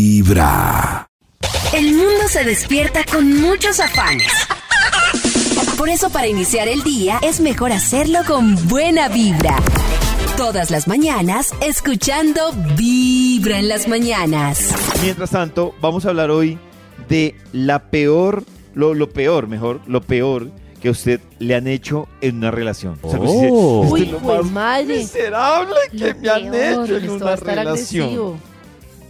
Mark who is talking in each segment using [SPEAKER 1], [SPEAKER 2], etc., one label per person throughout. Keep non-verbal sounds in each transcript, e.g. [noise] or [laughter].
[SPEAKER 1] Vibra.
[SPEAKER 2] El mundo se despierta con muchos afanes. Por eso para iniciar el día es mejor hacerlo con buena vibra. Todas las mañanas escuchando Vibra en las mañanas.
[SPEAKER 3] Mientras tanto, vamos a hablar hoy de la peor, lo, lo peor, mejor, lo peor que a usted le han hecho en una relación. O sea, que usted dice,
[SPEAKER 4] Oh.
[SPEAKER 3] "Esto es
[SPEAKER 5] Uy,
[SPEAKER 3] lo
[SPEAKER 5] pues,
[SPEAKER 3] más
[SPEAKER 5] madre.
[SPEAKER 3] miserable que me han
[SPEAKER 5] Peor,
[SPEAKER 3] hecho en
[SPEAKER 5] esto va a
[SPEAKER 3] una
[SPEAKER 5] estar
[SPEAKER 3] relación.
[SPEAKER 5] agresivo.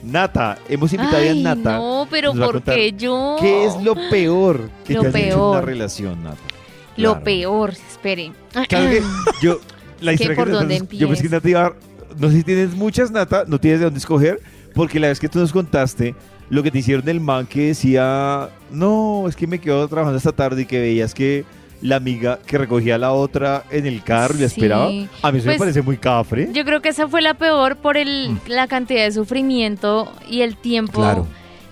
[SPEAKER 3] Nata, hemos invitado a
[SPEAKER 5] Ay,
[SPEAKER 3] Nata.
[SPEAKER 5] No, pero
[SPEAKER 3] nos va a
[SPEAKER 5] ¿por
[SPEAKER 3] contar
[SPEAKER 5] qué yo?
[SPEAKER 3] ¿Qué es lo peor que
[SPEAKER 5] Lo
[SPEAKER 3] te han hecho en una
[SPEAKER 5] peor.
[SPEAKER 3] relación, Nata?
[SPEAKER 4] Lo
[SPEAKER 3] Claro.
[SPEAKER 4] peor, espere.
[SPEAKER 3] Claro
[SPEAKER 4] [clears throat]
[SPEAKER 3] que yo, la
[SPEAKER 4] ¿Qué
[SPEAKER 3] historia
[SPEAKER 4] por
[SPEAKER 3] que
[SPEAKER 4] dónde
[SPEAKER 3] nos- yo pensé que
[SPEAKER 4] empiezo?
[SPEAKER 3] Nata iba a- no sé si tienes muchas, Nata, no tienes de dónde escoger, porque la vez que tú nos contaste lo que te hicieron el man que decía, no, es que me quedo trabajando hasta tarde y que veías que la amiga que recogía a la otra en el carro y la
[SPEAKER 4] Sí.
[SPEAKER 3] esperaba, a mí eso me
[SPEAKER 4] Pues,
[SPEAKER 3] parece muy cafre.
[SPEAKER 4] Yo creo que esa fue la peor por el, la cantidad de sufrimiento y el tiempo
[SPEAKER 3] Mm. Claro.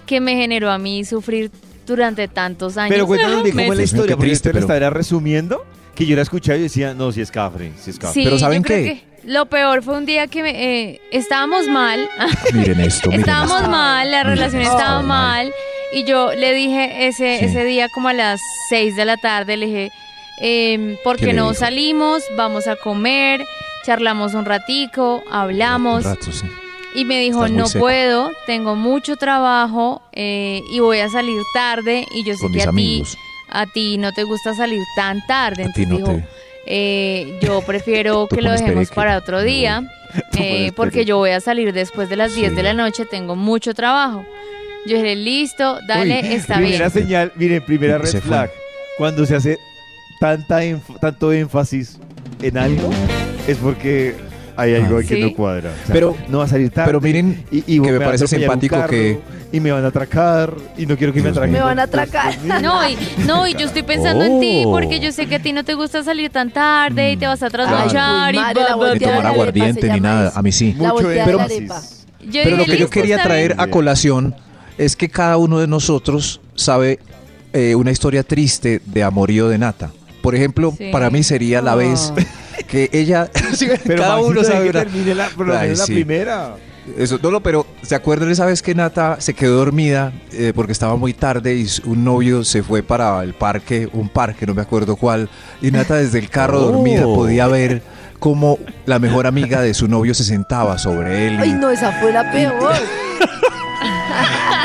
[SPEAKER 4] que me generó a mí sufrir durante tantos años. pues,
[SPEAKER 3] Pero cuéntanos bien cómo es la
[SPEAKER 4] Meses.
[SPEAKER 6] Dios mío,
[SPEAKER 3] historia,
[SPEAKER 6] qué
[SPEAKER 3] porque
[SPEAKER 6] triste,
[SPEAKER 3] usted me
[SPEAKER 6] pero-
[SPEAKER 3] estará resumiendo que yo la escuchaba y decía, no, si es cafre, si es cafre.
[SPEAKER 4] Sí,
[SPEAKER 6] Pero ¿saben
[SPEAKER 4] yo creo
[SPEAKER 6] qué?
[SPEAKER 4] que lo peor fue un día que me, eh, estábamos mal.
[SPEAKER 6] Miren esto, miren
[SPEAKER 4] Estábamos
[SPEAKER 6] esto.
[SPEAKER 4] mal, la
[SPEAKER 6] Mira,
[SPEAKER 4] relación
[SPEAKER 6] estaba
[SPEAKER 4] estaba
[SPEAKER 6] mal.
[SPEAKER 4] mal. Y yo le dije ese,
[SPEAKER 6] Sí.
[SPEAKER 4] ese día como a las 6 de la tarde, le dije, em, ¿por
[SPEAKER 6] ¿Qué
[SPEAKER 4] qué
[SPEAKER 6] le
[SPEAKER 4] no
[SPEAKER 6] dijo?
[SPEAKER 4] salimos? Vamos a comer, charlamos un ratico, hablamos.
[SPEAKER 6] Un rato, sí.
[SPEAKER 4] Y me dijo,
[SPEAKER 6] Estás muy
[SPEAKER 4] no
[SPEAKER 6] seca.
[SPEAKER 4] puedo, tengo mucho trabajo eh, y voy a salir tarde. Y yo sé
[SPEAKER 6] Con
[SPEAKER 4] que
[SPEAKER 6] mis
[SPEAKER 4] a ti,
[SPEAKER 6] amigos.
[SPEAKER 4] a ti no te gusta salir tan tarde.
[SPEAKER 6] A ti
[SPEAKER 4] Entonces
[SPEAKER 6] no
[SPEAKER 4] dijo,
[SPEAKER 6] te...
[SPEAKER 4] eh,
[SPEAKER 6] [laughs]
[SPEAKER 4] yo prefiero
[SPEAKER 6] Tú
[SPEAKER 4] que lo
[SPEAKER 6] pones
[SPEAKER 4] dejemos
[SPEAKER 6] pereque.
[SPEAKER 4] para otro
[SPEAKER 6] Me
[SPEAKER 4] día,
[SPEAKER 6] voy.
[SPEAKER 3] Tú pones
[SPEAKER 4] eh,
[SPEAKER 3] pereque.
[SPEAKER 4] porque yo voy a salir después de las 10
[SPEAKER 6] Sí.
[SPEAKER 4] de la noche, tengo mucho trabajo. Yo dije, listo, dale,
[SPEAKER 3] Uy,
[SPEAKER 4] está bien.
[SPEAKER 3] primera señal, miren, primera red
[SPEAKER 6] Se fue.
[SPEAKER 3] flag. Cuando se hace tanta enf- tanto énfasis en algo, es porque hay algo
[SPEAKER 6] Ah.
[SPEAKER 3] ahí que
[SPEAKER 4] Sí.
[SPEAKER 3] no cuadra. O sea,
[SPEAKER 6] Pero-
[SPEAKER 3] no va a salir tarde.
[SPEAKER 6] Pero miren,
[SPEAKER 3] y, y
[SPEAKER 6] que me
[SPEAKER 3] van a
[SPEAKER 6] parece
[SPEAKER 3] atropellar un
[SPEAKER 6] simpático
[SPEAKER 3] carro,
[SPEAKER 6] que-
[SPEAKER 3] Y me van a atracar, y no quiero que me
[SPEAKER 6] Dios
[SPEAKER 3] atraquen.
[SPEAKER 6] mío.
[SPEAKER 3] con-
[SPEAKER 6] Me
[SPEAKER 5] van a atracar.
[SPEAKER 3] con-
[SPEAKER 4] No, y, no, y yo estoy pensando en ti
[SPEAKER 6] Oh. Mm,
[SPEAKER 4] porque yo sé que a ti no te gusta salir tan tarde y te vas a
[SPEAKER 5] Ay,
[SPEAKER 4] trasnochar
[SPEAKER 5] uy,
[SPEAKER 4] y
[SPEAKER 5] madre,
[SPEAKER 4] bla,
[SPEAKER 5] la
[SPEAKER 4] bla,
[SPEAKER 6] ni
[SPEAKER 5] volteada
[SPEAKER 4] bla.
[SPEAKER 6] tomar
[SPEAKER 5] de arepa se
[SPEAKER 6] aguardiente ni
[SPEAKER 5] llama
[SPEAKER 6] nada.
[SPEAKER 5] eso.
[SPEAKER 6] A mí sí.
[SPEAKER 5] La
[SPEAKER 3] Mucho
[SPEAKER 5] volteada de la
[SPEAKER 3] énfasis.
[SPEAKER 5] arepa.
[SPEAKER 4] Yo
[SPEAKER 6] Pero lo
[SPEAKER 4] dije,
[SPEAKER 6] que yo
[SPEAKER 4] "Listo,
[SPEAKER 6] quería
[SPEAKER 4] está
[SPEAKER 6] traer
[SPEAKER 4] bien".
[SPEAKER 6] a colación es que cada uno de nosotros sabe eh, una historia triste de amorío de Nata. Por ejemplo,
[SPEAKER 4] Sí.
[SPEAKER 6] para mí sería la vez que ella... [laughs] Sí,
[SPEAKER 3] Pero
[SPEAKER 6] cada
[SPEAKER 3] Maxito,
[SPEAKER 6] uno
[SPEAKER 3] deje
[SPEAKER 6] sabe
[SPEAKER 3] que
[SPEAKER 6] una...
[SPEAKER 3] termine la, por lo
[SPEAKER 6] Ay,
[SPEAKER 3] menos la
[SPEAKER 6] sí.
[SPEAKER 3] primera.
[SPEAKER 6] Eso, no, no, pero ¿se acuerdan esa vez que Nata se quedó dormida eh, porque estaba muy tarde y su- un novio se fue para el parque, un parque, no me acuerdo cuál, y Nata desde el carro Oh. dormida podía ver cómo la mejor amiga de su novio se sentaba sobre él y,
[SPEAKER 5] Ay, no, esa fue la peor.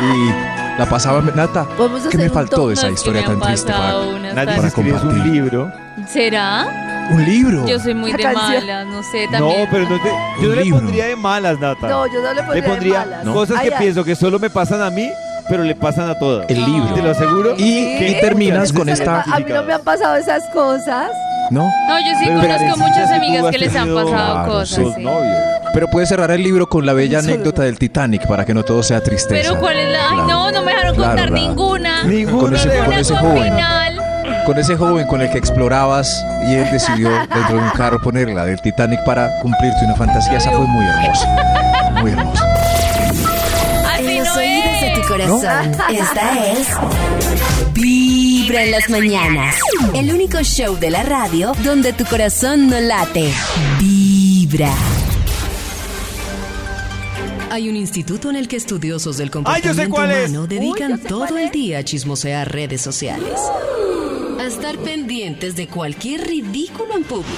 [SPEAKER 6] y la pasaba Nata.
[SPEAKER 5] Vamos
[SPEAKER 6] ¿Qué
[SPEAKER 5] a hacer
[SPEAKER 6] me
[SPEAKER 5] un
[SPEAKER 6] faltó
[SPEAKER 5] top.
[SPEAKER 6] de pues, esa
[SPEAKER 4] No, es que me
[SPEAKER 6] historia tan
[SPEAKER 4] han
[SPEAKER 6] triste?
[SPEAKER 4] pasado
[SPEAKER 6] Para...
[SPEAKER 3] Nadie
[SPEAKER 4] unas
[SPEAKER 6] Para
[SPEAKER 3] se
[SPEAKER 4] tardes.
[SPEAKER 3] escribe un
[SPEAKER 6] compartir.
[SPEAKER 3] libro.
[SPEAKER 4] ¿Será?
[SPEAKER 6] Un libro.
[SPEAKER 4] Yo soy muy
[SPEAKER 5] Esa
[SPEAKER 4] de
[SPEAKER 5] canción.
[SPEAKER 4] malas, no sé,
[SPEAKER 3] No,
[SPEAKER 4] también. [laughs]
[SPEAKER 3] pero no te,
[SPEAKER 6] Un
[SPEAKER 3] yo no le
[SPEAKER 6] libro.
[SPEAKER 3] pondría de malas, Nata.
[SPEAKER 5] No, yo no le
[SPEAKER 3] le
[SPEAKER 5] pondría, de
[SPEAKER 3] pondría
[SPEAKER 5] malas.
[SPEAKER 3] cosas
[SPEAKER 5] Ay,
[SPEAKER 3] que
[SPEAKER 5] ay,
[SPEAKER 3] pienso que solo me pasan a mí, pero le pasan a todas.
[SPEAKER 6] El libro.
[SPEAKER 3] Te lo aseguro.
[SPEAKER 6] Y, y
[SPEAKER 5] ¿Qué?
[SPEAKER 6] terminas con
[SPEAKER 5] eso no
[SPEAKER 4] Ah,
[SPEAKER 6] esta,
[SPEAKER 5] me- A mí no me han pasado esas cosas.
[SPEAKER 6] ¿no?
[SPEAKER 4] No, yo sí
[SPEAKER 3] Pero
[SPEAKER 4] conozco
[SPEAKER 3] parece
[SPEAKER 4] muchas
[SPEAKER 3] que tú
[SPEAKER 4] amigas
[SPEAKER 3] has
[SPEAKER 4] que les han
[SPEAKER 3] tenido
[SPEAKER 4] pasado
[SPEAKER 6] Claro,
[SPEAKER 4] cosas.
[SPEAKER 3] Sus
[SPEAKER 4] sí.
[SPEAKER 3] novios.
[SPEAKER 6] Pero puedes cerrar el libro con la bella
[SPEAKER 5] Solo.
[SPEAKER 6] anécdota del Titanic para que no todo sea tristeza.
[SPEAKER 4] Pero cuál es la... Ay,
[SPEAKER 6] Claro.
[SPEAKER 4] no, no me dejaron
[SPEAKER 6] Claro,
[SPEAKER 4] contar
[SPEAKER 6] la-
[SPEAKER 4] ninguna.
[SPEAKER 3] Ninguna
[SPEAKER 6] Con ese-
[SPEAKER 3] de-
[SPEAKER 4] Una
[SPEAKER 6] con ese
[SPEAKER 4] con
[SPEAKER 6] joven.
[SPEAKER 4] final.
[SPEAKER 6] Con ese joven con el que explorabas y él decidió dentro de un carro ponerla del Titanic para cumplirte una fantasía. Esa fue muy hermosa. Muy hermosa.
[SPEAKER 4] Así
[SPEAKER 2] En los
[SPEAKER 4] no
[SPEAKER 2] oídos de
[SPEAKER 4] es.
[SPEAKER 2] tu corazón, esta es Vibra en las mañanas. El único show de la radio donde tu corazón no late. Vibra.
[SPEAKER 7] Hay un instituto en el que estudiosos del
[SPEAKER 3] Ay, yo
[SPEAKER 7] comportamiento
[SPEAKER 3] sé cuál es.
[SPEAKER 7] humano dedican
[SPEAKER 5] Uy, yo sé
[SPEAKER 7] todo
[SPEAKER 5] cuál
[SPEAKER 7] el
[SPEAKER 5] es.
[SPEAKER 7] día a chismosear redes sociales, a estar pendientes de cualquier ridículo en público,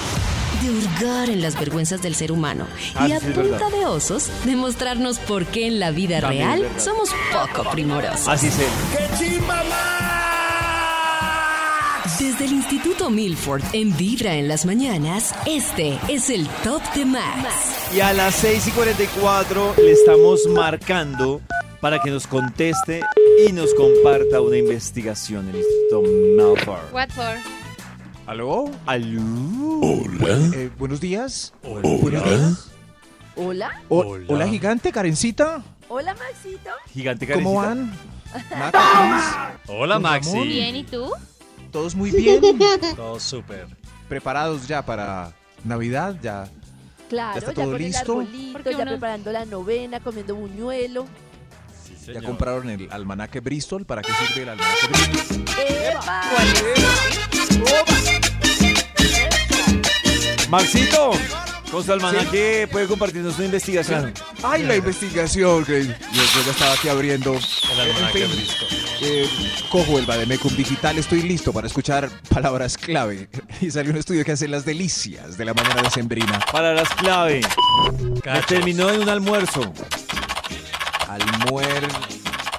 [SPEAKER 7] de hurgar en las vergüenzas del ser humano
[SPEAKER 3] Ah,
[SPEAKER 7] y
[SPEAKER 3] sí,
[SPEAKER 7] a
[SPEAKER 3] sí, es
[SPEAKER 7] punta
[SPEAKER 3] verdad.
[SPEAKER 7] de osos demostrarnos por qué en la vida
[SPEAKER 3] También es
[SPEAKER 7] real
[SPEAKER 3] verdad.
[SPEAKER 7] somos poco primorosos.
[SPEAKER 3] Así se.
[SPEAKER 7] Desde el Instituto Milford en Vibra en las mañanas, este es el Top de Max.
[SPEAKER 3] Y a las 6 y 44 le estamos marcando para que nos conteste y nos comparta una investigación en el Instituto Malfar.
[SPEAKER 4] What for?
[SPEAKER 6] ¿Aló? Eh,
[SPEAKER 3] Aló.
[SPEAKER 6] buenos días. Hola.
[SPEAKER 5] Hola.
[SPEAKER 6] Hola. gigante, Karencita.
[SPEAKER 5] Hola, Maxito.
[SPEAKER 3] Gigante
[SPEAKER 6] ¿Cómo
[SPEAKER 3] Karencita.
[SPEAKER 6] van? Nata,
[SPEAKER 8] Hola
[SPEAKER 6] Por
[SPEAKER 8] Maxi.
[SPEAKER 6] favor.
[SPEAKER 4] Bien, ¿y tú?
[SPEAKER 6] Todos muy bien.
[SPEAKER 8] Todo súper.
[SPEAKER 6] Preparados ya para Navidad, ya.
[SPEAKER 5] Claro,
[SPEAKER 6] está
[SPEAKER 5] ya,
[SPEAKER 6] todo
[SPEAKER 5] con
[SPEAKER 6] listo?
[SPEAKER 5] el arbolito,
[SPEAKER 4] Porque
[SPEAKER 5] ya
[SPEAKER 4] uno-
[SPEAKER 5] preparando la novena, comiendo buñuelo.
[SPEAKER 8] Sí,
[SPEAKER 6] Ya
[SPEAKER 8] señor.
[SPEAKER 6] compraron el almanaque Bristol. ¿Para qué sirve el almanaque Bristol?
[SPEAKER 5] ¡Epa!
[SPEAKER 3] Maxito, Con Salman que puede compartirnos una investigación.
[SPEAKER 6] Ay, la investigación que yo, yo ya estaba aquí abriendo.
[SPEAKER 8] El almanaque
[SPEAKER 6] En fin.
[SPEAKER 8] brisco.
[SPEAKER 6] Eh, cojo el Bademecum digital, estoy listo para escuchar palabras clave. [laughs] Y salió un estudio que hace las delicias de la mañana decembrina.
[SPEAKER 3] Para las clave. Me
[SPEAKER 8] Cachos.
[SPEAKER 3] terminó en un almuerzo.
[SPEAKER 6] Almuer,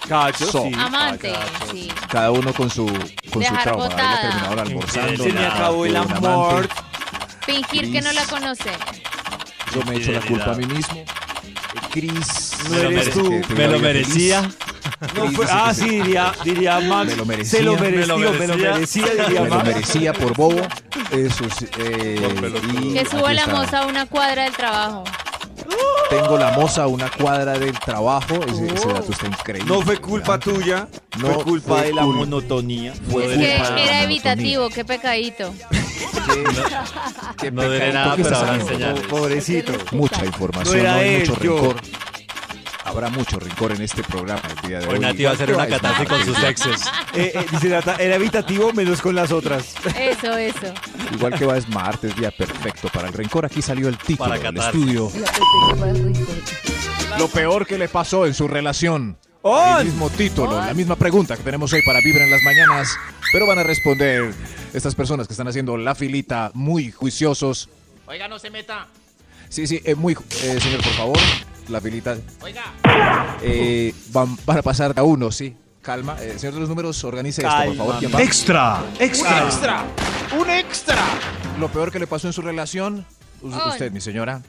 [SPEAKER 3] Cacho,
[SPEAKER 6] So.
[SPEAKER 3] sí.
[SPEAKER 4] Amante, sí.
[SPEAKER 6] cada uno con su, con su
[SPEAKER 4] Dejar
[SPEAKER 6] trauma.
[SPEAKER 4] botada.
[SPEAKER 6] Haberla terminado almorzando.
[SPEAKER 3] Se me
[SPEAKER 6] la-
[SPEAKER 3] acabó el
[SPEAKER 6] un amante.
[SPEAKER 3] amor.
[SPEAKER 4] Fingir que no la conoce.
[SPEAKER 6] Yo me echo la culpa a mí mismo. Eh, Cris,
[SPEAKER 3] No eres tú.
[SPEAKER 6] que tengo
[SPEAKER 8] Me
[SPEAKER 6] una
[SPEAKER 8] lo
[SPEAKER 6] vida feliz.
[SPEAKER 8] merecía.
[SPEAKER 3] No fue-
[SPEAKER 6] Dice que
[SPEAKER 3] ah,
[SPEAKER 6] se-
[SPEAKER 3] sí, diría, diría Max.
[SPEAKER 6] Me lo merecía,
[SPEAKER 3] se lo
[SPEAKER 8] me
[SPEAKER 3] mereció,
[SPEAKER 8] lo
[SPEAKER 3] me lo
[SPEAKER 8] merecía.
[SPEAKER 3] merecía, diría
[SPEAKER 6] Me lo
[SPEAKER 3] Max.
[SPEAKER 6] merecía por bobo. Eso sí, eh,
[SPEAKER 8] Por pelotudo.
[SPEAKER 6] y
[SPEAKER 4] Que suba
[SPEAKER 6] aquí
[SPEAKER 4] la
[SPEAKER 6] está.
[SPEAKER 4] moza a una cuadra del trabajo.
[SPEAKER 6] Tengo la moza a una cuadra del trabajo. Ese, ese dato está increíble.
[SPEAKER 3] No fue culpa tuya,
[SPEAKER 6] No
[SPEAKER 3] fue culpa
[SPEAKER 6] fue
[SPEAKER 3] de la
[SPEAKER 6] culpa.
[SPEAKER 3] monotonía.
[SPEAKER 6] Fue
[SPEAKER 4] Es
[SPEAKER 6] culpa
[SPEAKER 4] que
[SPEAKER 6] de la monotonía.
[SPEAKER 4] era evitativo, qué pecadito.
[SPEAKER 6] Qué
[SPEAKER 8] No diré
[SPEAKER 6] pecado
[SPEAKER 8] nada,
[SPEAKER 6] que
[SPEAKER 8] pero
[SPEAKER 6] esa
[SPEAKER 8] habrán
[SPEAKER 6] gente-
[SPEAKER 8] señales.
[SPEAKER 3] Pobrecito.
[SPEAKER 6] Mucha
[SPEAKER 3] No
[SPEAKER 6] información,
[SPEAKER 3] era
[SPEAKER 6] no hay
[SPEAKER 3] él,
[SPEAKER 6] mucho
[SPEAKER 3] yo.
[SPEAKER 6] rencor. Habrá mucho rencor en este programa el día de hoy.
[SPEAKER 8] Hoy Nati va a hacer
[SPEAKER 6] ¿Qué
[SPEAKER 8] una
[SPEAKER 6] decir?
[SPEAKER 8] catarsis con sus exes.
[SPEAKER 3] Eh, eh, dice Nata, era evitativo menos con
[SPEAKER 1] [laughs]
[SPEAKER 3] las otras.
[SPEAKER 4] Eso, eso.
[SPEAKER 6] Igual que va es martes, día perfecto para el rencor. Aquí salió el título
[SPEAKER 8] Para
[SPEAKER 6] del
[SPEAKER 8] catarsis.
[SPEAKER 6] estudio. Lo peor que le pasó en su relación.
[SPEAKER 3] ¡Oh!
[SPEAKER 6] El mismo título, la misma pregunta que tenemos hoy para Vibra en las mañanas. Pero van a responder estas personas que están haciendo la filita muy juiciosos.
[SPEAKER 1] Oiga, no se meta.
[SPEAKER 6] Sí, sí, eh, muy. ju- eh, señor, por favor, la filita.
[SPEAKER 1] Oiga.
[SPEAKER 6] Eh, van, van a pasar a uno, sí. Calma. Eh, señor de los números, organice esto, por favor. ¿Quién va?
[SPEAKER 8] Extra.
[SPEAKER 6] ¡Un extra! ¡Un extra! Lo peor que le pasó en su relación, u-
[SPEAKER 4] Ay.
[SPEAKER 6] usted, mi señora.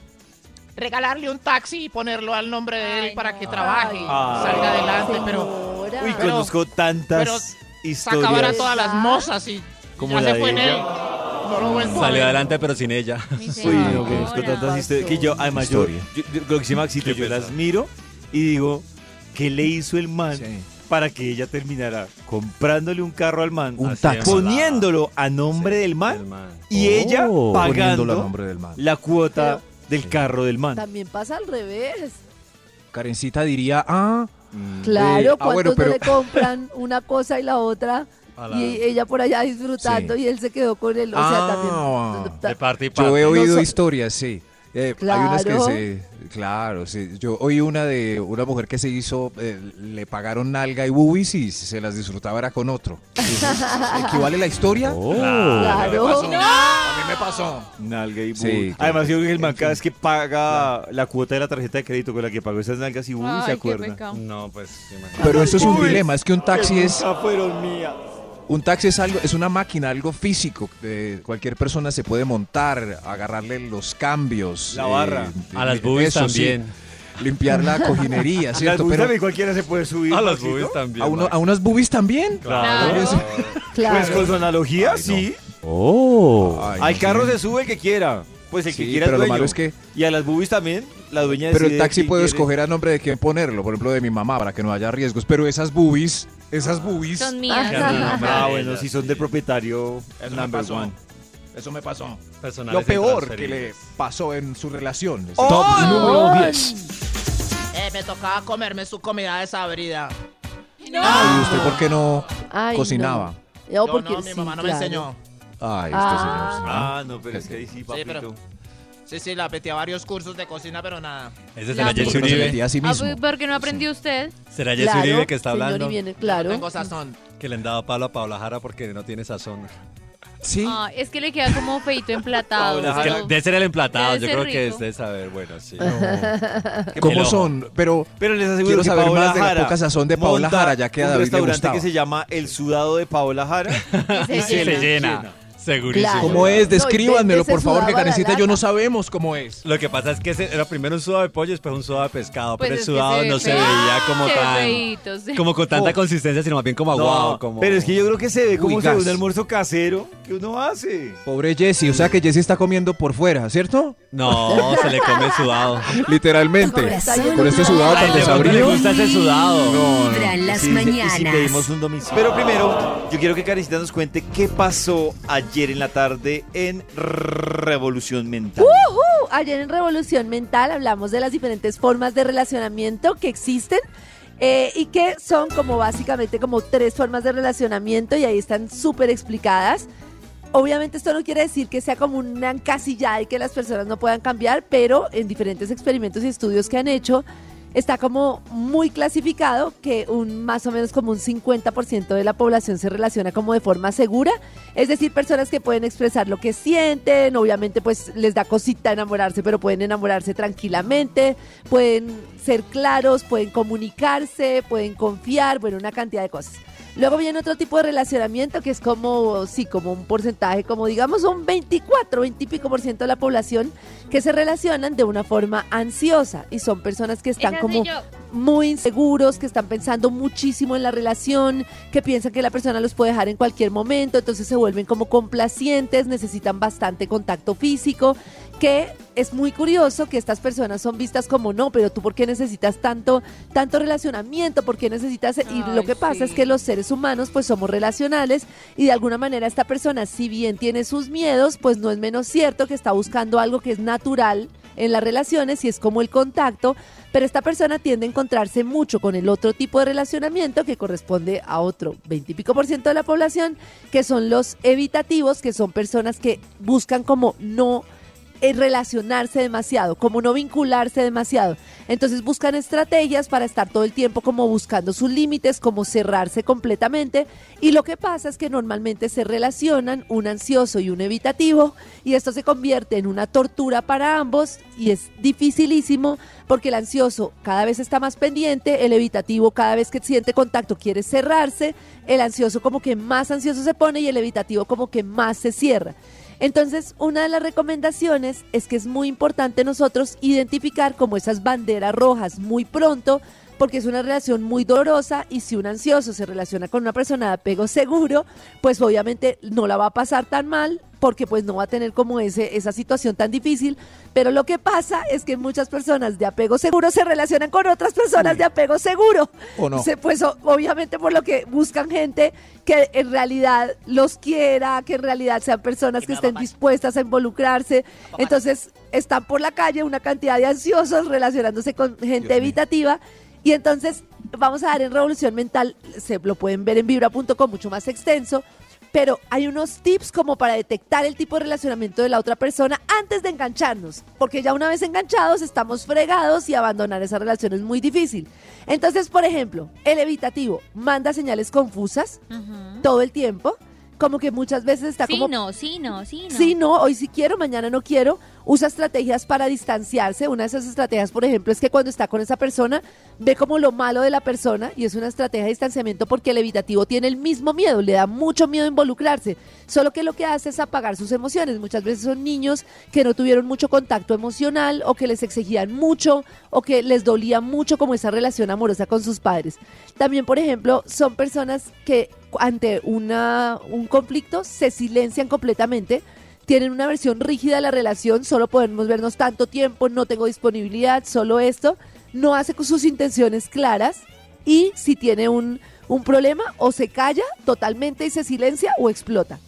[SPEAKER 1] Regalarle un taxi y ponerlo al nombre de él
[SPEAKER 4] Ay,
[SPEAKER 1] para
[SPEAKER 4] no.
[SPEAKER 1] que trabaje,
[SPEAKER 6] Ah.
[SPEAKER 3] Ay.
[SPEAKER 1] salga adelante, pero
[SPEAKER 5] Señora.
[SPEAKER 3] Uy,
[SPEAKER 1] pero-
[SPEAKER 3] conozco
[SPEAKER 1] pero
[SPEAKER 3] tantas
[SPEAKER 1] sacabar a
[SPEAKER 3] historias.
[SPEAKER 1] todas las mozas y
[SPEAKER 3] Como
[SPEAKER 1] ya
[SPEAKER 3] la
[SPEAKER 1] se fue
[SPEAKER 3] de
[SPEAKER 1] en él.
[SPEAKER 3] ella.
[SPEAKER 1] No lo vuelvo a
[SPEAKER 8] Salió
[SPEAKER 1] ver.
[SPEAKER 8] adelante, pero sin ella.
[SPEAKER 4] Mi
[SPEAKER 3] Uy,
[SPEAKER 4] señora.
[SPEAKER 3] no conozco tantas historias. Que yo, además, yo,
[SPEAKER 6] Historia.
[SPEAKER 3] yo- yo creo que sí, Maxito,
[SPEAKER 8] Qué
[SPEAKER 3] yo las
[SPEAKER 8] pesar.
[SPEAKER 3] miro y digo, ¿qué le hizo el man
[SPEAKER 6] Sí.
[SPEAKER 3] para que ella terminara comprándole un carro al man,
[SPEAKER 6] Un
[SPEAKER 8] Así
[SPEAKER 6] taxi.
[SPEAKER 8] es.
[SPEAKER 3] poniéndolo a nombre del
[SPEAKER 8] El
[SPEAKER 3] man
[SPEAKER 8] man.
[SPEAKER 3] y ella
[SPEAKER 6] Oh, poniéndolo a
[SPEAKER 3] pagando
[SPEAKER 6] nombre del man.
[SPEAKER 3] la cuota del carro del man?
[SPEAKER 5] También pasa al revés.
[SPEAKER 6] Karencita diría, ah,
[SPEAKER 5] Mm. Claro,
[SPEAKER 6] ah,
[SPEAKER 5] cuando
[SPEAKER 6] bueno, pero-
[SPEAKER 5] no le compran una cosa y la otra
[SPEAKER 8] A la-
[SPEAKER 5] y ella por allá disfrutando
[SPEAKER 6] Sí.
[SPEAKER 5] y él se quedó con él. O sea,
[SPEAKER 6] Ah.
[SPEAKER 5] también.
[SPEAKER 8] De parte y parte.
[SPEAKER 6] yo he oído
[SPEAKER 5] so-
[SPEAKER 6] historias, sí. Eh, Hay unas que
[SPEAKER 5] Claro.
[SPEAKER 6] se. Claro, sí. Yo oí una de una mujer que se hizo, eh, le pagaron nalga y boobies y se las disfrutaba era con otro. Eso es- ¿Equivale la historia?
[SPEAKER 8] Claro.
[SPEAKER 5] Claro.
[SPEAKER 6] A mí me pasó.
[SPEAKER 3] Nalga y
[SPEAKER 6] Sí, claro.
[SPEAKER 3] boob. Además, yo creo que el man cada vez que paga la cuota de la tarjeta de crédito con la que pagó esas nalgas y boob, se
[SPEAKER 4] Ay, qué
[SPEAKER 3] acuerda.
[SPEAKER 4] pecado.
[SPEAKER 8] No, pues imagínate.
[SPEAKER 6] Pero eso es un dilema, es que un taxi es
[SPEAKER 3] Nunca fueron mías.
[SPEAKER 6] Un taxi es algo, es una máquina, algo físico. eh, cualquier persona se puede montar, agarrarle los cambios. eh,
[SPEAKER 3] La barra.
[SPEAKER 8] A las boobies
[SPEAKER 6] eso sí,
[SPEAKER 8] también.
[SPEAKER 6] limpiar la
[SPEAKER 3] [laughs]
[SPEAKER 6] cojinería,
[SPEAKER 3] Las
[SPEAKER 6] ¿cierto?
[SPEAKER 3] boobies
[SPEAKER 6] Pero Ah,
[SPEAKER 3] también cualquiera se puede subir.
[SPEAKER 8] A las
[SPEAKER 3] Maxito.
[SPEAKER 8] boobies también.
[SPEAKER 6] a, uno-
[SPEAKER 8] Max.
[SPEAKER 6] a unas boobies también.
[SPEAKER 4] Claro.
[SPEAKER 3] Pues
[SPEAKER 4] [laughs]
[SPEAKER 5] Claro.
[SPEAKER 3] con su analogía,
[SPEAKER 6] Ay, no.
[SPEAKER 3] sí.
[SPEAKER 6] Ay,
[SPEAKER 3] Al
[SPEAKER 6] no
[SPEAKER 3] carro
[SPEAKER 6] sé.
[SPEAKER 3] se sube el que quiera. Pues el que
[SPEAKER 6] Sí,
[SPEAKER 3] quiera es
[SPEAKER 6] pero lo
[SPEAKER 3] dueño.
[SPEAKER 6] malo es que-
[SPEAKER 3] Y a las boobies también, la dueña
[SPEAKER 6] Pero el
[SPEAKER 3] decide
[SPEAKER 6] taxi
[SPEAKER 3] quién
[SPEAKER 6] puedo
[SPEAKER 3] quiere.
[SPEAKER 6] escoger a nombre de quién ponerlo, por ejemplo, de mi mamá, para que no haya riesgos. Pero esas boobies, esas boobies,
[SPEAKER 4] Son mías.
[SPEAKER 8] Ya no
[SPEAKER 4] Ajá.
[SPEAKER 8] nombré
[SPEAKER 3] Ah,
[SPEAKER 8] a
[SPEAKER 3] bueno,
[SPEAKER 8] ella,
[SPEAKER 3] si son del propietario,
[SPEAKER 6] eso me
[SPEAKER 3] number
[SPEAKER 6] pasó.
[SPEAKER 3] one.
[SPEAKER 6] Eso me pasó.
[SPEAKER 8] Personales
[SPEAKER 6] Lo peor que le
[SPEAKER 8] intransferibles.
[SPEAKER 6] pasó en su relación.
[SPEAKER 5] Ay,
[SPEAKER 1] Eh, me tocaba comerme su comida desabrida.
[SPEAKER 6] Ay, ¿usted por qué no
[SPEAKER 5] ay,
[SPEAKER 6] cocinaba?
[SPEAKER 5] no.
[SPEAKER 1] Yo
[SPEAKER 5] Yo porque
[SPEAKER 1] no, mi
[SPEAKER 5] sí,
[SPEAKER 1] mamá no
[SPEAKER 5] claro.
[SPEAKER 1] me enseñó.
[SPEAKER 6] Ay, este
[SPEAKER 5] Ah.
[SPEAKER 6] señor. señor.
[SPEAKER 3] Ah, no, pero es que ahí sí, papito.
[SPEAKER 1] pero- Sí, sí, la metí a varios cursos de cocina, pero nada.
[SPEAKER 4] La-
[SPEAKER 8] Ese será Jesse
[SPEAKER 6] Porque no se
[SPEAKER 8] Uribe.
[SPEAKER 6] metía a sí
[SPEAKER 4] Ah,
[SPEAKER 6] mismo.
[SPEAKER 4] pues, ¿Por qué no aprendió usted?
[SPEAKER 8] Será Jesse
[SPEAKER 5] Claro,
[SPEAKER 8] Uribe que está
[SPEAKER 5] señor, y
[SPEAKER 8] hablando.
[SPEAKER 5] viene,
[SPEAKER 1] No
[SPEAKER 5] claro.
[SPEAKER 1] tengo sazón.
[SPEAKER 8] Que le han dado palo a Paula Jara porque no tiene sazón.
[SPEAKER 6] Sí.
[SPEAKER 4] [laughs] Ah, es que le queda como feito emplatado.
[SPEAKER 3] Paola,
[SPEAKER 4] pero-
[SPEAKER 8] Debe ser el emplatado.
[SPEAKER 4] Debe
[SPEAKER 8] Yo
[SPEAKER 4] ser
[SPEAKER 8] creo que
[SPEAKER 4] rico.
[SPEAKER 8] es de saber. Bueno, sí. El
[SPEAKER 6] ¿Cómo
[SPEAKER 8] ojo.
[SPEAKER 6] son? Pero
[SPEAKER 3] Pero les aseguro
[SPEAKER 6] Quiero
[SPEAKER 3] que
[SPEAKER 6] saber
[SPEAKER 3] Paola
[SPEAKER 6] más de la
[SPEAKER 3] Jara
[SPEAKER 6] poca sazón de Paola
[SPEAKER 3] monta
[SPEAKER 6] Jara, ya que a
[SPEAKER 3] un
[SPEAKER 6] David le
[SPEAKER 3] restaurante
[SPEAKER 6] gustaba.
[SPEAKER 3] que se llama El Sudado de Paola Jara.
[SPEAKER 6] [laughs]
[SPEAKER 4] Y
[SPEAKER 8] Y
[SPEAKER 4] llena.
[SPEAKER 8] se le llena. Segurísimo.
[SPEAKER 5] Claro.
[SPEAKER 6] ¿cómo es?
[SPEAKER 5] No,
[SPEAKER 6] Descríbanmelo,
[SPEAKER 5] y vende
[SPEAKER 6] por favor, que
[SPEAKER 5] sudado a la
[SPEAKER 6] Karencita y yo
[SPEAKER 5] lata.
[SPEAKER 6] no sabemos cómo es.
[SPEAKER 8] Lo que pasa es que ese era primero un sudado de pollo, después un sudado de pescado.
[SPEAKER 4] Pues
[SPEAKER 8] pero el
[SPEAKER 4] es que
[SPEAKER 8] sudado
[SPEAKER 4] se ve
[SPEAKER 8] no se
[SPEAKER 4] feo.
[SPEAKER 8] veía como
[SPEAKER 4] Se ve
[SPEAKER 8] tan.
[SPEAKER 4] feíto, [laughs] sí.
[SPEAKER 8] Como con tanta consistencia, sino más bien como aguado.
[SPEAKER 3] No,
[SPEAKER 8] como...
[SPEAKER 3] Pero es que yo creo que se ve
[SPEAKER 6] Uy,
[SPEAKER 3] como se ve
[SPEAKER 6] gas.
[SPEAKER 3] un almuerzo casero que uno hace.
[SPEAKER 6] Pobre Jesse, o sea que Jesse está comiendo por fuera, ¿cierto?
[SPEAKER 8] No, se le come sudado.
[SPEAKER 6] Literalmente.
[SPEAKER 2] Corazón
[SPEAKER 6] Con este sudado
[SPEAKER 8] Ay,
[SPEAKER 6] tan
[SPEAKER 8] de pronto le
[SPEAKER 6] desabrido.
[SPEAKER 8] gusta ese sudado.
[SPEAKER 2] Vibra en las
[SPEAKER 3] Sí, sí,
[SPEAKER 2] mañanas.
[SPEAKER 3] sí, pedimos un domicilio. Pero primero, yo quiero que Karencita nos cuente qué pasó ayer en la tarde en Revolución Mental.
[SPEAKER 5] Uh, Ayer en Revolución Mental hablamos de las diferentes formas de relacionamiento que existen eh, y que son como básicamente como tres formas de relacionamiento y ahí están súper explicadas. obviamente esto no quiere decir que sea como una encasillada y que las personas no puedan cambiar, pero en diferentes experimentos y estudios que han hecho, está como muy clasificado que un más o menos como un 50% de la población se relaciona como de forma segura, es decir, personas que pueden expresar lo que sienten, obviamente pues les da cosita enamorarse, pero pueden enamorarse tranquilamente, pueden ser claros, pueden comunicarse, pueden confiar, bueno, una cantidad de cosas. Luego viene otro tipo de relacionamiento que es como, sí, como un porcentaje, como digamos un 24, 20 y pico por ciento de la población que se relacionan de una forma ansiosa y son personas que están como muy inseguros, que están pensando muchísimo en la relación, que piensan que la persona los puede dejar en cualquier momento, entonces se vuelven como complacientes, necesitan bastante contacto físico, que es muy curioso que estas personas son vistas como no, pero tú por qué necesitas tanto tanto relacionamiento, por qué necesitas y lo
[SPEAKER 4] Ay,
[SPEAKER 5] que pasa
[SPEAKER 4] sí.
[SPEAKER 5] es que los seres humanos pues somos relacionales y de alguna manera esta persona si bien tiene sus miedos, pues no es menos cierto que está buscando algo que es natural en las relaciones y es como el contacto, pero esta persona tiende a encontrarse mucho con el otro tipo de relacionamiento que corresponde a otro 20 y pico por ciento de la población, que son los evitativos, que son personas que buscan como no eh, relacionarse demasiado, como no vincularse demasiado. Entonces buscan estrategias para estar todo el tiempo como buscando sus límites, como cerrarse completamente. Y lo que pasa es que normalmente se relacionan un ansioso y un evitativo y esto se convierte en una tortura para ambos y es dificilísimo porque el ansioso cada vez está más pendiente, el evitativo cada vez que siente contacto quiere cerrarse, el ansioso como que más ansioso se pone y el evitativo como que más se cierra. Entonces, una de las recomendaciones es que es muy importante nosotros identificar como esas banderas rojas muy pronto, porque es una relación muy dolorosa y si un ansioso se relaciona con una persona de apego seguro, pues obviamente no la va a pasar tan mal porque pues no va a tener como ese, esa situación tan difícil, pero lo que pasa es que muchas personas de apego seguro se relacionan con otras personas de apego seguro.
[SPEAKER 6] ¿O no?
[SPEAKER 5] Se- pues o- obviamente por lo que buscan gente que en realidad los quiera, que en realidad sean personas
[SPEAKER 1] Que
[SPEAKER 5] que
[SPEAKER 1] me
[SPEAKER 5] estén
[SPEAKER 1] apapache.
[SPEAKER 5] dispuestas a involucrarse.
[SPEAKER 1] Apapache.
[SPEAKER 5] Entonces están por la calle una cantidad de ansiosos relacionándose con gente
[SPEAKER 6] mío.
[SPEAKER 5] evitativa. Y entonces vamos a dar en Revolución Mental, se lo pueden ver en vibra.com mucho más extenso, pero hay unos tips como para detectar el tipo de relacionamiento de la otra persona antes de engancharnos, porque ya una vez enganchados estamos fregados y abandonar esa relación es muy difícil. Entonces, por ejemplo, el evitativo manda señales confusas
[SPEAKER 4] Ujú.
[SPEAKER 5] todo el tiempo, como que muchas veces está
[SPEAKER 4] Sí,
[SPEAKER 5] como
[SPEAKER 4] no, sí, no, sí, no.
[SPEAKER 5] Sí, no, hoy sí quiero, mañana no quiero. Usa estrategias para distanciarse. Una de esas estrategias, por ejemplo, es que cuando está con esa persona, ve como lo malo de la persona y es una estrategia de distanciamiento porque el evitativo tiene el mismo miedo, le da mucho miedo involucrarse. Solo que lo que hace es apagar sus emociones. Muchas veces son niños que no tuvieron mucho contacto emocional o que les exigían mucho o que les dolía mucho como esa relación amorosa con sus padres. También, por ejemplo, son personas que ante una, un conflicto se silencian completamente tienen una versión rígida de la relación, solo podemos vernos tanto tiempo, no tengo disponibilidad, solo esto, no hace con sus intenciones claras y si tiene un, un problema o se calla totalmente y se silencia o explota.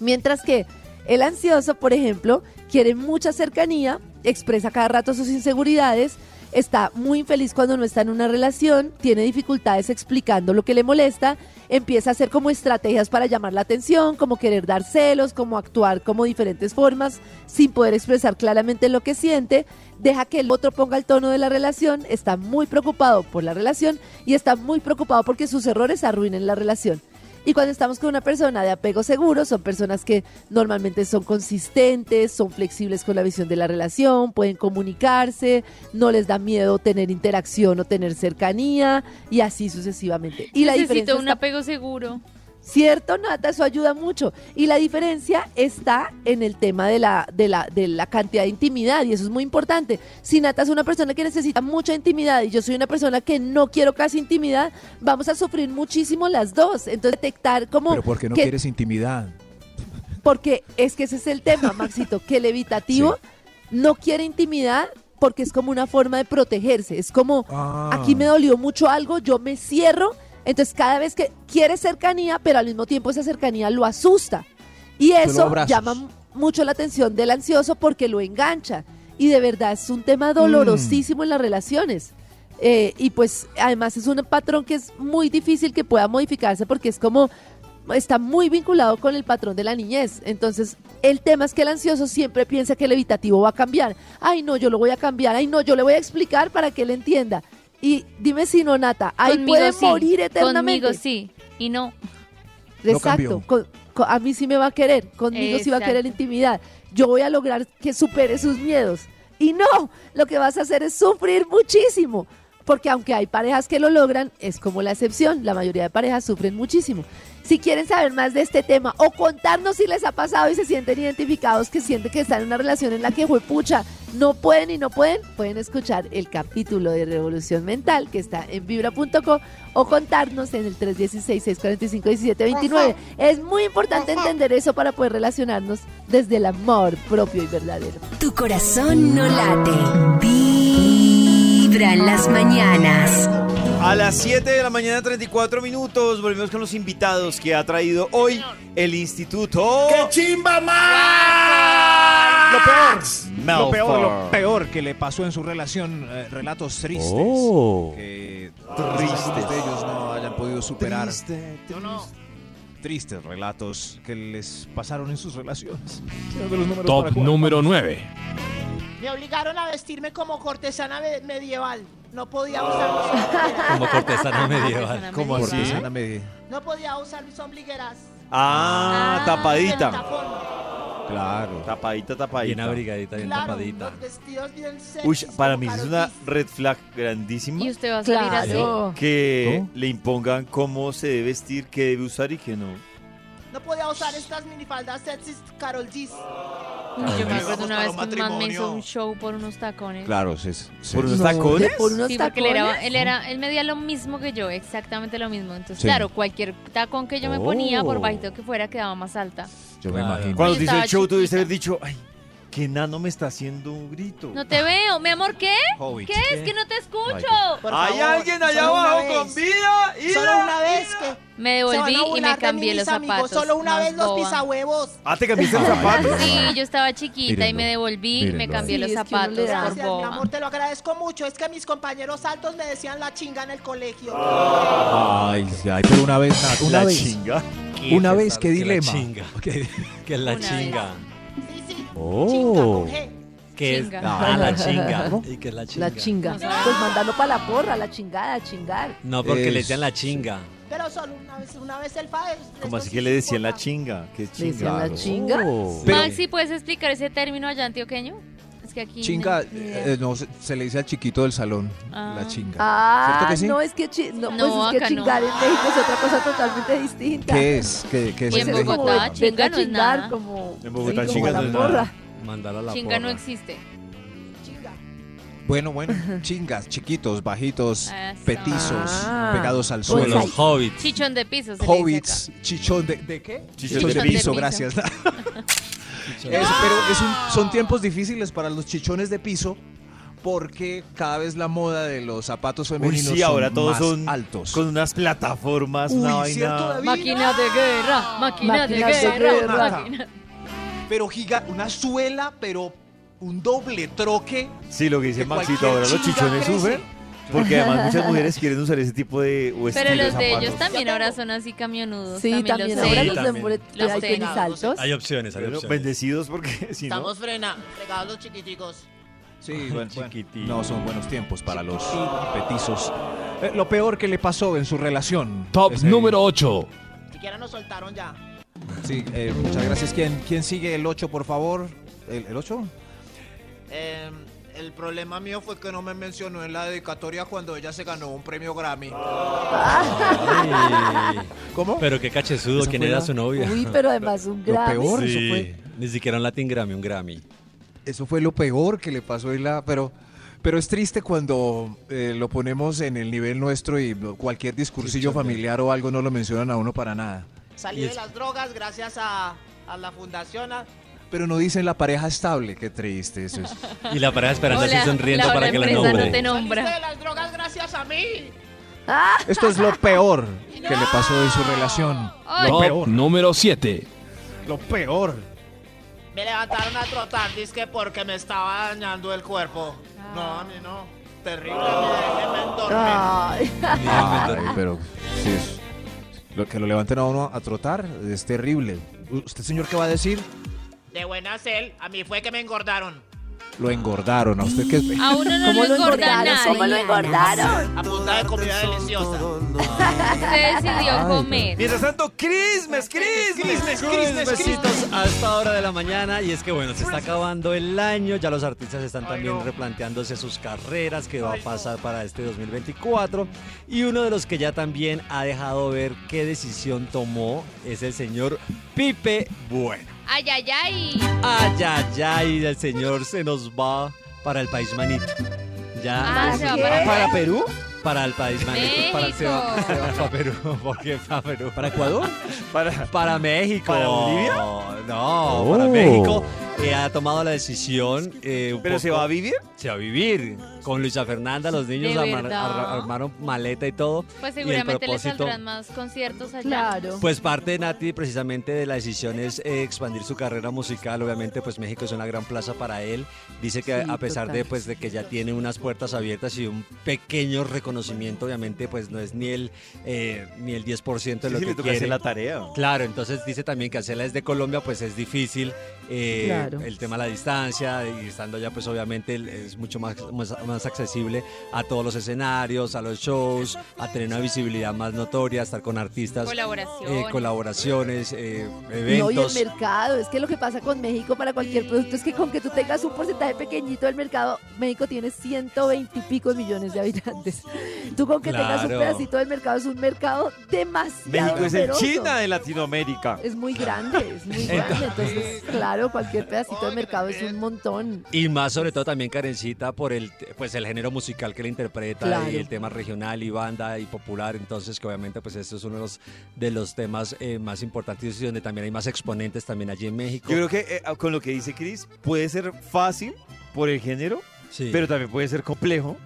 [SPEAKER 5] Mientras que el ansioso, por ejemplo, quiere mucha cercanía, expresa cada rato sus inseguridades, está muy infeliz cuando no está en una relación, tiene dificultades explicando lo que le molesta, empieza a hacer como estrategias para llamar la atención, como querer dar celos, como actuar como diferentes formas sin poder expresar claramente lo que siente, deja que el otro ponga el tono de la relación, está muy preocupado por la relación y está muy preocupado porque sus errores arruinen la relación. Y cuando estamos con una persona de apego seguro, son personas que normalmente son consistentes, son flexibles con la visión de la relación, pueden comunicarse, no les da miedo tener interacción o tener cercanía y así sucesivamente. Y la diferencia
[SPEAKER 4] Necesito un
[SPEAKER 5] está-
[SPEAKER 4] apego seguro.
[SPEAKER 5] Cierto, Nata, eso ayuda mucho. Y la diferencia está en el tema de la, de la, de la cantidad de intimidad, y eso es muy importante. Si Nata es una persona que necesita mucha intimidad y yo soy una persona que no quiero casi intimidad, vamos a sufrir muchísimo las dos. Entonces, detectar cómo.
[SPEAKER 6] Pero ¿por qué no
[SPEAKER 5] que-
[SPEAKER 6] quieres intimidad?
[SPEAKER 5] porque es que ese es el tema, Maxito, que el evitativo no quiere intimidad porque es como una forma de protegerse. Es como,
[SPEAKER 6] Ah.
[SPEAKER 5] aquí me dolió mucho algo, yo me cierro. Entonces cada vez que quiere cercanía, pero al mismo tiempo esa cercanía lo asusta. Y eso
[SPEAKER 6] abrazos.
[SPEAKER 5] llama m- mucho la atención del ansioso porque lo engancha. Y de verdad es un tema dolorosísimo en las relaciones. Eh, y pues además es un patrón que es muy difícil que pueda modificarse porque es como está muy vinculado con el patrón de la niñez. Entonces, el tema es que el ansioso siempre piensa que el evitativo va a cambiar. Ay, no, yo lo voy a cambiar. Ay, no, yo le voy a explicar para que él entienda. Y dime si no, Nata, ahí
[SPEAKER 4] Conmigo
[SPEAKER 5] puede
[SPEAKER 4] sí,
[SPEAKER 5] morir eternamente.
[SPEAKER 4] Conmigo sí. Y no.
[SPEAKER 6] No
[SPEAKER 5] Exacto.
[SPEAKER 6] cambió.
[SPEAKER 5] con- con- a mí sí me va a querer. Conmigo sí va a querer
[SPEAKER 4] Exacto.
[SPEAKER 5] intimidad. Yo voy a lograr que supere sus miedos. Y no, lo que vas a hacer es sufrir muchísimo. Porque aunque hay parejas que lo logran, es como la excepción. La mayoría de parejas sufren muchísimo. Si quieren saber más de este tema o contarnos si les ha pasado y se sienten identificados, que sienten que están en una relación en la que, juepucha, no pueden y no pueden, pueden escuchar el capítulo de Revolución Mental que está en vibra.co o contarnos en el 316-645-1729. Es muy importante entender eso para poder relacionarnos desde el amor propio y verdadero.
[SPEAKER 2] Tu corazón no late. Vibra en las mañanas.
[SPEAKER 3] A las 7 de la mañana, 34 minutos, volvemos con los invitados que ha traído hoy el Instituto.
[SPEAKER 9] ¡Qué chimba más!
[SPEAKER 3] ¡Lo peor!
[SPEAKER 9] Lo peor,
[SPEAKER 3] Melfar.
[SPEAKER 9] lo peor que le pasó en su relación, eh, relatos tristes.
[SPEAKER 8] Oh.
[SPEAKER 9] Que
[SPEAKER 3] Tristes.
[SPEAKER 9] algunos de ellos no hayan podido superar.
[SPEAKER 1] No, no.
[SPEAKER 9] Tristes relatos que les pasaron en sus relaciones. Señor de los números
[SPEAKER 10] Top
[SPEAKER 9] para Juan.
[SPEAKER 10] número 9.
[SPEAKER 1] Mm. Me obligaron a vestirme como cortesana me- medieval. No podía
[SPEAKER 6] [laughs]
[SPEAKER 1] usar,
[SPEAKER 8] Como cortesana medieval.
[SPEAKER 9] ¿Cómo
[SPEAKER 4] Medieval.
[SPEAKER 9] así? Ana Medi?
[SPEAKER 1] no podía usar mis ombligueras.
[SPEAKER 3] Ah,
[SPEAKER 4] Ah,
[SPEAKER 1] Pero
[SPEAKER 3] tapadita.
[SPEAKER 1] tapón.
[SPEAKER 9] Claro.
[SPEAKER 3] Tapadita,
[SPEAKER 8] Bien
[SPEAKER 3] tapadita.
[SPEAKER 8] abrigadita, bien
[SPEAKER 1] Claro,
[SPEAKER 8] tapadita.
[SPEAKER 1] unos vestidos bien sexys.
[SPEAKER 3] Uy, para
[SPEAKER 1] como
[SPEAKER 3] mí es
[SPEAKER 1] Karol
[SPEAKER 3] una
[SPEAKER 1] G.
[SPEAKER 3] red flag grandísima
[SPEAKER 4] Y usted va a salir así.
[SPEAKER 3] que
[SPEAKER 6] ¿No?
[SPEAKER 3] le impongan cómo se debe vestir, qué debe usar y qué no.
[SPEAKER 1] No podía usar estas minifaldas sexys Carol G.
[SPEAKER 4] Uy, Yo me acuerdo
[SPEAKER 9] Vamos para
[SPEAKER 4] una
[SPEAKER 9] un
[SPEAKER 4] vez que un man me
[SPEAKER 9] matrimonio.
[SPEAKER 4] hizo un show por unos tacones.
[SPEAKER 6] Claro, se- se-
[SPEAKER 3] ¿Por unos
[SPEAKER 5] No,
[SPEAKER 3] tacones?
[SPEAKER 5] de- por unos
[SPEAKER 4] Sí, porque él
[SPEAKER 5] tacones.
[SPEAKER 4] era, él era, él medía lo mismo que yo, exactamente lo mismo. Entonces,
[SPEAKER 6] Sí.
[SPEAKER 4] claro, cualquier tacón que yo me
[SPEAKER 8] Oh.
[SPEAKER 4] ponía, por bajito que fuera, quedaba más alta.
[SPEAKER 6] yo me
[SPEAKER 8] Claro.
[SPEAKER 6] imagino.
[SPEAKER 3] Cuando
[SPEAKER 4] Yo
[SPEAKER 3] te hizo el
[SPEAKER 4] estaba
[SPEAKER 3] show,
[SPEAKER 4] chiquita.
[SPEAKER 3] tuviste haber dicho, ay, que nano me está haciendo un grito.
[SPEAKER 4] No te veo, mi amor, ¿qué? ¿Qué es? Que no te escucho.
[SPEAKER 1] Por
[SPEAKER 3] Hay
[SPEAKER 1] favor,
[SPEAKER 3] alguien allá
[SPEAKER 1] solo una
[SPEAKER 3] abajo
[SPEAKER 1] vez.
[SPEAKER 3] con vida.
[SPEAKER 1] Solo
[SPEAKER 3] ¡Ida!
[SPEAKER 1] una vez que
[SPEAKER 4] Me
[SPEAKER 1] se van a
[SPEAKER 4] devolví y
[SPEAKER 1] burlar
[SPEAKER 4] me
[SPEAKER 1] de
[SPEAKER 4] cambié
[SPEAKER 1] mí,
[SPEAKER 4] los
[SPEAKER 1] mis amigos.
[SPEAKER 4] zapatos.
[SPEAKER 1] Solo una
[SPEAKER 4] más
[SPEAKER 1] vez los
[SPEAKER 4] boba.
[SPEAKER 1] pisahuevos.
[SPEAKER 3] Ah, te cambiaste el
[SPEAKER 6] Ay,
[SPEAKER 3] zapato.
[SPEAKER 4] Sí, yo estaba chiquita y
[SPEAKER 6] Mírenlo,
[SPEAKER 4] me devolví y me
[SPEAKER 6] mírenlo.
[SPEAKER 4] cambié
[SPEAKER 5] Sí,
[SPEAKER 4] los
[SPEAKER 5] es que uno
[SPEAKER 4] zapatos
[SPEAKER 5] le da-
[SPEAKER 4] por
[SPEAKER 1] Gracias, mi
[SPEAKER 4] boba.
[SPEAKER 1] amor, te lo agradezco mucho. Es que mis compañeros altos me decían la chinga en el colegio.
[SPEAKER 6] Ay, ay, pero una vez, Nata, una
[SPEAKER 3] Ah, La
[SPEAKER 6] vez.
[SPEAKER 3] chinga.
[SPEAKER 6] Una vez, qué
[SPEAKER 8] Que la
[SPEAKER 6] dilema.
[SPEAKER 8] chinga. Que,
[SPEAKER 4] [laughs]
[SPEAKER 8] que la
[SPEAKER 4] Una vez.
[SPEAKER 8] chinga.
[SPEAKER 1] Sí, sí.
[SPEAKER 8] Oh.
[SPEAKER 1] Chinga con G.
[SPEAKER 8] Que es
[SPEAKER 4] Chinga. [laughs]
[SPEAKER 8] ah, la chinga. Y que es la chinga.
[SPEAKER 5] La chinga.
[SPEAKER 4] O sea-
[SPEAKER 5] Pues mandarlo para la porra, la chingada, a chingar.
[SPEAKER 8] No, porque
[SPEAKER 6] Es-
[SPEAKER 8] le decían la chinga.
[SPEAKER 1] Pero solo una vez, una vez el padre.
[SPEAKER 3] ¿Cómo
[SPEAKER 1] esto
[SPEAKER 3] así
[SPEAKER 1] sí
[SPEAKER 3] que le
[SPEAKER 1] es
[SPEAKER 3] decían la
[SPEAKER 1] importante.
[SPEAKER 3] chinga? ¿Qué
[SPEAKER 5] Le
[SPEAKER 3] chinga?
[SPEAKER 5] decían la
[SPEAKER 8] Oh.
[SPEAKER 5] chinga.
[SPEAKER 6] Pero-
[SPEAKER 4] Maxi, ¿puedes explicar ese término allá antioqueño? Es que aquí.
[SPEAKER 6] Chinga,
[SPEAKER 4] ni- ni idea.
[SPEAKER 6] eh, no, se, se le dice al chiquito del salón,
[SPEAKER 4] Ah.
[SPEAKER 6] la chinga.
[SPEAKER 5] Ah,
[SPEAKER 6] ¿Cierto que sí?
[SPEAKER 5] no, es que, chi- no,
[SPEAKER 4] No,
[SPEAKER 5] pues es que
[SPEAKER 4] acá no.
[SPEAKER 5] chingar en México es otra cosa totalmente distinta.
[SPEAKER 6] ¿Qué es? ¿Qué, qué es
[SPEAKER 4] Y
[SPEAKER 5] Pues
[SPEAKER 4] en
[SPEAKER 6] el
[SPEAKER 5] es
[SPEAKER 6] término?
[SPEAKER 5] como
[SPEAKER 4] Bogotá,
[SPEAKER 5] vete
[SPEAKER 4] chinga
[SPEAKER 5] a
[SPEAKER 4] no es
[SPEAKER 5] chingar,
[SPEAKER 4] nada.
[SPEAKER 5] como,
[SPEAKER 3] En Bogotá,
[SPEAKER 5] sí, como
[SPEAKER 3] chinga
[SPEAKER 5] a
[SPEAKER 3] no es
[SPEAKER 5] la
[SPEAKER 3] nada.
[SPEAKER 5] porra.
[SPEAKER 8] Mandar a la
[SPEAKER 4] Chinga no
[SPEAKER 8] porra.
[SPEAKER 4] existe.
[SPEAKER 6] Bueno, bueno, chingas, chiquitos, bajitos,
[SPEAKER 4] Ah, está.
[SPEAKER 6] petizos,
[SPEAKER 5] Ah.
[SPEAKER 6] pegados al
[SPEAKER 8] Como
[SPEAKER 6] suelo,
[SPEAKER 5] Pues
[SPEAKER 8] los hobbits.
[SPEAKER 4] Chichón de piso. se le dice
[SPEAKER 6] hobbits, chichón de, ¿de qué?
[SPEAKER 3] Chichón
[SPEAKER 4] de piso.
[SPEAKER 6] gracias. Eso, pero [laughs] es un-
[SPEAKER 4] Ah.
[SPEAKER 6] son tiempos difíciles para los chichones de piso porque cada vez la moda de los zapatos
[SPEAKER 3] Uy,
[SPEAKER 6] femeninos
[SPEAKER 3] sí, ahora
[SPEAKER 6] son
[SPEAKER 3] todos
[SPEAKER 6] más
[SPEAKER 3] son
[SPEAKER 6] altos.
[SPEAKER 3] con unas plataformas,
[SPEAKER 6] Uy,
[SPEAKER 3] una
[SPEAKER 6] ¿cierto,
[SPEAKER 3] vaina.
[SPEAKER 6] David?
[SPEAKER 4] acá. Máquina de guerra, máquina de
[SPEAKER 5] Máquinas de
[SPEAKER 4] guerra.
[SPEAKER 5] guerra.
[SPEAKER 4] máquina-
[SPEAKER 6] Pero giga, una suela, pero un doble troque.
[SPEAKER 3] Sí, lo que dice
[SPEAKER 6] Que
[SPEAKER 3] Maxito,
[SPEAKER 6] cualquier
[SPEAKER 3] ahora los
[SPEAKER 6] chinga
[SPEAKER 3] chichones
[SPEAKER 6] crece.
[SPEAKER 3] sufren. Porque además muchas mujeres quieren usar ese tipo de o
[SPEAKER 4] Pero
[SPEAKER 3] Pues estilo
[SPEAKER 4] los de ellos
[SPEAKER 3] zapatos.
[SPEAKER 4] también ahora son así camionudos.
[SPEAKER 5] Sí, también
[SPEAKER 4] los
[SPEAKER 5] ahora
[SPEAKER 4] sé.
[SPEAKER 8] Sí,
[SPEAKER 5] los
[SPEAKER 8] también.
[SPEAKER 5] hombres
[SPEAKER 4] Los
[SPEAKER 5] hay tenis
[SPEAKER 1] tengo.
[SPEAKER 5] altos.
[SPEAKER 8] Hay opciones, hay
[SPEAKER 3] Bueno,
[SPEAKER 8] opciones.
[SPEAKER 3] bendecidos porque [laughs] si no.
[SPEAKER 1] Estamos frena, fregados los chiquiticos.
[SPEAKER 6] Sí,
[SPEAKER 8] bueno,
[SPEAKER 6] chiquitito. No, son buenos tiempos para los petizos.
[SPEAKER 9] Eh, lo peor que le pasó en su relación.
[SPEAKER 10] Top
[SPEAKER 6] Ese-
[SPEAKER 10] número 8.
[SPEAKER 1] Siquiera nos soltaron ya.
[SPEAKER 6] Sí, eh, muchas gracias. ¿Quién, quién sigue el 8, por favor? ¿El, 8?
[SPEAKER 9] Eh, el problema mío fue que no me mencionó en la dedicatoria cuando ella se ganó un premio Grammy.
[SPEAKER 8] Ay,
[SPEAKER 6] ¿Cómo?
[SPEAKER 8] Pero qué cachezudo,
[SPEAKER 6] Esa
[SPEAKER 8] ¿quién
[SPEAKER 6] fue
[SPEAKER 8] era
[SPEAKER 6] la-
[SPEAKER 8] su novia? [laughs]
[SPEAKER 5] Uy, pero además un
[SPEAKER 6] Lo
[SPEAKER 5] gran.
[SPEAKER 6] peor, eso
[SPEAKER 8] Sí,
[SPEAKER 6] fue.
[SPEAKER 8] Ni siquiera un Latin Grammy, un Grammy.
[SPEAKER 6] Eso fue lo peor que le pasó a la. Pero, pero es triste cuando eh, lo ponemos en el nivel nuestro y lo- cualquier discursillo familiar o algo no lo mencionan a uno para nada.
[SPEAKER 1] Salí
[SPEAKER 8] Y
[SPEAKER 1] de
[SPEAKER 8] es-
[SPEAKER 1] las drogas gracias a, a la fundación. a-
[SPEAKER 6] Pero no dicen la pareja estable. Qué triste eso es.
[SPEAKER 8] Y la pareja esperando
[SPEAKER 4] Hola,
[SPEAKER 8] así sonriendo
[SPEAKER 4] Laura,
[SPEAKER 8] para que la
[SPEAKER 4] empresa
[SPEAKER 8] nombre.
[SPEAKER 4] no te
[SPEAKER 1] Saliste
[SPEAKER 4] nombra.
[SPEAKER 1] de las drogas gracias a mí.
[SPEAKER 6] Esto es lo peor que le pasó en su relación.
[SPEAKER 4] Ay,
[SPEAKER 10] Top número 7.
[SPEAKER 9] Lo peor.
[SPEAKER 1] Me levantaron a trotar, disque porque me estaba dañando el cuerpo. No, a mí no.
[SPEAKER 3] Ah.
[SPEAKER 1] Terrible, me dejé, me entorné.
[SPEAKER 5] Ay,
[SPEAKER 6] Ay, pero sí, es- Lo que lo levanten a uno a trotar es terrible. ¿Usted, señor, qué va a decir?
[SPEAKER 1] De buena cel, a mí fue que me engordaron.
[SPEAKER 6] Lo engordaron. ¿A usted qué?
[SPEAKER 4] A uno no
[SPEAKER 5] ¿Cómo
[SPEAKER 4] lo
[SPEAKER 5] lo
[SPEAKER 4] engorda
[SPEAKER 5] engordaron?
[SPEAKER 4] nada.
[SPEAKER 5] ¿Cómo lo engordaron?
[SPEAKER 1] A punta de comida deliciosa.
[SPEAKER 4] Usted decidió
[SPEAKER 6] Ay,
[SPEAKER 4] comer.
[SPEAKER 3] Mientras tanto, Christmas, Christmas, Christmas, Christmas.
[SPEAKER 8] Besitos a esta hora de la mañana y es que bueno, se está acabando el año, ya los artistas están también replanteándose sus carreras, qué va a pasar para este 2024 y uno de los que ya también ha dejado ver qué decisión tomó es el señor Pipe Bueno.
[SPEAKER 4] Ay, ay, ay.
[SPEAKER 8] Ay, ay, ay, el señor se nos va para el país manito. Ya.
[SPEAKER 4] Ah, se va
[SPEAKER 5] ¿Qué?
[SPEAKER 4] para
[SPEAKER 8] ¿Para Perú? Para el país manito. Para,
[SPEAKER 4] México.
[SPEAKER 8] se va, se va para Perú. [laughs] ¿Por qué para Perú? ¿Para Ecuador? Para, México.
[SPEAKER 3] ¿Para Bolivia?
[SPEAKER 8] Oh, No,
[SPEAKER 3] Oh.
[SPEAKER 8] para México. Eh, ha tomado la decisión. eh, un
[SPEAKER 3] ¿Pero se
[SPEAKER 8] poco-
[SPEAKER 3] va a vivir?
[SPEAKER 8] se va a vivir. Con Luisa Fernanda, los niños
[SPEAKER 4] ¿De
[SPEAKER 8] armar-
[SPEAKER 4] verdad?
[SPEAKER 8] arra- armaron maleta y todo.
[SPEAKER 4] Pues
[SPEAKER 8] Y el
[SPEAKER 4] seguramente le
[SPEAKER 8] propósito-
[SPEAKER 4] saldrán más conciertos allá.
[SPEAKER 5] Claro.
[SPEAKER 8] pues parte, Nati, precisamente de la decisión es eh, expandir su carrera musical. Obviamente, pues México es una gran plaza para él. Dice que
[SPEAKER 5] Sí,
[SPEAKER 8] a pesar
[SPEAKER 5] total.
[SPEAKER 8] de, pues, de que ya tiene unas puertas abiertas y un pequeño reconocimiento, obviamente, pues no es ni el, eh, ni el 10% de
[SPEAKER 3] Sí,
[SPEAKER 8] lo
[SPEAKER 3] sí,
[SPEAKER 8] que
[SPEAKER 3] le toca
[SPEAKER 8] quiere.
[SPEAKER 3] hacer la tarea.
[SPEAKER 8] Claro, entonces dice también que hacerla desde Colombia pues es difícil, eh,
[SPEAKER 5] Claro.
[SPEAKER 8] el tema de la distancia y estando allá pues obviamente el- es mucho más, más, más accesible a todos los escenarios, a los shows, a tener una visibilidad más notoria, a estar con artistas,
[SPEAKER 4] Colaboraciones.
[SPEAKER 8] eh, colaboraciones, eh,
[SPEAKER 5] No, y el
[SPEAKER 8] eventos.
[SPEAKER 5] mercado, es que lo que pasa con México para cualquier producto es que con que tú tengas un porcentaje pequeñito del mercado, México tiene 120 y pico de millones de habitantes. [laughs] Tú con que tengas un
[SPEAKER 8] Claro.
[SPEAKER 5] pedacito del mercado, es un mercado demasiado
[SPEAKER 3] México es el
[SPEAKER 5] numeroso.
[SPEAKER 3] China de Latinoamérica.
[SPEAKER 5] Es muy grande, es muy grande. Entonces, claro, cualquier pedacito de mercado es un montón.
[SPEAKER 8] y más sobre todo también Karencita por el te- pues el género musical que le interpreta
[SPEAKER 5] Claro.
[SPEAKER 8] y el tema regional y banda y popular entonces que obviamente pues esto es uno de los, de los temas eh, más importantes y donde también hay más exponentes también allí en México.
[SPEAKER 3] Yo creo que eh, con lo que dice Chris, puede ser fácil por el género,
[SPEAKER 8] Sí.
[SPEAKER 3] pero también puede ser complejo.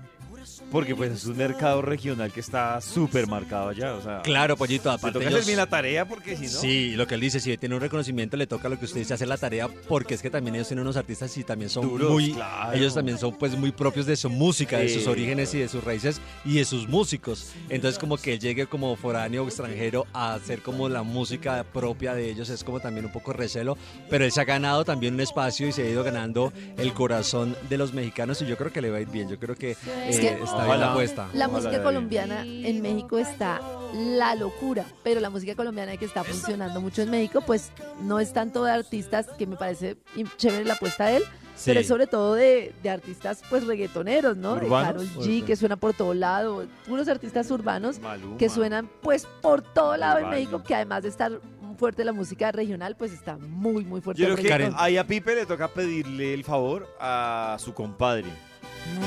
[SPEAKER 3] Porque pues es un mercado regional que está súper marcado allá. O sea,
[SPEAKER 8] Claro, pollito,
[SPEAKER 3] te
[SPEAKER 8] aparte
[SPEAKER 3] toca
[SPEAKER 8] ellos-
[SPEAKER 3] hacer bien la tarea porque si no...
[SPEAKER 8] Sí, lo que él dice, si tiene un reconocimiento, le toca lo que usted dice, hacer la tarea, porque es que también ellos tienen unos artistas y también son
[SPEAKER 3] Duros,
[SPEAKER 8] muy,
[SPEAKER 3] claro.
[SPEAKER 8] ellos también son pues muy propios de su música, de sus
[SPEAKER 3] Sí,
[SPEAKER 8] orígenes y de sus raíces y de sus músicos. Entonces como que él llegue como foráneo o extranjero a hacer como la música propia de ellos es como también un poco recelo, pero él se ha ganado también un espacio y se ha ido ganando el corazón de los mexicanos y yo creo que le va a ir bien, yo creo que,
[SPEAKER 5] Es
[SPEAKER 8] eh,
[SPEAKER 5] que-
[SPEAKER 8] está bien
[SPEAKER 3] Ojalá.
[SPEAKER 8] la apuesta.
[SPEAKER 5] La
[SPEAKER 3] Ojalá le
[SPEAKER 5] música
[SPEAKER 3] vaya
[SPEAKER 5] colombiana en México está la locura, pero la música colombiana que está funcionando mucho en México, pues no es tanto de artistas, que me parece im- chévere la apuesta de él, pero es sobre todo de, de artistas pues reggaetoneros, ¿no? De
[SPEAKER 3] Urbanos.
[SPEAKER 5] Karol G, que suena por todo lado, puros artistas urbanos
[SPEAKER 3] Maluma.
[SPEAKER 5] que suenan pues por todo lado en
[SPEAKER 3] Urbano.
[SPEAKER 5] México, que además de estar fuerte la música regional, pues está muy, muy fuerte.
[SPEAKER 3] Yo
[SPEAKER 5] el
[SPEAKER 3] creo que
[SPEAKER 8] Karen.
[SPEAKER 3] ahí a Pipe le toca pedirle el favor a su compadre.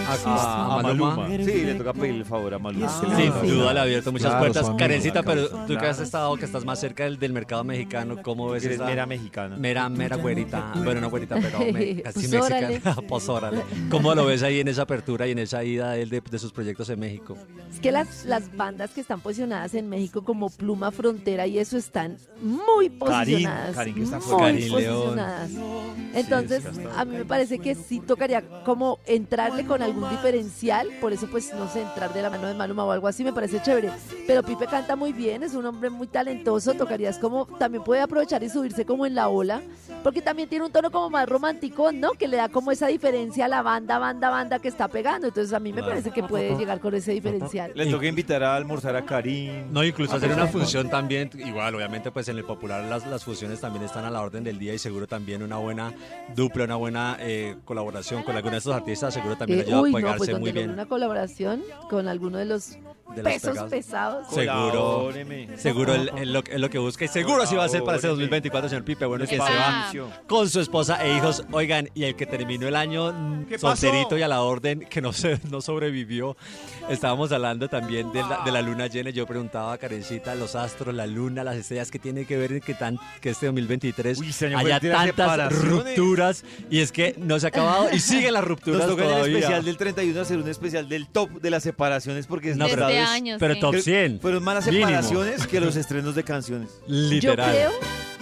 [SPEAKER 8] Ah, A- a- a Maluma.
[SPEAKER 3] Sí, le toca pedirle el favor a Maluma.
[SPEAKER 5] Ah,
[SPEAKER 8] Sin
[SPEAKER 5] sí.
[SPEAKER 8] duda le ha abierto muchas
[SPEAKER 6] Claro,
[SPEAKER 8] puertas.
[SPEAKER 6] su amigo,
[SPEAKER 8] Karencita,
[SPEAKER 6] claro.
[SPEAKER 8] pero tú que has estado, que estás más cerca del, del mercado mexicano, ¿cómo ves
[SPEAKER 3] Eres
[SPEAKER 8] esa
[SPEAKER 3] pues, mera mexicana.
[SPEAKER 8] mera, mera güerita? Bueno, no güerita,
[SPEAKER 5] [laughs]
[SPEAKER 8] pero me- casi
[SPEAKER 5] Pues
[SPEAKER 8] mexicana. [laughs] Pues órale. ¿Cómo lo ves ahí en esa apertura y en esa ida de, él de, de sus proyectos en México?
[SPEAKER 5] Es que las, las bandas que están posicionadas en México como Pluma Frontera y eso están muy posicionadas.
[SPEAKER 3] Karin, que está
[SPEAKER 5] muy
[SPEAKER 3] fuerte.
[SPEAKER 8] Karin León.
[SPEAKER 5] posicionadas. Entonces,
[SPEAKER 3] Sí, es que está-
[SPEAKER 5] a mí me parece que sí tocaría como entrarle con algún diferencial, por eso pues no sé, entrar de la mano de Maluma o algo así me parece chévere. Pero Pipe canta muy bien, es un hombre muy talentoso, tocarías como, también puede aprovechar y subirse como en la ola, porque también tiene un tono como más romántico, ¿no? Que le da como esa diferencia a la banda, banda, banda que está pegando. Entonces a mí me
[SPEAKER 8] Claro.
[SPEAKER 5] parece que puede llegar con ese diferencial.
[SPEAKER 3] Le toca invitar a almorzar a Karim.
[SPEAKER 8] No, incluso hacer una función también, igual, obviamente, pues en el popular las, las fusiones también están a la orden del día y seguro también una buena dupla, una buena eh, colaboración con alguno de estos artistas, seguro también
[SPEAKER 5] Eh,
[SPEAKER 8] ayuda
[SPEAKER 5] uy,
[SPEAKER 8] a
[SPEAKER 5] no,
[SPEAKER 8] pegarse
[SPEAKER 5] pues donde
[SPEAKER 8] muy
[SPEAKER 5] logre
[SPEAKER 8] bien.
[SPEAKER 5] una colaboración con alguno de los
[SPEAKER 8] de las
[SPEAKER 5] pesos
[SPEAKER 8] pegadas.
[SPEAKER 5] pesados.
[SPEAKER 8] Seguro.
[SPEAKER 3] Colabóreme.
[SPEAKER 8] Seguro el- el lo, el lo que busca y seguro si va a ser para este 2024, señor Pipe. Bueno, que se va con su esposa e hijos. Oigan, y el que terminó el año mm,
[SPEAKER 3] ¿Qué pasó?
[SPEAKER 8] solterito y a la orden, que no, se, no sobrevivió. Estábamos hablando también de la, de la luna llena. Yo preguntaba a Karencita, los astros, la luna, las estrellas, ¿qué tiene que ver que, tan, que este 2023
[SPEAKER 3] Uy, ese año fue
[SPEAKER 8] haya
[SPEAKER 3] el de las
[SPEAKER 8] tantas
[SPEAKER 3] separaciones.
[SPEAKER 8] rupturas? Y es que no se ha acabado y
[SPEAKER 3] [laughs]
[SPEAKER 8] siguen las rupturas
[SPEAKER 3] Nos toca en el
[SPEAKER 8] todavía.
[SPEAKER 3] especial del 31 hacer un especial del top de las separaciones porque es
[SPEAKER 8] No,
[SPEAKER 3] la
[SPEAKER 8] pero,
[SPEAKER 3] verdad es-
[SPEAKER 4] año,
[SPEAKER 8] pero
[SPEAKER 4] sí.
[SPEAKER 8] top
[SPEAKER 3] creo-
[SPEAKER 8] 100.
[SPEAKER 3] Fueron más las
[SPEAKER 8] mínimo. [laughs]
[SPEAKER 3] separaciones que los estrenos de canciones.
[SPEAKER 8] Literal.
[SPEAKER 5] Yo creo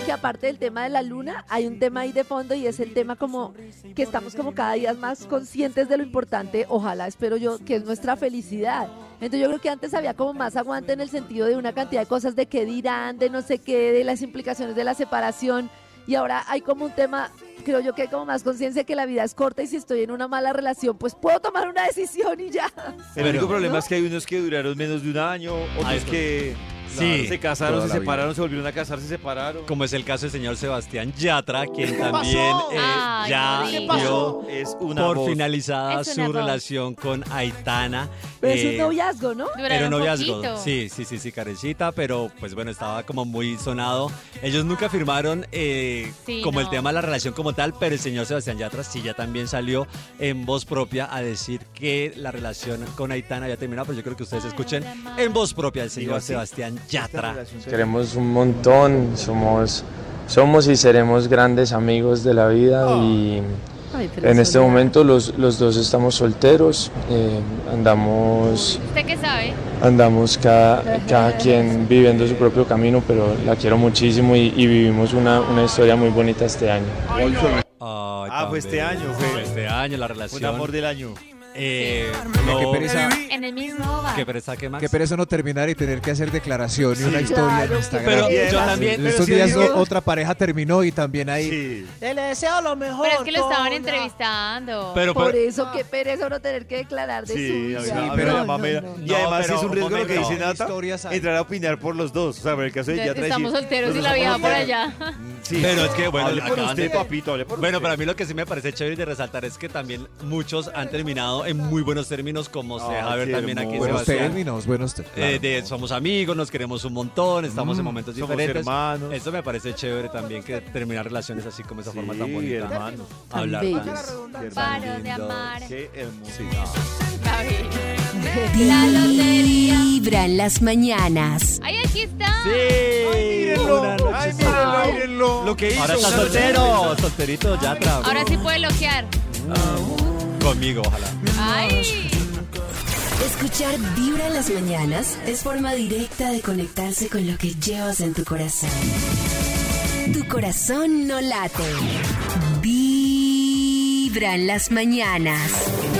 [SPEAKER 5] que aparte del tema de la luna, hay un tema ahí de fondo y es el tema como que estamos como cada día más conscientes de lo importante, ojalá, espero yo, que es nuestra felicidad. Entonces yo creo que antes había como más aguante en el sentido de una cantidad de cosas de qué dirán, de no sé qué, de las implicaciones de la separación. Y ahora hay como un tema, creo yo que hay como más conciencia que la vida es corta y si estoy en una mala relación, pues puedo tomar una decisión y ya.
[SPEAKER 3] El único problema es que hay unos que duraron menos de un año, otros
[SPEAKER 8] Ah, eso.
[SPEAKER 3] que
[SPEAKER 8] Sí.
[SPEAKER 3] se casaron, se
[SPEAKER 8] Toda la vida.
[SPEAKER 3] separaron, se volvieron a casar, se separaron.
[SPEAKER 8] Como es el caso del señor Sebastián Yatra, quien
[SPEAKER 3] pasó?
[SPEAKER 8] también eh,
[SPEAKER 4] Ay,
[SPEAKER 8] ya
[SPEAKER 4] qué
[SPEAKER 8] dio
[SPEAKER 4] pasó?
[SPEAKER 3] Es una
[SPEAKER 8] por
[SPEAKER 3] voz.
[SPEAKER 8] finalizada
[SPEAKER 4] Es
[SPEAKER 8] su
[SPEAKER 4] una voz.
[SPEAKER 8] relación con Aitana.
[SPEAKER 5] Pero es
[SPEAKER 8] eh,
[SPEAKER 5] un noviazgo, ¿no?
[SPEAKER 8] Pero
[SPEAKER 4] Duraron
[SPEAKER 8] noviazgo,
[SPEAKER 4] poquito.
[SPEAKER 8] sí, sí, sí, sí, Karencita, pero pues bueno, estaba como muy sonado. Ellos nunca firmaron eh,
[SPEAKER 4] Sí,
[SPEAKER 8] como el
[SPEAKER 4] no.
[SPEAKER 8] tema de la relación como tal, pero el señor Sebastián Yatra sí ya también salió en voz propia a decir que la relación con Aitana ya terminado, pero yo creo que ustedes escuchen en voz propia al señor
[SPEAKER 3] así,
[SPEAKER 8] Sebastián
[SPEAKER 3] Esta
[SPEAKER 8] Yatra.
[SPEAKER 3] relación
[SPEAKER 11] Nos
[SPEAKER 3] se-
[SPEAKER 11] queremos un montón, somos, somos y seremos grandes amigos de la vida y
[SPEAKER 5] Oh. Ay, pero
[SPEAKER 11] en
[SPEAKER 5] eso
[SPEAKER 11] este
[SPEAKER 5] no-
[SPEAKER 11] momento los, los dos estamos solteros, eh, andamos,
[SPEAKER 4] ¿Usted qué sabe?
[SPEAKER 11] andamos cada, cada quien viviendo su propio camino, pero la quiero muchísimo y, y vivimos una, una historia muy bonita este año.
[SPEAKER 8] Ay,
[SPEAKER 3] Ah,
[SPEAKER 8] tan
[SPEAKER 3] fue este
[SPEAKER 8] bello.
[SPEAKER 3] año, fue.
[SPEAKER 8] este año la
[SPEAKER 3] Fue
[SPEAKER 8] relación.
[SPEAKER 3] el amor del año.
[SPEAKER 8] Eh,
[SPEAKER 6] Qué
[SPEAKER 8] no,
[SPEAKER 6] pereza,
[SPEAKER 4] En el mismo bar.
[SPEAKER 8] qué pereza, ¿qué más?
[SPEAKER 6] qué pereza no terminar y tener que hacer declaración y una historia
[SPEAKER 5] claro,
[SPEAKER 6] en Instagram.
[SPEAKER 8] Pero yo
[SPEAKER 6] Sí,
[SPEAKER 8] también-
[SPEAKER 6] En
[SPEAKER 8] pero
[SPEAKER 6] estos
[SPEAKER 3] sí
[SPEAKER 6] días
[SPEAKER 3] digo-
[SPEAKER 6] o- otra pareja terminó y también ahí.
[SPEAKER 3] Sí.
[SPEAKER 9] Te le deseo lo mejor.
[SPEAKER 4] Pero es que lo estaban
[SPEAKER 9] Tona.
[SPEAKER 4] entrevistando.
[SPEAKER 8] pero,
[SPEAKER 5] Por
[SPEAKER 8] pero-
[SPEAKER 5] eso, qué pereza no tener que declarar de
[SPEAKER 3] Sí,
[SPEAKER 5] su
[SPEAKER 3] a
[SPEAKER 5] vida.
[SPEAKER 3] ver, a
[SPEAKER 5] No,
[SPEAKER 3] ver,
[SPEAKER 5] no,
[SPEAKER 3] la mamera.
[SPEAKER 5] no.
[SPEAKER 3] Y
[SPEAKER 8] No,
[SPEAKER 3] además
[SPEAKER 8] pero
[SPEAKER 3] es un
[SPEAKER 8] un
[SPEAKER 3] riesgo lo que
[SPEAKER 8] momento.
[SPEAKER 3] dice Nata,
[SPEAKER 6] Historias hay.
[SPEAKER 3] entrar a opinar por los dos. O sea, en el caso de Yatra decir,
[SPEAKER 4] Estamos solteros y
[SPEAKER 3] "Nosotros
[SPEAKER 4] la vieja
[SPEAKER 3] somos
[SPEAKER 4] por
[SPEAKER 3] solteros".
[SPEAKER 4] allá. [laughs]
[SPEAKER 3] Sí.
[SPEAKER 8] Pero es que, bueno,
[SPEAKER 3] Hable por
[SPEAKER 8] acaban
[SPEAKER 3] usted,
[SPEAKER 8] de-
[SPEAKER 3] papito, hable por
[SPEAKER 8] Bueno,
[SPEAKER 3] usted.
[SPEAKER 8] para mí lo que sí me parece chévere de resaltar es que también muchos han terminado en muy buenos términos, como se
[SPEAKER 3] Ay,
[SPEAKER 8] deja ver
[SPEAKER 3] qué
[SPEAKER 8] también aquí en
[SPEAKER 3] hermoso.
[SPEAKER 6] Buenos
[SPEAKER 8] Sebastián.
[SPEAKER 6] términos, buenos términos.
[SPEAKER 8] Eh, de somos amigos, nos queremos un montón, estamos en momentos
[SPEAKER 3] somos
[SPEAKER 8] diferentes.
[SPEAKER 3] hermanos.
[SPEAKER 8] Eso me parece chévere también que terminar relaciones así como esa forma tan
[SPEAKER 3] Sí,
[SPEAKER 8] bonita.
[SPEAKER 3] hermanos.
[SPEAKER 5] Tan
[SPEAKER 8] Hablar
[SPEAKER 5] bellos.
[SPEAKER 3] Qué hermoso.
[SPEAKER 4] Paro de amar.
[SPEAKER 3] Qué hermoso.
[SPEAKER 4] David.
[SPEAKER 2] Vibra en las mañanas.
[SPEAKER 4] ¡Ay, aquí está!
[SPEAKER 8] Sí. Una noche
[SPEAKER 3] Ay,
[SPEAKER 8] sola.
[SPEAKER 3] mírenlo, mírenlo. Lo que hizo.
[SPEAKER 8] Ahora está soltero, solterito, ya tra-
[SPEAKER 4] Ahora sí puede bloquear.
[SPEAKER 8] Conmigo, ojalá.
[SPEAKER 4] ¡Ay!
[SPEAKER 2] Escuchar Vibra en las mañanas es forma directa de conectarse con lo que llevas en tu corazón. Tu corazón no late. Vibra en las mañanas.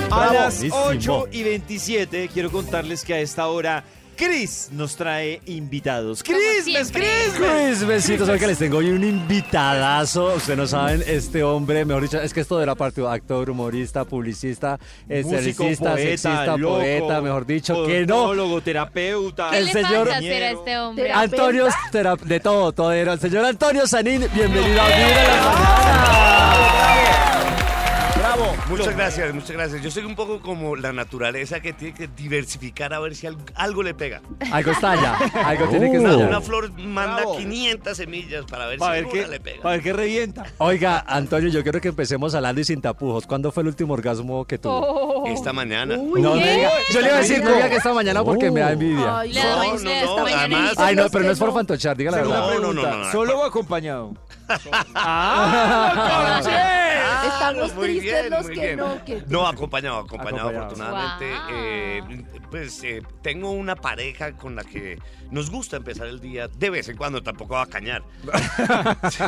[SPEAKER 3] A las
[SPEAKER 8] Bravísimo.
[SPEAKER 3] 8 y 27 quiero contarles que a esta hora Chris nos trae invitados. ¡Crismes,
[SPEAKER 4] siempre.
[SPEAKER 3] Crismes!
[SPEAKER 8] Chris, Pues, besitos, hoy que les tengo hoy un invitadazo. Ustedes no saben, este hombre, mejor dicho, es que esto de la parte actor, humorista, publicista, esteticista, sexista,
[SPEAKER 3] loco,
[SPEAKER 8] poeta, mejor dicho, que no.
[SPEAKER 3] odontólogo, terapeuta.
[SPEAKER 4] ¿Qué
[SPEAKER 8] El
[SPEAKER 4] le
[SPEAKER 8] señor-
[SPEAKER 4] pasa hacer a este hombre?
[SPEAKER 5] Te-
[SPEAKER 8] Antonio, tera- de todo, todo era. El señor Antonio Sanín, bienvenido a Vibra en la Mañana.
[SPEAKER 12] Bravo. Muchas gracias, muchas gracias. Yo soy un poco como la naturaleza que tiene que diversificar a ver si al- algo le pega.
[SPEAKER 8] Algo estalla, algo tiene que
[SPEAKER 12] Una,
[SPEAKER 8] estar.
[SPEAKER 12] una flor manda
[SPEAKER 3] Bravo.
[SPEAKER 12] 500 semillas para ver
[SPEAKER 3] Para
[SPEAKER 12] si
[SPEAKER 3] ver,
[SPEAKER 12] alguna le
[SPEAKER 3] qué,
[SPEAKER 12] pega.
[SPEAKER 3] pa' ver qué revienta.
[SPEAKER 8] Oiga, Antonio, yo quiero que empecemos hablando y sin tapujos. ¿Cuándo fue el último orgasmo que tuvo?
[SPEAKER 5] Oh.
[SPEAKER 12] Esta mañana.
[SPEAKER 8] no, me diga- yo le iba a decir, no diga que esta mañana porque me da envidia.
[SPEAKER 5] Ay,
[SPEAKER 4] Le
[SPEAKER 12] No,
[SPEAKER 4] da
[SPEAKER 12] no,
[SPEAKER 4] le da
[SPEAKER 12] no,
[SPEAKER 4] mañana
[SPEAKER 12] además-
[SPEAKER 4] y dice
[SPEAKER 8] Ay, no,
[SPEAKER 4] los
[SPEAKER 8] pero
[SPEAKER 4] que
[SPEAKER 8] no es por fantochar, diga la
[SPEAKER 12] Segunda
[SPEAKER 8] verdad.
[SPEAKER 12] No, no, no, no, no.
[SPEAKER 3] ¿Solo o
[SPEAKER 12] [laughs]
[SPEAKER 3] acompañado?
[SPEAKER 12] Ah,
[SPEAKER 5] Estamos
[SPEAKER 12] muy
[SPEAKER 5] tristes
[SPEAKER 12] bien,
[SPEAKER 5] los
[SPEAKER 12] muy
[SPEAKER 5] que
[SPEAKER 12] bien.
[SPEAKER 5] no, que-
[SPEAKER 12] No, acompañado, acompañado,
[SPEAKER 3] Acompañado.
[SPEAKER 12] afortunadamente.
[SPEAKER 4] Guau.
[SPEAKER 12] Eh, pues eh, tengo una pareja con la que nos gusta empezar el día de vez en cuando, tampoco va a cañar. [laughs] sí,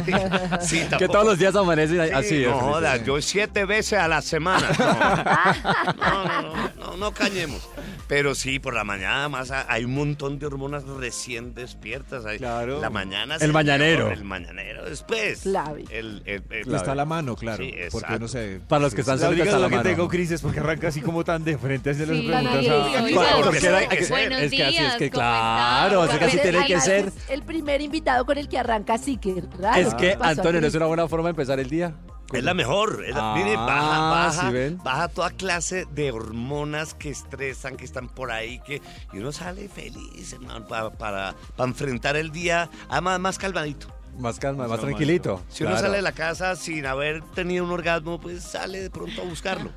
[SPEAKER 12] sí,
[SPEAKER 8] Que
[SPEAKER 12] tampoco.
[SPEAKER 8] todos los días amanecen
[SPEAKER 12] Sí,
[SPEAKER 8] así.
[SPEAKER 12] no
[SPEAKER 8] es.
[SPEAKER 12] jodas, yo siete veces a la semana. No, no, no, no, no, no cañemos. Pero sí, por la mañana más ha- hay un montón de hormonas recién despiertas. Hay,
[SPEAKER 3] Claro.
[SPEAKER 12] La mañana. es
[SPEAKER 8] El mañanero.
[SPEAKER 12] El mañanero. Después.
[SPEAKER 5] Clave.
[SPEAKER 12] El, el- el-
[SPEAKER 6] Pues está a la mano, claro.
[SPEAKER 12] Sí,
[SPEAKER 6] porque
[SPEAKER 12] exacto.
[SPEAKER 6] no sé.
[SPEAKER 8] Para los que están
[SPEAKER 3] La
[SPEAKER 8] solitos
[SPEAKER 3] única
[SPEAKER 8] a la
[SPEAKER 3] duda que
[SPEAKER 8] mano.
[SPEAKER 3] tengo, Cris, es porque arranca así como tan de frente. Así
[SPEAKER 4] Sí.
[SPEAKER 3] las preguntas Ah,
[SPEAKER 4] Tan
[SPEAKER 3] a-
[SPEAKER 4] abierto.
[SPEAKER 12] Claro,
[SPEAKER 8] Porque era-
[SPEAKER 12] Buenos
[SPEAKER 8] es que- es que así es
[SPEAKER 4] días,
[SPEAKER 8] que
[SPEAKER 4] ¿cómo
[SPEAKER 8] claro, es
[SPEAKER 4] están?
[SPEAKER 8] que así
[SPEAKER 5] Además,
[SPEAKER 8] tiene que
[SPEAKER 5] además,
[SPEAKER 8] ser.
[SPEAKER 5] es El primer invitado con el que arranca así, que raro.
[SPEAKER 8] Es que,
[SPEAKER 5] ¿Qué pasó
[SPEAKER 8] Antonio,
[SPEAKER 5] aquí?
[SPEAKER 8] ¿no es una [laughs] buena forma de empezar el día?
[SPEAKER 12] Es la mejor. es la-
[SPEAKER 8] Ah,
[SPEAKER 12] mire, baja, baja,
[SPEAKER 8] ¿sí ven?
[SPEAKER 12] baja toda clase de hormonas que estresan, que están por ahí, que y uno sale feliz, hermano, pa- para, para enfrentar el día, además más calmadito.
[SPEAKER 8] Más calma, más tranquilito.
[SPEAKER 12] Si uno
[SPEAKER 8] Claro.
[SPEAKER 12] sale de la casa sin haber tenido un orgasmo, pues sale de pronto a
[SPEAKER 3] [laughs]
[SPEAKER 12] buscarlo.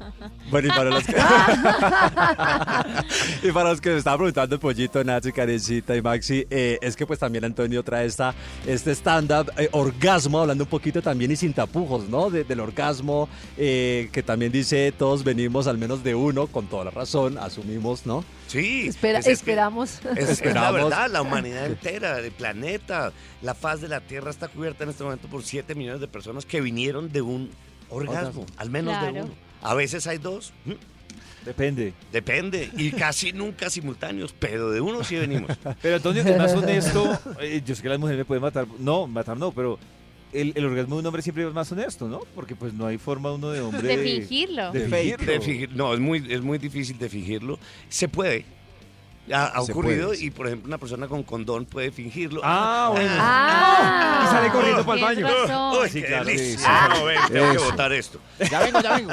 [SPEAKER 8] Bueno, y para los que... [laughs] y para los que me estaban preguntando, Pollito, Nacho, y Karencita y Maxi, eh, es que pues también Antonio trae esta, este stand-up, eh, orgasmo, hablando un poquito también y sin tapujos, ¿no? De- del orgasmo, eh, que también dice, todos venimos al menos de uno, con toda la razón, asumimos, ¿no?
[SPEAKER 12] Sí.
[SPEAKER 5] Espera-
[SPEAKER 12] Pues es- es que-
[SPEAKER 5] esperamos.
[SPEAKER 12] Es, es la
[SPEAKER 5] Esperamos.
[SPEAKER 12] verdad,
[SPEAKER 3] [laughs]
[SPEAKER 12] la humanidad entera, el planeta, la faz de la Tierra está cubierta en este momento por 7 millones de personas que vinieron de un orgasmo,
[SPEAKER 3] Orgasmo.
[SPEAKER 12] al menos de
[SPEAKER 3] Claro.
[SPEAKER 12] uno. A veces hay dos. ¿m?
[SPEAKER 3] Depende.
[SPEAKER 12] Depende, y casi [laughs] nunca simultáneos, pero de uno sí venimos.
[SPEAKER 3] [laughs] Pero entonces, el más honesto, eh, yo sé que las mujeres me pueden matar, no, matar no, pero el, el orgasmo de un hombre siempre es más honesto, ¿no? Porque pues no hay forma uno de hombre
[SPEAKER 4] De fingirlo.
[SPEAKER 3] De
[SPEAKER 12] fake,
[SPEAKER 3] fingirlo.
[SPEAKER 12] de fingir- no, es muy, es muy difícil de fingirlo. Se puede. Ha, ha
[SPEAKER 3] Se
[SPEAKER 12] ocurrido
[SPEAKER 3] puede,
[SPEAKER 12] y, por ejemplo, una persona con condón puede fingirlo.
[SPEAKER 3] Ah, bueno.
[SPEAKER 12] Ah.
[SPEAKER 3] Y sale corriendo
[SPEAKER 12] Ah,
[SPEAKER 3] pa'l baño.
[SPEAKER 12] tienes razón.
[SPEAKER 3] Uy, qué delicia.
[SPEAKER 12] Ah, ven, tengo que
[SPEAKER 3] Eso.
[SPEAKER 12] botar esto.
[SPEAKER 3] Ya vengo, ya vengo.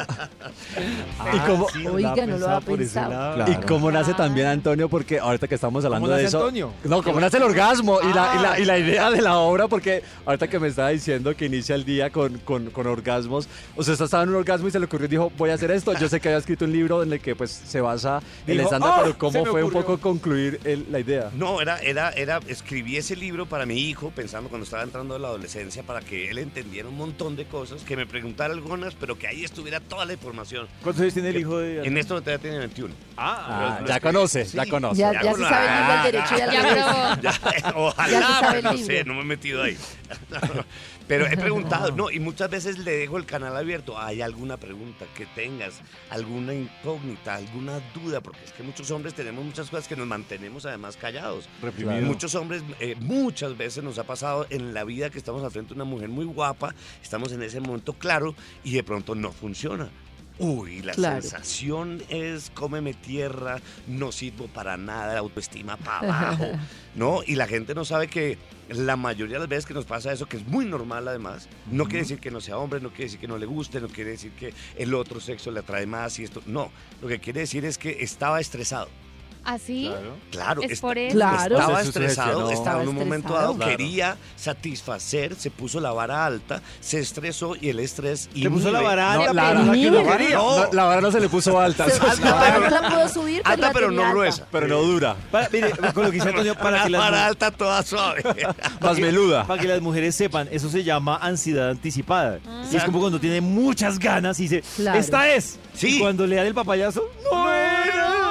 [SPEAKER 3] Ah,
[SPEAKER 8] y como,
[SPEAKER 5] Oiga, no lo había pensado. [laughs]
[SPEAKER 8] Y cómo nace también Antonio, porque ahorita que estamos hablando
[SPEAKER 5] ¿Cómo
[SPEAKER 8] de
[SPEAKER 5] nace
[SPEAKER 8] eso.
[SPEAKER 5] Antonio?
[SPEAKER 8] No, cómo nace el orgasmo y, la, y, la,
[SPEAKER 5] Ah.
[SPEAKER 8] y la idea de la obra, porque ahorita que me estaba diciendo que inicia el día con, con, con orgasmos. O sea, estaba en un orgasmo y se le ocurrió y dijo, voy a hacer esto. Yo sé que había escrito un libro en el que pues se basa el
[SPEAKER 12] Dijo,
[SPEAKER 8] estándar,
[SPEAKER 12] "Ah,
[SPEAKER 8] pero
[SPEAKER 12] se
[SPEAKER 8] cómo
[SPEAKER 12] me
[SPEAKER 8] fue un
[SPEAKER 12] ocurrió".
[SPEAKER 8] poco concluir el- la idea.
[SPEAKER 12] No, era, era, era, escribí ese libro para mi hijo, pensando cuando estaba entrando a la adolescencia, para que él entendiera un montón de cosas, que me preguntara algunas, pero que ahí estuviera toda la información.
[SPEAKER 3] ¿Cuántos años tiene el hijo de
[SPEAKER 12] En esto no te tiene 21.
[SPEAKER 8] Ah,
[SPEAKER 12] Lo- lo
[SPEAKER 8] ya
[SPEAKER 12] escribí.
[SPEAKER 8] conoce, ya conoce.
[SPEAKER 12] Ya-
[SPEAKER 8] Ya
[SPEAKER 12] ya se
[SPEAKER 8] conoce.
[SPEAKER 12] sabe el libro al
[SPEAKER 8] Ah,
[SPEAKER 12] derecho y al
[SPEAKER 8] ya,
[SPEAKER 12] revés.
[SPEAKER 8] pero- [laughs]
[SPEAKER 12] Ya,
[SPEAKER 8] Ya se
[SPEAKER 12] ojalá,
[SPEAKER 8] sabe
[SPEAKER 12] pero
[SPEAKER 8] el
[SPEAKER 12] no
[SPEAKER 8] libro.
[SPEAKER 12] sé, no me he metido ahí. [laughs] Pero he preguntado, no, y muchas veces le dejo el canal abierto. ¿Hay alguna pregunta que tengas? ¿Alguna incógnita? ¿Alguna duda? Porque es que muchos hombres tenemos muchas cosas que nos mantenemos además callados.
[SPEAKER 3] Reprimido.
[SPEAKER 12] Muchos hombres, eh, muchas veces nos ha pasado en la vida que estamos al frente de una mujer muy guapa, estamos en ese momento claro y de pronto no funciona. Uy, la
[SPEAKER 13] Claro.
[SPEAKER 12] sensación es cómeme tierra, no sirvo para nada, autoestima para
[SPEAKER 5] [laughs]
[SPEAKER 12] abajo. ¿no? Y la gente no sabe que la mayoría de las veces que nos pasa eso, que es muy normal además, no quiere decir que no sea hombre, no quiere decir que no le guste, no quiere decir que el otro sexo le atrae más y esto. No, lo que quiere decir es que estaba estresado.
[SPEAKER 4] ¿Así?
[SPEAKER 12] Claro,
[SPEAKER 4] ¿Ah, Es
[SPEAKER 12] está-
[SPEAKER 4] por eso.
[SPEAKER 5] Claro.
[SPEAKER 12] estaba
[SPEAKER 5] Se
[SPEAKER 12] estresado,
[SPEAKER 5] sugestionó.
[SPEAKER 12] estaba en un
[SPEAKER 5] Estaba
[SPEAKER 12] momento
[SPEAKER 5] estresado.
[SPEAKER 12] dado,
[SPEAKER 5] Claro.
[SPEAKER 12] quería satisfacer, se puso la vara alta, se estresó y el estrés.
[SPEAKER 8] Le puso la
[SPEAKER 12] inhibe.
[SPEAKER 8] vara alta, la verdad que la vara- no, la vara no se le puso alta. Se- la vara
[SPEAKER 5] no la pudo subir, pero
[SPEAKER 12] Alta,
[SPEAKER 5] la
[SPEAKER 12] pero
[SPEAKER 5] tenía
[SPEAKER 12] no
[SPEAKER 5] alta.
[SPEAKER 12] gruesa.
[SPEAKER 8] Pero no dura.
[SPEAKER 3] Para, mire, con lo que dice Antonio, para
[SPEAKER 12] Una
[SPEAKER 3] que las
[SPEAKER 12] vara
[SPEAKER 3] mu-
[SPEAKER 12] alta
[SPEAKER 3] [laughs]
[SPEAKER 12] toda suave.
[SPEAKER 3] Para que- Para que las mujeres sepan, eso se llama ansiedad anticipada. Y es como cuando tiene muchas ganas y dice,
[SPEAKER 5] Claro.
[SPEAKER 3] esta es. Y cuando le dan el papayazo, no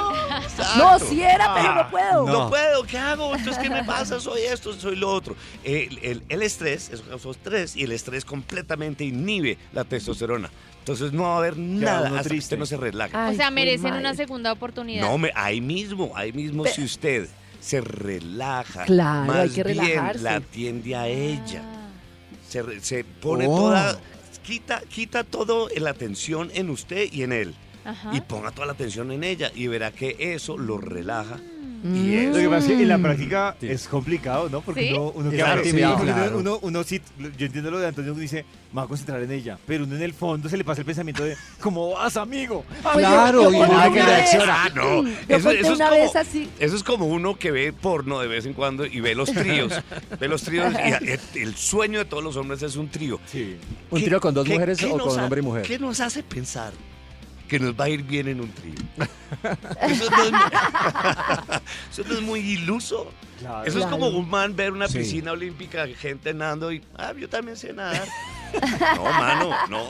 [SPEAKER 5] No, si era, pero no puedo.
[SPEAKER 12] No. puedo, ¿qué hago? Entonces, ¿qué me pasa? Soy esto, soy lo otro. El, el- el estrés, eso causó estrés, y el estrés completamente inhibe la testosterona. Entonces, no va a haber nada
[SPEAKER 3] uno
[SPEAKER 12] hasta que
[SPEAKER 3] triste.
[SPEAKER 12] usted no se relaje.
[SPEAKER 4] o sea,
[SPEAKER 5] Ay,
[SPEAKER 4] merecen
[SPEAKER 5] madre.
[SPEAKER 4] una segunda oportunidad.
[SPEAKER 12] No, me, ahí mismo, ahí mismo, si usted se relaja,
[SPEAKER 5] Claro, hay
[SPEAKER 12] más
[SPEAKER 5] que
[SPEAKER 12] bien
[SPEAKER 5] relajarse.
[SPEAKER 12] la atiende a ella. Se, re- se pone
[SPEAKER 5] Oh.
[SPEAKER 12] toda, quita, quita todo la atención en usted y en él.
[SPEAKER 4] Ajá.
[SPEAKER 12] Y ponga toda la atención en ella y verá que eso lo relaja.
[SPEAKER 5] Mm.
[SPEAKER 3] Y
[SPEAKER 12] es-
[SPEAKER 3] Lo que pasa es que en la práctica es complicado, ¿no? Porque
[SPEAKER 12] ¿Sí?
[SPEAKER 3] uno, uno, queda
[SPEAKER 12] Claro,
[SPEAKER 3] tímido,
[SPEAKER 12] sí,
[SPEAKER 3] porque
[SPEAKER 12] claro.
[SPEAKER 3] uno, uno- uno sí, yo entiendo lo de Antonio, uno dice, me voy a concentrar en ella, pero uno en el fondo se le pasa el pensamiento de, ¿cómo vas, amigo?
[SPEAKER 5] Pues yo- Claro, yo y conté nada que una reacciona. vez-
[SPEAKER 12] Ah,
[SPEAKER 5] [laughs]
[SPEAKER 12] no.
[SPEAKER 5] Yo
[SPEAKER 12] Eso,
[SPEAKER 5] conté
[SPEAKER 12] eso es
[SPEAKER 5] una
[SPEAKER 12] como,
[SPEAKER 5] vez así.
[SPEAKER 12] eso es como uno que ve porno de vez en cuando y ve
[SPEAKER 5] [laughs]
[SPEAKER 12] los tríos. ve los tríos y a- el, el sueño de todos los hombres es un trío.
[SPEAKER 8] ¿Un
[SPEAKER 12] ¿Qué-
[SPEAKER 8] trío con dos
[SPEAKER 12] qué-
[SPEAKER 8] mujeres
[SPEAKER 12] qué
[SPEAKER 8] o
[SPEAKER 12] nos
[SPEAKER 8] con
[SPEAKER 12] ha-
[SPEAKER 8] hombre y mujer?
[SPEAKER 12] ¿Qué nos hace pensar que nos va a ir bien en
[SPEAKER 8] [laughs]
[SPEAKER 12] un trío? Eso no es, mu- eso no es muy iluso.
[SPEAKER 3] Claro.
[SPEAKER 12] Eso es
[SPEAKER 3] Claro.
[SPEAKER 12] como un man ver una
[SPEAKER 3] Sí.
[SPEAKER 12] piscina olímpica, gente nadando y, ah, yo también
[SPEAKER 8] [laughs]
[SPEAKER 12] sé nadar. No, mano, no.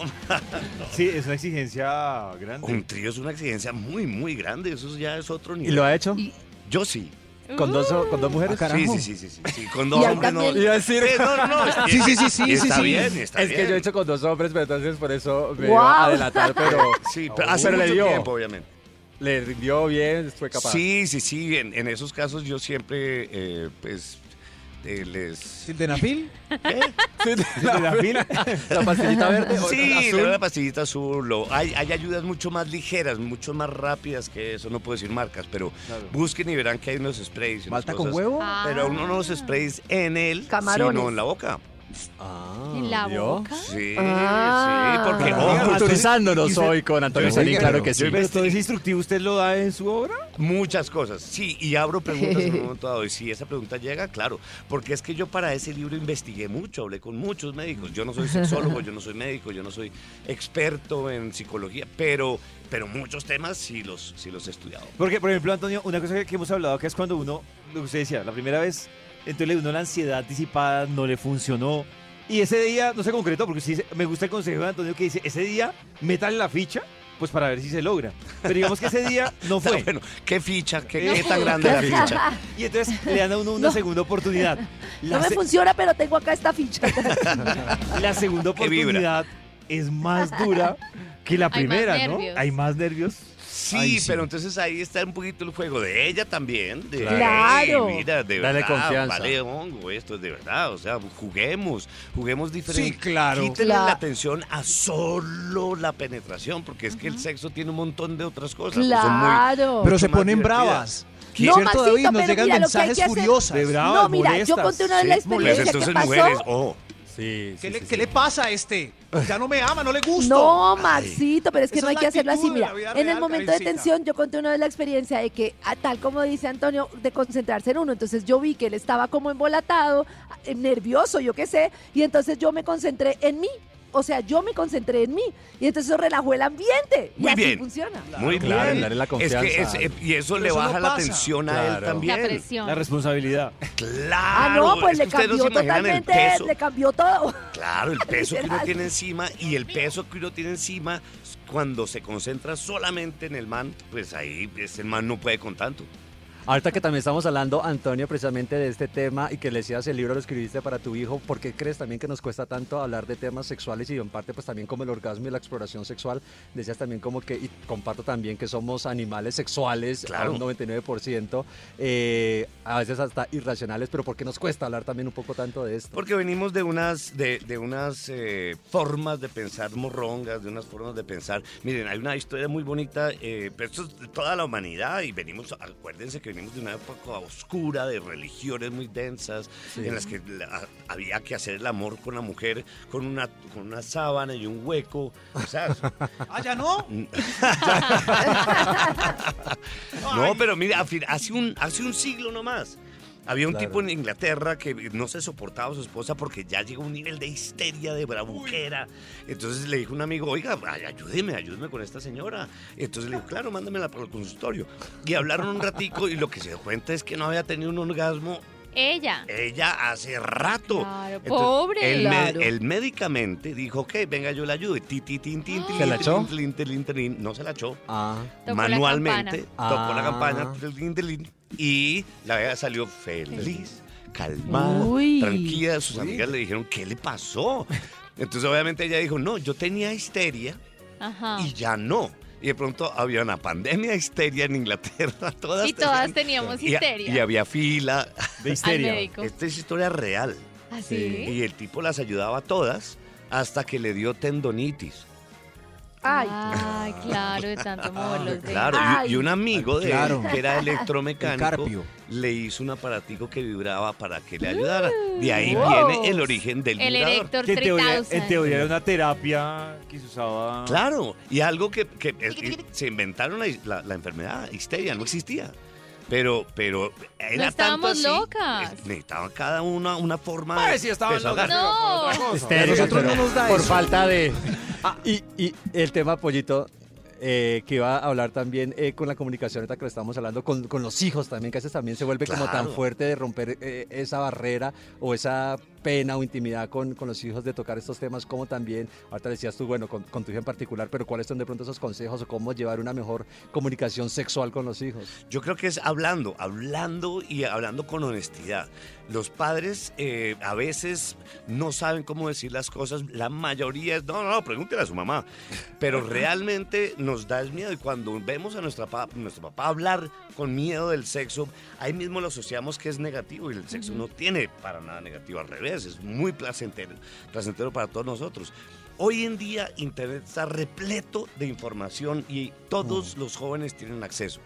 [SPEAKER 3] Sí, es una exigencia grande.
[SPEAKER 12] Un trío es una exigencia muy, muy grande. Eso ya es otro
[SPEAKER 8] ¿Y
[SPEAKER 12] nivel.
[SPEAKER 8] lo ha hecho?
[SPEAKER 12] Yo sí.
[SPEAKER 8] ¿Con dos, con
[SPEAKER 12] uh.
[SPEAKER 8] dos mujeres?
[SPEAKER 12] Sí, sí, sí, sí, sí, sí, Con dos
[SPEAKER 8] Y a
[SPEAKER 12] hombres no.
[SPEAKER 8] Gabriel. Y a decir-
[SPEAKER 12] Sí, no, no, no, es que-
[SPEAKER 8] [laughs] Sí, sí, sí, sí,
[SPEAKER 12] y Está
[SPEAKER 8] sí, sí.
[SPEAKER 12] bien, está
[SPEAKER 8] Es
[SPEAKER 12] bien.
[SPEAKER 8] que yo he hecho con dos hombres, pero entonces por eso me
[SPEAKER 12] Wow.
[SPEAKER 8] iba a delatar, Ah, pero...
[SPEAKER 12] [laughs] Sí, pero hace mucho tiempo, obviamente.
[SPEAKER 8] Le rindió bien, fue capaz. [laughs]
[SPEAKER 12] Sí, sí, sí. En, en esos casos yo siempre, eh, pues, eh, les...
[SPEAKER 6] ¿Sildenafil?
[SPEAKER 12] ¿Qué?
[SPEAKER 6] ¿Sildenafil?
[SPEAKER 8] ¿La pastillita verde o la
[SPEAKER 12] Sí,
[SPEAKER 8] azul?
[SPEAKER 12] le doy la pastillita azul. lo- Hay, hay ayudas mucho más ligeras, mucho más rápidas que eso. No puedo decir marcas, pero busquen y verán que hay unos sprays. y unas
[SPEAKER 6] ¿Malta con
[SPEAKER 12] cosas,
[SPEAKER 6] huevo?
[SPEAKER 12] Pero uno
[SPEAKER 4] Ah.
[SPEAKER 12] no los sprays en el,
[SPEAKER 5] Camarones.
[SPEAKER 12] sino en la boca.
[SPEAKER 8] Ah,
[SPEAKER 4] ¿En la boca?
[SPEAKER 12] Sí,
[SPEAKER 4] Ah.
[SPEAKER 12] sí, porque...
[SPEAKER 8] Oiga,
[SPEAKER 12] ojo,
[SPEAKER 8] culturizándonos
[SPEAKER 12] y usted-
[SPEAKER 8] hoy con Antonio
[SPEAKER 12] Oiga,
[SPEAKER 8] Sanín,
[SPEAKER 12] pero
[SPEAKER 8] claro que sí.
[SPEAKER 12] yo
[SPEAKER 3] Pero todo es instructivo, ¿usted lo da en su obra?
[SPEAKER 12] Muchas cosas, sí, y abro preguntas en un momento dado. Y si esa pregunta llega, claro, porque es que yo para ese libro investigué mucho, hablé con muchos médicos. Yo no soy sexólogo, yo no soy médico, yo no soy experto en psicología, pero, pero muchos temas sí los, sí los he estudiado.
[SPEAKER 3] Porque, por ejemplo, Antonio, una cosa que- que hemos hablado acá es cuando uno, lo que usted decía, la primera vez, entonces le dio uno la ansiedad anticipada, no le funcionó. Y ese día, no se concretó, porque usted dice, me gusta el consejo de Antonio que dice, ese día, métale la ficha pues para ver si se logra. Pero digamos que ese día
[SPEAKER 12] [laughs]
[SPEAKER 3] no fue.
[SPEAKER 12] bueno, qué ficha, qué, qué tan grande la ficha.
[SPEAKER 3] Y entonces le dan a uno una
[SPEAKER 5] No.
[SPEAKER 3] segunda oportunidad. La
[SPEAKER 5] [laughs] No me
[SPEAKER 3] se-
[SPEAKER 5] funciona, pero tengo acá esta ficha.
[SPEAKER 3] La segunda
[SPEAKER 12] Que vibra.
[SPEAKER 3] oportunidad es más dura que la
[SPEAKER 5] Hay más
[SPEAKER 3] primera, ¿no?
[SPEAKER 5] nervios.
[SPEAKER 3] Hay más nervios.
[SPEAKER 12] Sí,
[SPEAKER 3] Ay,
[SPEAKER 12] pero entonces ahí está un poquito el juego de ella también. De,
[SPEAKER 5] Claro.
[SPEAKER 12] "Ey, mira, de
[SPEAKER 8] Dale
[SPEAKER 12] verdad,
[SPEAKER 8] confianza.
[SPEAKER 12] Vale, hongo, esto es de verdad. O sea, juguemos, juguemos diferente.
[SPEAKER 8] Sí, claro.
[SPEAKER 12] Quítenle
[SPEAKER 8] Cla-
[SPEAKER 12] la atención a solo la penetración, porque es que el sexo tiene un montón de otras cosas. pues que
[SPEAKER 5] Claro. Pero se
[SPEAKER 12] mucho más
[SPEAKER 5] ponen
[SPEAKER 12] divertidas.
[SPEAKER 5] bravas.
[SPEAKER 12] ¿Qué?
[SPEAKER 5] No, Maxito, pero mira, lo que hay que hacer- no, mira, yo conté una vez la experiencia
[SPEAKER 12] Pues entonces
[SPEAKER 5] que pasó.
[SPEAKER 12] mujeres, oh.
[SPEAKER 8] Sí,
[SPEAKER 9] ¿Qué, le, qué le pasa a este? Ya no me ama, no le gusta.
[SPEAKER 5] No, Maxito, pero es que
[SPEAKER 9] Esa
[SPEAKER 5] no hay
[SPEAKER 9] es la
[SPEAKER 5] que hacerlo así.
[SPEAKER 9] actitud de
[SPEAKER 5] Mira,
[SPEAKER 9] la vida
[SPEAKER 5] en el
[SPEAKER 9] real,
[SPEAKER 5] momento de
[SPEAKER 9] Karencita.
[SPEAKER 5] tensión yo conté una vez la experiencia de que, a tal como dice Antonio, de concentrarse en uno. Entonces yo vi que él estaba como embolatado, eh, nervioso, yo qué sé, y entonces yo me concentré en mí. O sea, yo me concentré en mí y entonces eso relajó el ambiente. y
[SPEAKER 12] Muy
[SPEAKER 5] así
[SPEAKER 12] bien.
[SPEAKER 5] funciona.
[SPEAKER 12] Muy
[SPEAKER 8] Claro,
[SPEAKER 12] bien.
[SPEAKER 8] darle la
[SPEAKER 12] Es que
[SPEAKER 8] confianza.
[SPEAKER 12] es- eh, y eso
[SPEAKER 8] Pero
[SPEAKER 12] le
[SPEAKER 8] eso no
[SPEAKER 12] baja la
[SPEAKER 8] pasa.
[SPEAKER 12] atención a él
[SPEAKER 8] Claro.
[SPEAKER 12] también.
[SPEAKER 4] La presión.
[SPEAKER 3] La responsabilidad.
[SPEAKER 5] Ah,
[SPEAKER 12] Claro.
[SPEAKER 5] no, pues
[SPEAKER 12] es
[SPEAKER 5] le
[SPEAKER 12] que ustedes no
[SPEAKER 5] cambió
[SPEAKER 12] se imaginan el
[SPEAKER 5] totalmente,
[SPEAKER 12] peso.
[SPEAKER 5] le cambió todo. [laughs]
[SPEAKER 12] Claro, el peso que uno
[SPEAKER 5] Literal.
[SPEAKER 12] tiene encima y el peso que uno tiene encima cuando se concentra solamente en el man, pues ahí ese man no puede con tanto.
[SPEAKER 8] Ahorita que también estamos hablando, Antonio, precisamente de este tema y que le decías el libro lo escribiste para tu hijo, ¿por qué crees también que nos cuesta tanto hablar de temas sexuales y en parte pues también como el orgasmo y la exploración sexual? Decías también como que, y comparto también que somos animales sexuales
[SPEAKER 12] Claro.
[SPEAKER 8] a un 99%, eh, a veces hasta irracionales, pero ¿por qué nos cuesta hablar también un poco tanto de esto?
[SPEAKER 12] Porque venimos de unas, de, de unas eh, formas de pensar morrongas, de unas formas de pensar. Miren, hay una historia muy bonita, eh, pero esto es de toda la humanidad y venimos, acuérdense que venimos de una época oscura, de religiones muy densas,
[SPEAKER 8] Sí.
[SPEAKER 12] en las que la- había que hacer el amor con la mujer con una, con una sábana y un hueco. O sea,
[SPEAKER 9] Ah, ya no.
[SPEAKER 3] [laughs]
[SPEAKER 12] No, pero mira, a fin- hace un, hace un siglo nomás. Había un
[SPEAKER 8] Claro.
[SPEAKER 12] tipo en Inglaterra que no se soportaba a su esposa porque ya llegó a un nivel de histeria, de bravuquera. Entonces le dijo a un amigo, oiga, ay, ayúdeme, ayúdeme con esta señora. Entonces le dijo, claro, mándamela para el consultorio. Y hablaron un ratico y lo que se dio cuenta es que no había tenido un orgasmo
[SPEAKER 4] Ella.
[SPEAKER 12] ella hace rato.
[SPEAKER 4] Claro,
[SPEAKER 12] Entonces,
[SPEAKER 4] pobre.
[SPEAKER 12] El,
[SPEAKER 4] Claro.
[SPEAKER 12] el médicamente dijo, ok, venga, yo le ayudo. Ti, ti, tin, tin, tin,
[SPEAKER 8] ¿Se la
[SPEAKER 12] tin,
[SPEAKER 8] echó?
[SPEAKER 12] tin, tin, tin, tin. No se la echó.
[SPEAKER 8] Ah.
[SPEAKER 4] Tocó la
[SPEAKER 12] Manualmente
[SPEAKER 8] campana.
[SPEAKER 12] tocó la
[SPEAKER 8] Ah.
[SPEAKER 12] campana tin, tin, tin, y la vieja salió feliz, calmada,
[SPEAKER 5] Uy.
[SPEAKER 12] tranquila. Sus amigas le dijeron, ¿qué le pasó? Entonces obviamente ella dijo, no, yo tenía histeria
[SPEAKER 4] Ajá.
[SPEAKER 12] y ya no. Y de pronto había una pandemia de histeria en Inglaterra. [laughs] Todas
[SPEAKER 4] Y todas teníamos
[SPEAKER 12] y,
[SPEAKER 4] histeria.
[SPEAKER 12] y había fila.
[SPEAKER 3] De
[SPEAKER 4] histeria. Al médico. ¿Ah,
[SPEAKER 12] Esta es historia real.
[SPEAKER 4] ¿Así?
[SPEAKER 12] Y el tipo las ayudaba a todas hasta que le dio tendonitis.
[SPEAKER 5] Ay,
[SPEAKER 4] Ay, claro, de tanto mover los dedos.
[SPEAKER 12] Claro, y, y un amigo de él,
[SPEAKER 6] Claro.
[SPEAKER 12] que era
[SPEAKER 6] El
[SPEAKER 12] electromecánico,
[SPEAKER 6] carpio.
[SPEAKER 12] le hizo un aparatico que vibraba para que le ayudara. De ahí
[SPEAKER 5] Wow.
[SPEAKER 12] viene el origen del
[SPEAKER 4] Mm. El
[SPEAKER 12] vibrador.
[SPEAKER 4] Erector
[SPEAKER 3] Que en
[SPEAKER 12] eh,
[SPEAKER 3] teoría,
[SPEAKER 4] 3000.
[SPEAKER 3] en teoría era una terapia que se usaba.
[SPEAKER 12] Claro, y algo que, que- eh, se inventaron la, la- la enfermedad, histeria, no existía. Pero, pero era
[SPEAKER 4] No estábamos
[SPEAKER 12] tanto así,
[SPEAKER 4] locas.
[SPEAKER 12] eh, Necesitaban cada una una forma de
[SPEAKER 3] Pues sí, estaban locas,
[SPEAKER 12] desahogar.
[SPEAKER 3] pero por otra
[SPEAKER 4] No.
[SPEAKER 12] Pues,
[SPEAKER 3] cosa.
[SPEAKER 8] Pero
[SPEAKER 6] Pero nosotros
[SPEAKER 8] pero
[SPEAKER 6] no nos da
[SPEAKER 8] Por
[SPEAKER 6] eso.
[SPEAKER 8] falta de. Ah, y, y el tema, Pollito, eh, que iba a hablar también eh, con la comunicación, ahorita que lo estamos hablando, con, con los hijos también, que a veces también se vuelve como
[SPEAKER 12] Claro.
[SPEAKER 8] tan fuerte de romper eh, esa barrera o esa pena o intimidad con, con los hijos de tocar estos temas, como también, ahorita decías tú, bueno, con, con tu hijo en particular, pero cuáles son de pronto esos consejos o cómo llevar una mejor comunicación sexual con los hijos.
[SPEAKER 12] Yo creo que es hablando, hablando y hablando con honestidad. Los padres eh, a veces no saben cómo decir las cosas. La mayoría es, no, no, no, pregúntele a su mamá. Pero realmente nos da el miedo. Y cuando vemos a nuestra pa- nuestro papá hablar con miedo del sexo, ahí mismo lo asociamos que es negativo. Y el sexo no tiene para nada negativo, al revés, es muy placentero, placentero para todos nosotros. Hoy en día Internet está repleto de información y todos los jóvenes tienen acceso.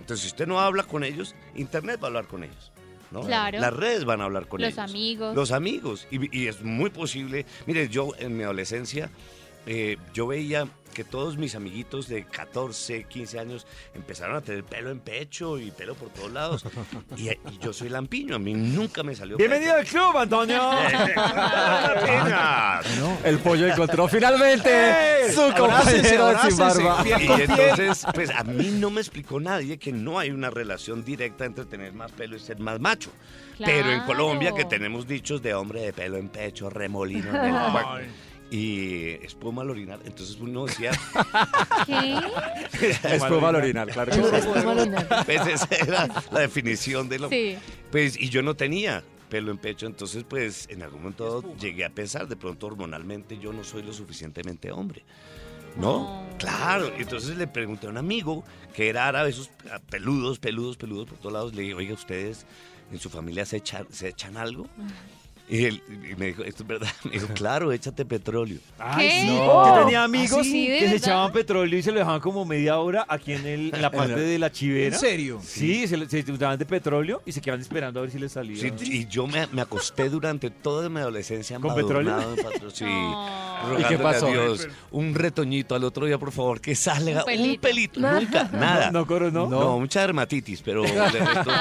[SPEAKER 12] Entonces, si usted no habla con ellos, Internet va a hablar con ellos. ¿no?
[SPEAKER 4] Claro.
[SPEAKER 12] Las redes van a hablar con
[SPEAKER 4] Los
[SPEAKER 12] ellos.
[SPEAKER 4] amigos.
[SPEAKER 12] Los amigos. Y, y es muy posible. Mire, yo en mi adolescencia, eh, yo veía que todos mis amiguitos de 14, 15 años empezaron a tener pelo en pecho y pelo por todos lados. Y, y yo soy lampiño, a mí nunca me salió.
[SPEAKER 3] [laughs]
[SPEAKER 12] pelo.
[SPEAKER 3] Bienvenido al club,
[SPEAKER 12] [laughs]
[SPEAKER 3] Antonio.
[SPEAKER 12] Apenas.
[SPEAKER 8] El pollo encontró finalmente
[SPEAKER 3] ¡Ey!
[SPEAKER 8] su compañero sin
[SPEAKER 9] abrácense.
[SPEAKER 8] barba.
[SPEAKER 9] Piel
[SPEAKER 12] Y
[SPEAKER 9] con piel.
[SPEAKER 12] entonces, pues a mí no me explicó nadie que no hay una relación directa entre tener más pelo y ser más macho. Pero en Colombia
[SPEAKER 4] Claro.
[SPEAKER 12] que tenemos dichos de hombre de pelo en pecho, remolino en el agua. y espuma al orinar. Entonces uno decía.
[SPEAKER 4] ¿Qué?
[SPEAKER 12] [laughs] espuma al orinar, claro.
[SPEAKER 5] Olor a espuma al orinar.
[SPEAKER 12] [laughs] Pues esa era la definición de lo.
[SPEAKER 4] Sí.
[SPEAKER 12] Pues, y yo no tenía pelo en pecho, entonces pues en algún momento llegué a pensar, de pronto hormonalmente yo no soy lo suficientemente hombre. ¿No? Claro. Entonces le pregunté a un amigo que era árabe, esos peludos, peludos, peludos por todos lados. Le dije, oiga, ¿ustedes en su familia se echan, ¿se echan algo? Y él y me dijo, ¿esto es verdad? [laughs] Me dijo, claro, échate petróleo.
[SPEAKER 3] Ay, sí.
[SPEAKER 12] No.
[SPEAKER 3] Yo tenía amigos
[SPEAKER 12] ¿Ah, sí?
[SPEAKER 3] que
[SPEAKER 12] ¿De
[SPEAKER 3] se
[SPEAKER 12] verdad?
[SPEAKER 3] echaban petróleo y se lo dejaban como media hora aquí en, el,
[SPEAKER 12] [laughs]
[SPEAKER 3] en la parte
[SPEAKER 12] ¿En la-
[SPEAKER 3] de la chivera.
[SPEAKER 12] en serio?
[SPEAKER 3] Sí, se, lo- se untaban de petróleo y se quedaban esperando a ver si les salía.
[SPEAKER 12] Sí, y yo me, me acosté durante toda mi adolescencia
[SPEAKER 3] ¿Con petróleo?
[SPEAKER 12] embadurnado [laughs] en patro- sí,
[SPEAKER 3] ¿Y qué
[SPEAKER 12] rogándole
[SPEAKER 3] pasó?
[SPEAKER 12] a Dios un retoñito al otro día, por favor, que salga un, pelito, nunca, nada.
[SPEAKER 3] No,
[SPEAKER 12] [laughs] no, mucha dermatitis,
[SPEAKER 3] [laughs]
[SPEAKER 12] pero de resto-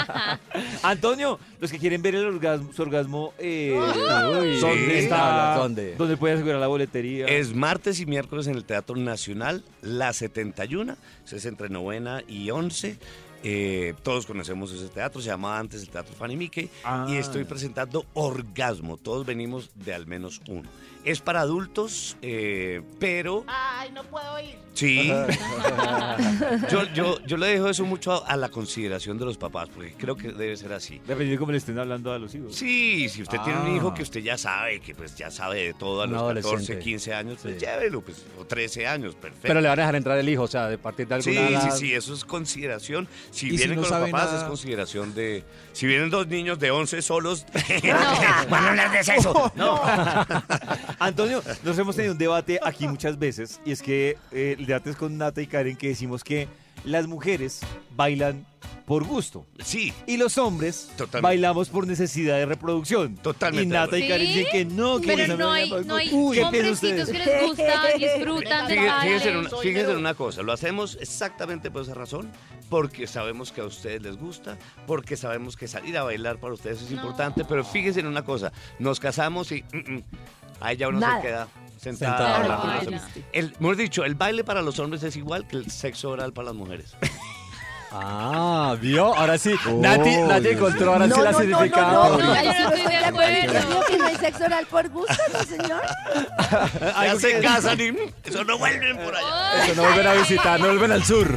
[SPEAKER 3] Antonio, los que quieren ver el orgasmo, su orgasmo, eh,
[SPEAKER 12] Uy.
[SPEAKER 3] ¿dónde
[SPEAKER 12] Sí.
[SPEAKER 3] está?
[SPEAKER 12] ¿Dónde?
[SPEAKER 3] ¿Dónde puede asegurar la boletería?
[SPEAKER 12] es martes y miércoles en el Teatro Nacional, la 71, eso es entre novena y 11. Eh, todos conocemos ese teatro, se llamaba antes el Teatro Fanny Mickey, y estoy presentando Orgasmo, todos venimos de al menos uno. Es para adultos, eh, pero
[SPEAKER 1] Ay, no puedo ir.
[SPEAKER 12] Sí. yo, yo, yo le dejo eso mucho a, a la consideración de los papás, porque creo que debe ser así.
[SPEAKER 3] Depende de cómo le estén hablando a los hijos.
[SPEAKER 12] Sí, si usted tiene
[SPEAKER 3] Ah.
[SPEAKER 12] un hijo que usted ya sabe, que pues ya sabe de todo a
[SPEAKER 13] Un
[SPEAKER 12] los 14,
[SPEAKER 13] adolescente.
[SPEAKER 12] 15 años, pues llévelo, pues, o 13 años, perfecto.
[SPEAKER 13] Pero le van a dejar entrar el hijo, o sea, de partir de
[SPEAKER 12] Sí,
[SPEAKER 13] alguna
[SPEAKER 12] sí,
[SPEAKER 13] edad.
[SPEAKER 12] sí, eso es consideración. Si
[SPEAKER 13] ¿Y si
[SPEAKER 12] vienen
[SPEAKER 13] no
[SPEAKER 12] con los
[SPEAKER 13] sabe
[SPEAKER 12] papás,
[SPEAKER 13] nada?
[SPEAKER 12] es consideración de. Si vienen dos niños de 11 solos, [laughs] van a hablar de sexo.
[SPEAKER 13] [laughs]
[SPEAKER 12] no.
[SPEAKER 3] [laughs] Antonio, nos hemos tenido un debate aquí muchas veces y es que eh, el debate es con Nata y Karen que decimos que las mujeres bailan por gusto.
[SPEAKER 12] Sí.
[SPEAKER 3] Y los hombres bailamos por necesidad de reproducción.
[SPEAKER 12] Totalmente.
[SPEAKER 3] Y Nata y
[SPEAKER 4] ¿Sí?
[SPEAKER 3] Karen dicen que no, que
[SPEAKER 4] Pero
[SPEAKER 3] esa
[SPEAKER 4] no hay,
[SPEAKER 3] vaina-
[SPEAKER 4] no hay
[SPEAKER 3] Uy, ¿qué piensan
[SPEAKER 4] hombrecitos
[SPEAKER 3] ustedes?
[SPEAKER 4] que les gusta, disfrutan del
[SPEAKER 12] Fíjense, fíjense en
[SPEAKER 4] baile.
[SPEAKER 12] una, fíjense en una cosa, lo hacemos exactamente por esa razón, porque sabemos que a ustedes les gusta, porque sabemos que salir a bailar para ustedes es importante, pero fíjense en una cosa, nos casamos y mm, mm, ahí ya uno
[SPEAKER 13] Nada.
[SPEAKER 12] se queda
[SPEAKER 13] Sentado.
[SPEAKER 12] sentado. hablando con
[SPEAKER 13] Claro,
[SPEAKER 12] los
[SPEAKER 13] baila.
[SPEAKER 12] hombres. El, hemos dicho, el baile para los hombres es igual que el sexo oral para las mujeres.
[SPEAKER 13] Ah, vio, ahora sí. Nati, Nati encontró ahora sí la significada.
[SPEAKER 5] No, no,
[SPEAKER 13] favorita.
[SPEAKER 5] no, yo no estoy de acuerdo.
[SPEAKER 4] acuerdo.
[SPEAKER 5] Digo que no hay sexo oral por gusto, ¿no, señor?
[SPEAKER 12] Ya se casan y mm, eso no vuelven por allá.
[SPEAKER 13] Eso, no vuelven a visitar, no vuelven al sur.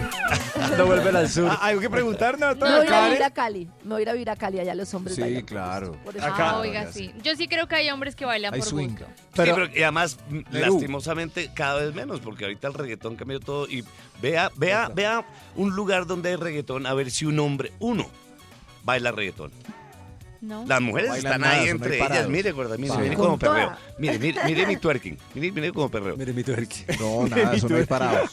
[SPEAKER 13] No vuelven al
[SPEAKER 12] Ah,
[SPEAKER 13] sur.
[SPEAKER 3] ¿Algo que preguntar,
[SPEAKER 5] Me voy a ir a vivir a Cali. Me voy a ir a vivir a Cali, allá los hombres
[SPEAKER 6] Sí,
[SPEAKER 5] bailan.
[SPEAKER 6] claro.
[SPEAKER 5] Por eso.
[SPEAKER 4] Ah, oiga, sí. Yo sí creo que hay hombres que bailan por gusto.
[SPEAKER 12] Pero, y además, m,
[SPEAKER 6] Perú.
[SPEAKER 12] lastimosamente, cada vez menos, porque ahorita el reggaetón cambió todo. Y vea, vea, vea un lugar donde hay reggaetón, a ver si un hombre, uno, baila reggaetón.
[SPEAKER 4] ¿No?
[SPEAKER 12] Las mujeres
[SPEAKER 13] No bailan
[SPEAKER 12] están
[SPEAKER 13] nada,
[SPEAKER 12] ahí
[SPEAKER 13] son
[SPEAKER 12] entre
[SPEAKER 13] ahí
[SPEAKER 12] ellas.
[SPEAKER 13] parados.
[SPEAKER 12] Mire, guarda, mire,
[SPEAKER 13] Sí.
[SPEAKER 12] mire
[SPEAKER 13] Con
[SPEAKER 12] cómo
[SPEAKER 13] toda.
[SPEAKER 12] perreo. Mire, mire, mire mi twerking. Mire, mire cómo perreo.
[SPEAKER 13] Mire mi twerking.
[SPEAKER 8] [laughs]
[SPEAKER 6] No,
[SPEAKER 12] nada, eso no hay
[SPEAKER 6] parados.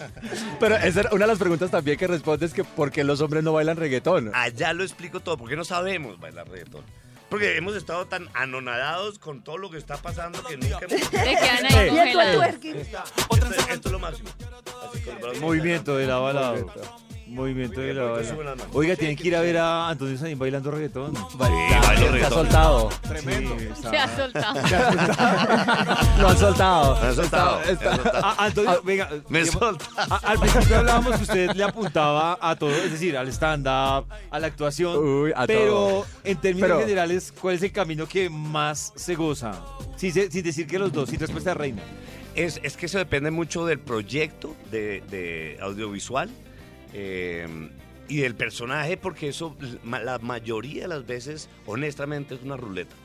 [SPEAKER 13] Pero esa era una de las preguntas también que responde es que ¿por qué los hombres no bailan reggaetón?
[SPEAKER 12] Allá lo explico todo, porque no sabemos bailar reggaetón. Porque hemos estado tan anonadados con todo lo que está pasando que nunca hemos...
[SPEAKER 4] Te quedan
[SPEAKER 3] ahí
[SPEAKER 12] Sí.
[SPEAKER 3] congelados.
[SPEAKER 12] Esto, esto es lo máximo. Así con los brazos
[SPEAKER 3] Movimiento de la balada. Movimiento de la balada.
[SPEAKER 12] manos.
[SPEAKER 3] Oiga, tienen que ir a ver a Antonio Sanín bailando reggaetón.
[SPEAKER 12] bailo
[SPEAKER 13] Se ha
[SPEAKER 12] reggaetón. [laughs]
[SPEAKER 13] soltado.
[SPEAKER 3] Tremendo.
[SPEAKER 4] Se ha soltado.
[SPEAKER 13] Lo han soltado.
[SPEAKER 12] Me han soltado, me han soltado.
[SPEAKER 3] Ah, Antonio, venga.
[SPEAKER 12] Me
[SPEAKER 3] digamos,
[SPEAKER 12] solta.
[SPEAKER 3] a- Ah, Al principio hablábamos que usted le apuntaba a todo, es decir, al stand-up, a la actuación.
[SPEAKER 13] Uy, a
[SPEAKER 3] pero
[SPEAKER 13] todo.
[SPEAKER 3] en términos
[SPEAKER 13] Pero-
[SPEAKER 3] generales, ¿cuál es el camino que más se goza? Sin, se- sin decir que los dos, sin respuesta reina.
[SPEAKER 12] Es, es que eso depende mucho del proyecto de, de audiovisual eh, y del personaje, porque eso ma- la mayoría de las veces, honestamente, es una ruleta.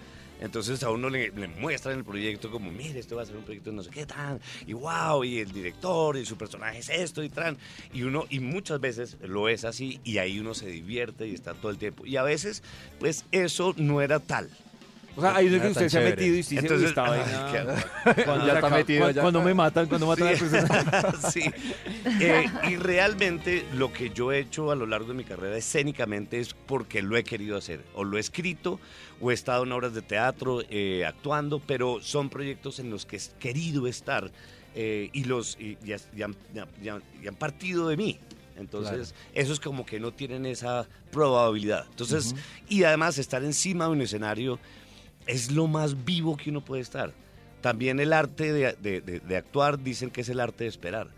[SPEAKER 12] Entonces a uno le, le muestran el proyecto como, mire, esto va a ser un proyecto de no sé qué tan, y wow, y el director, y su personaje es esto, y tan. Y uno, y muchas veces lo es así, y ahí uno se divierte y está todo el tiempo. Y a veces, pues eso no era tal.
[SPEAKER 3] O sea, hay uno
[SPEAKER 12] No
[SPEAKER 3] que
[SPEAKER 12] era
[SPEAKER 3] usted
[SPEAKER 12] Ah, tan
[SPEAKER 3] se ha
[SPEAKER 12] chévere.
[SPEAKER 3] metido y sí se
[SPEAKER 12] Entonces,
[SPEAKER 3] esta
[SPEAKER 12] [laughs] ay,
[SPEAKER 3] vaina,
[SPEAKER 12] qué-
[SPEAKER 3] cuando
[SPEAKER 12] Ya
[SPEAKER 3] la
[SPEAKER 12] está
[SPEAKER 3] acabo-
[SPEAKER 12] metido,
[SPEAKER 3] cuan-
[SPEAKER 12] ya.
[SPEAKER 3] cuando me matan, cuando matan
[SPEAKER 12] Sí.
[SPEAKER 3] a la persona.
[SPEAKER 12] sí. pues, [laughs] Eh, y realmente lo que yo he hecho a lo largo de mi carrera escénicamente es porque lo he querido hacer. O lo he escrito, o he estado en obras de teatro eh, actuando, pero son proyectos en los que he querido estar eh, y, los, y, y has- y han, y han- y han- y han partido de mí. Entonces, eso es como que no tienen esa probabilidad. Entonces, y además estar encima de un escenario es lo más vivo que uno puede estar. También el arte de, de- de- de actuar dicen que es el arte de esperar.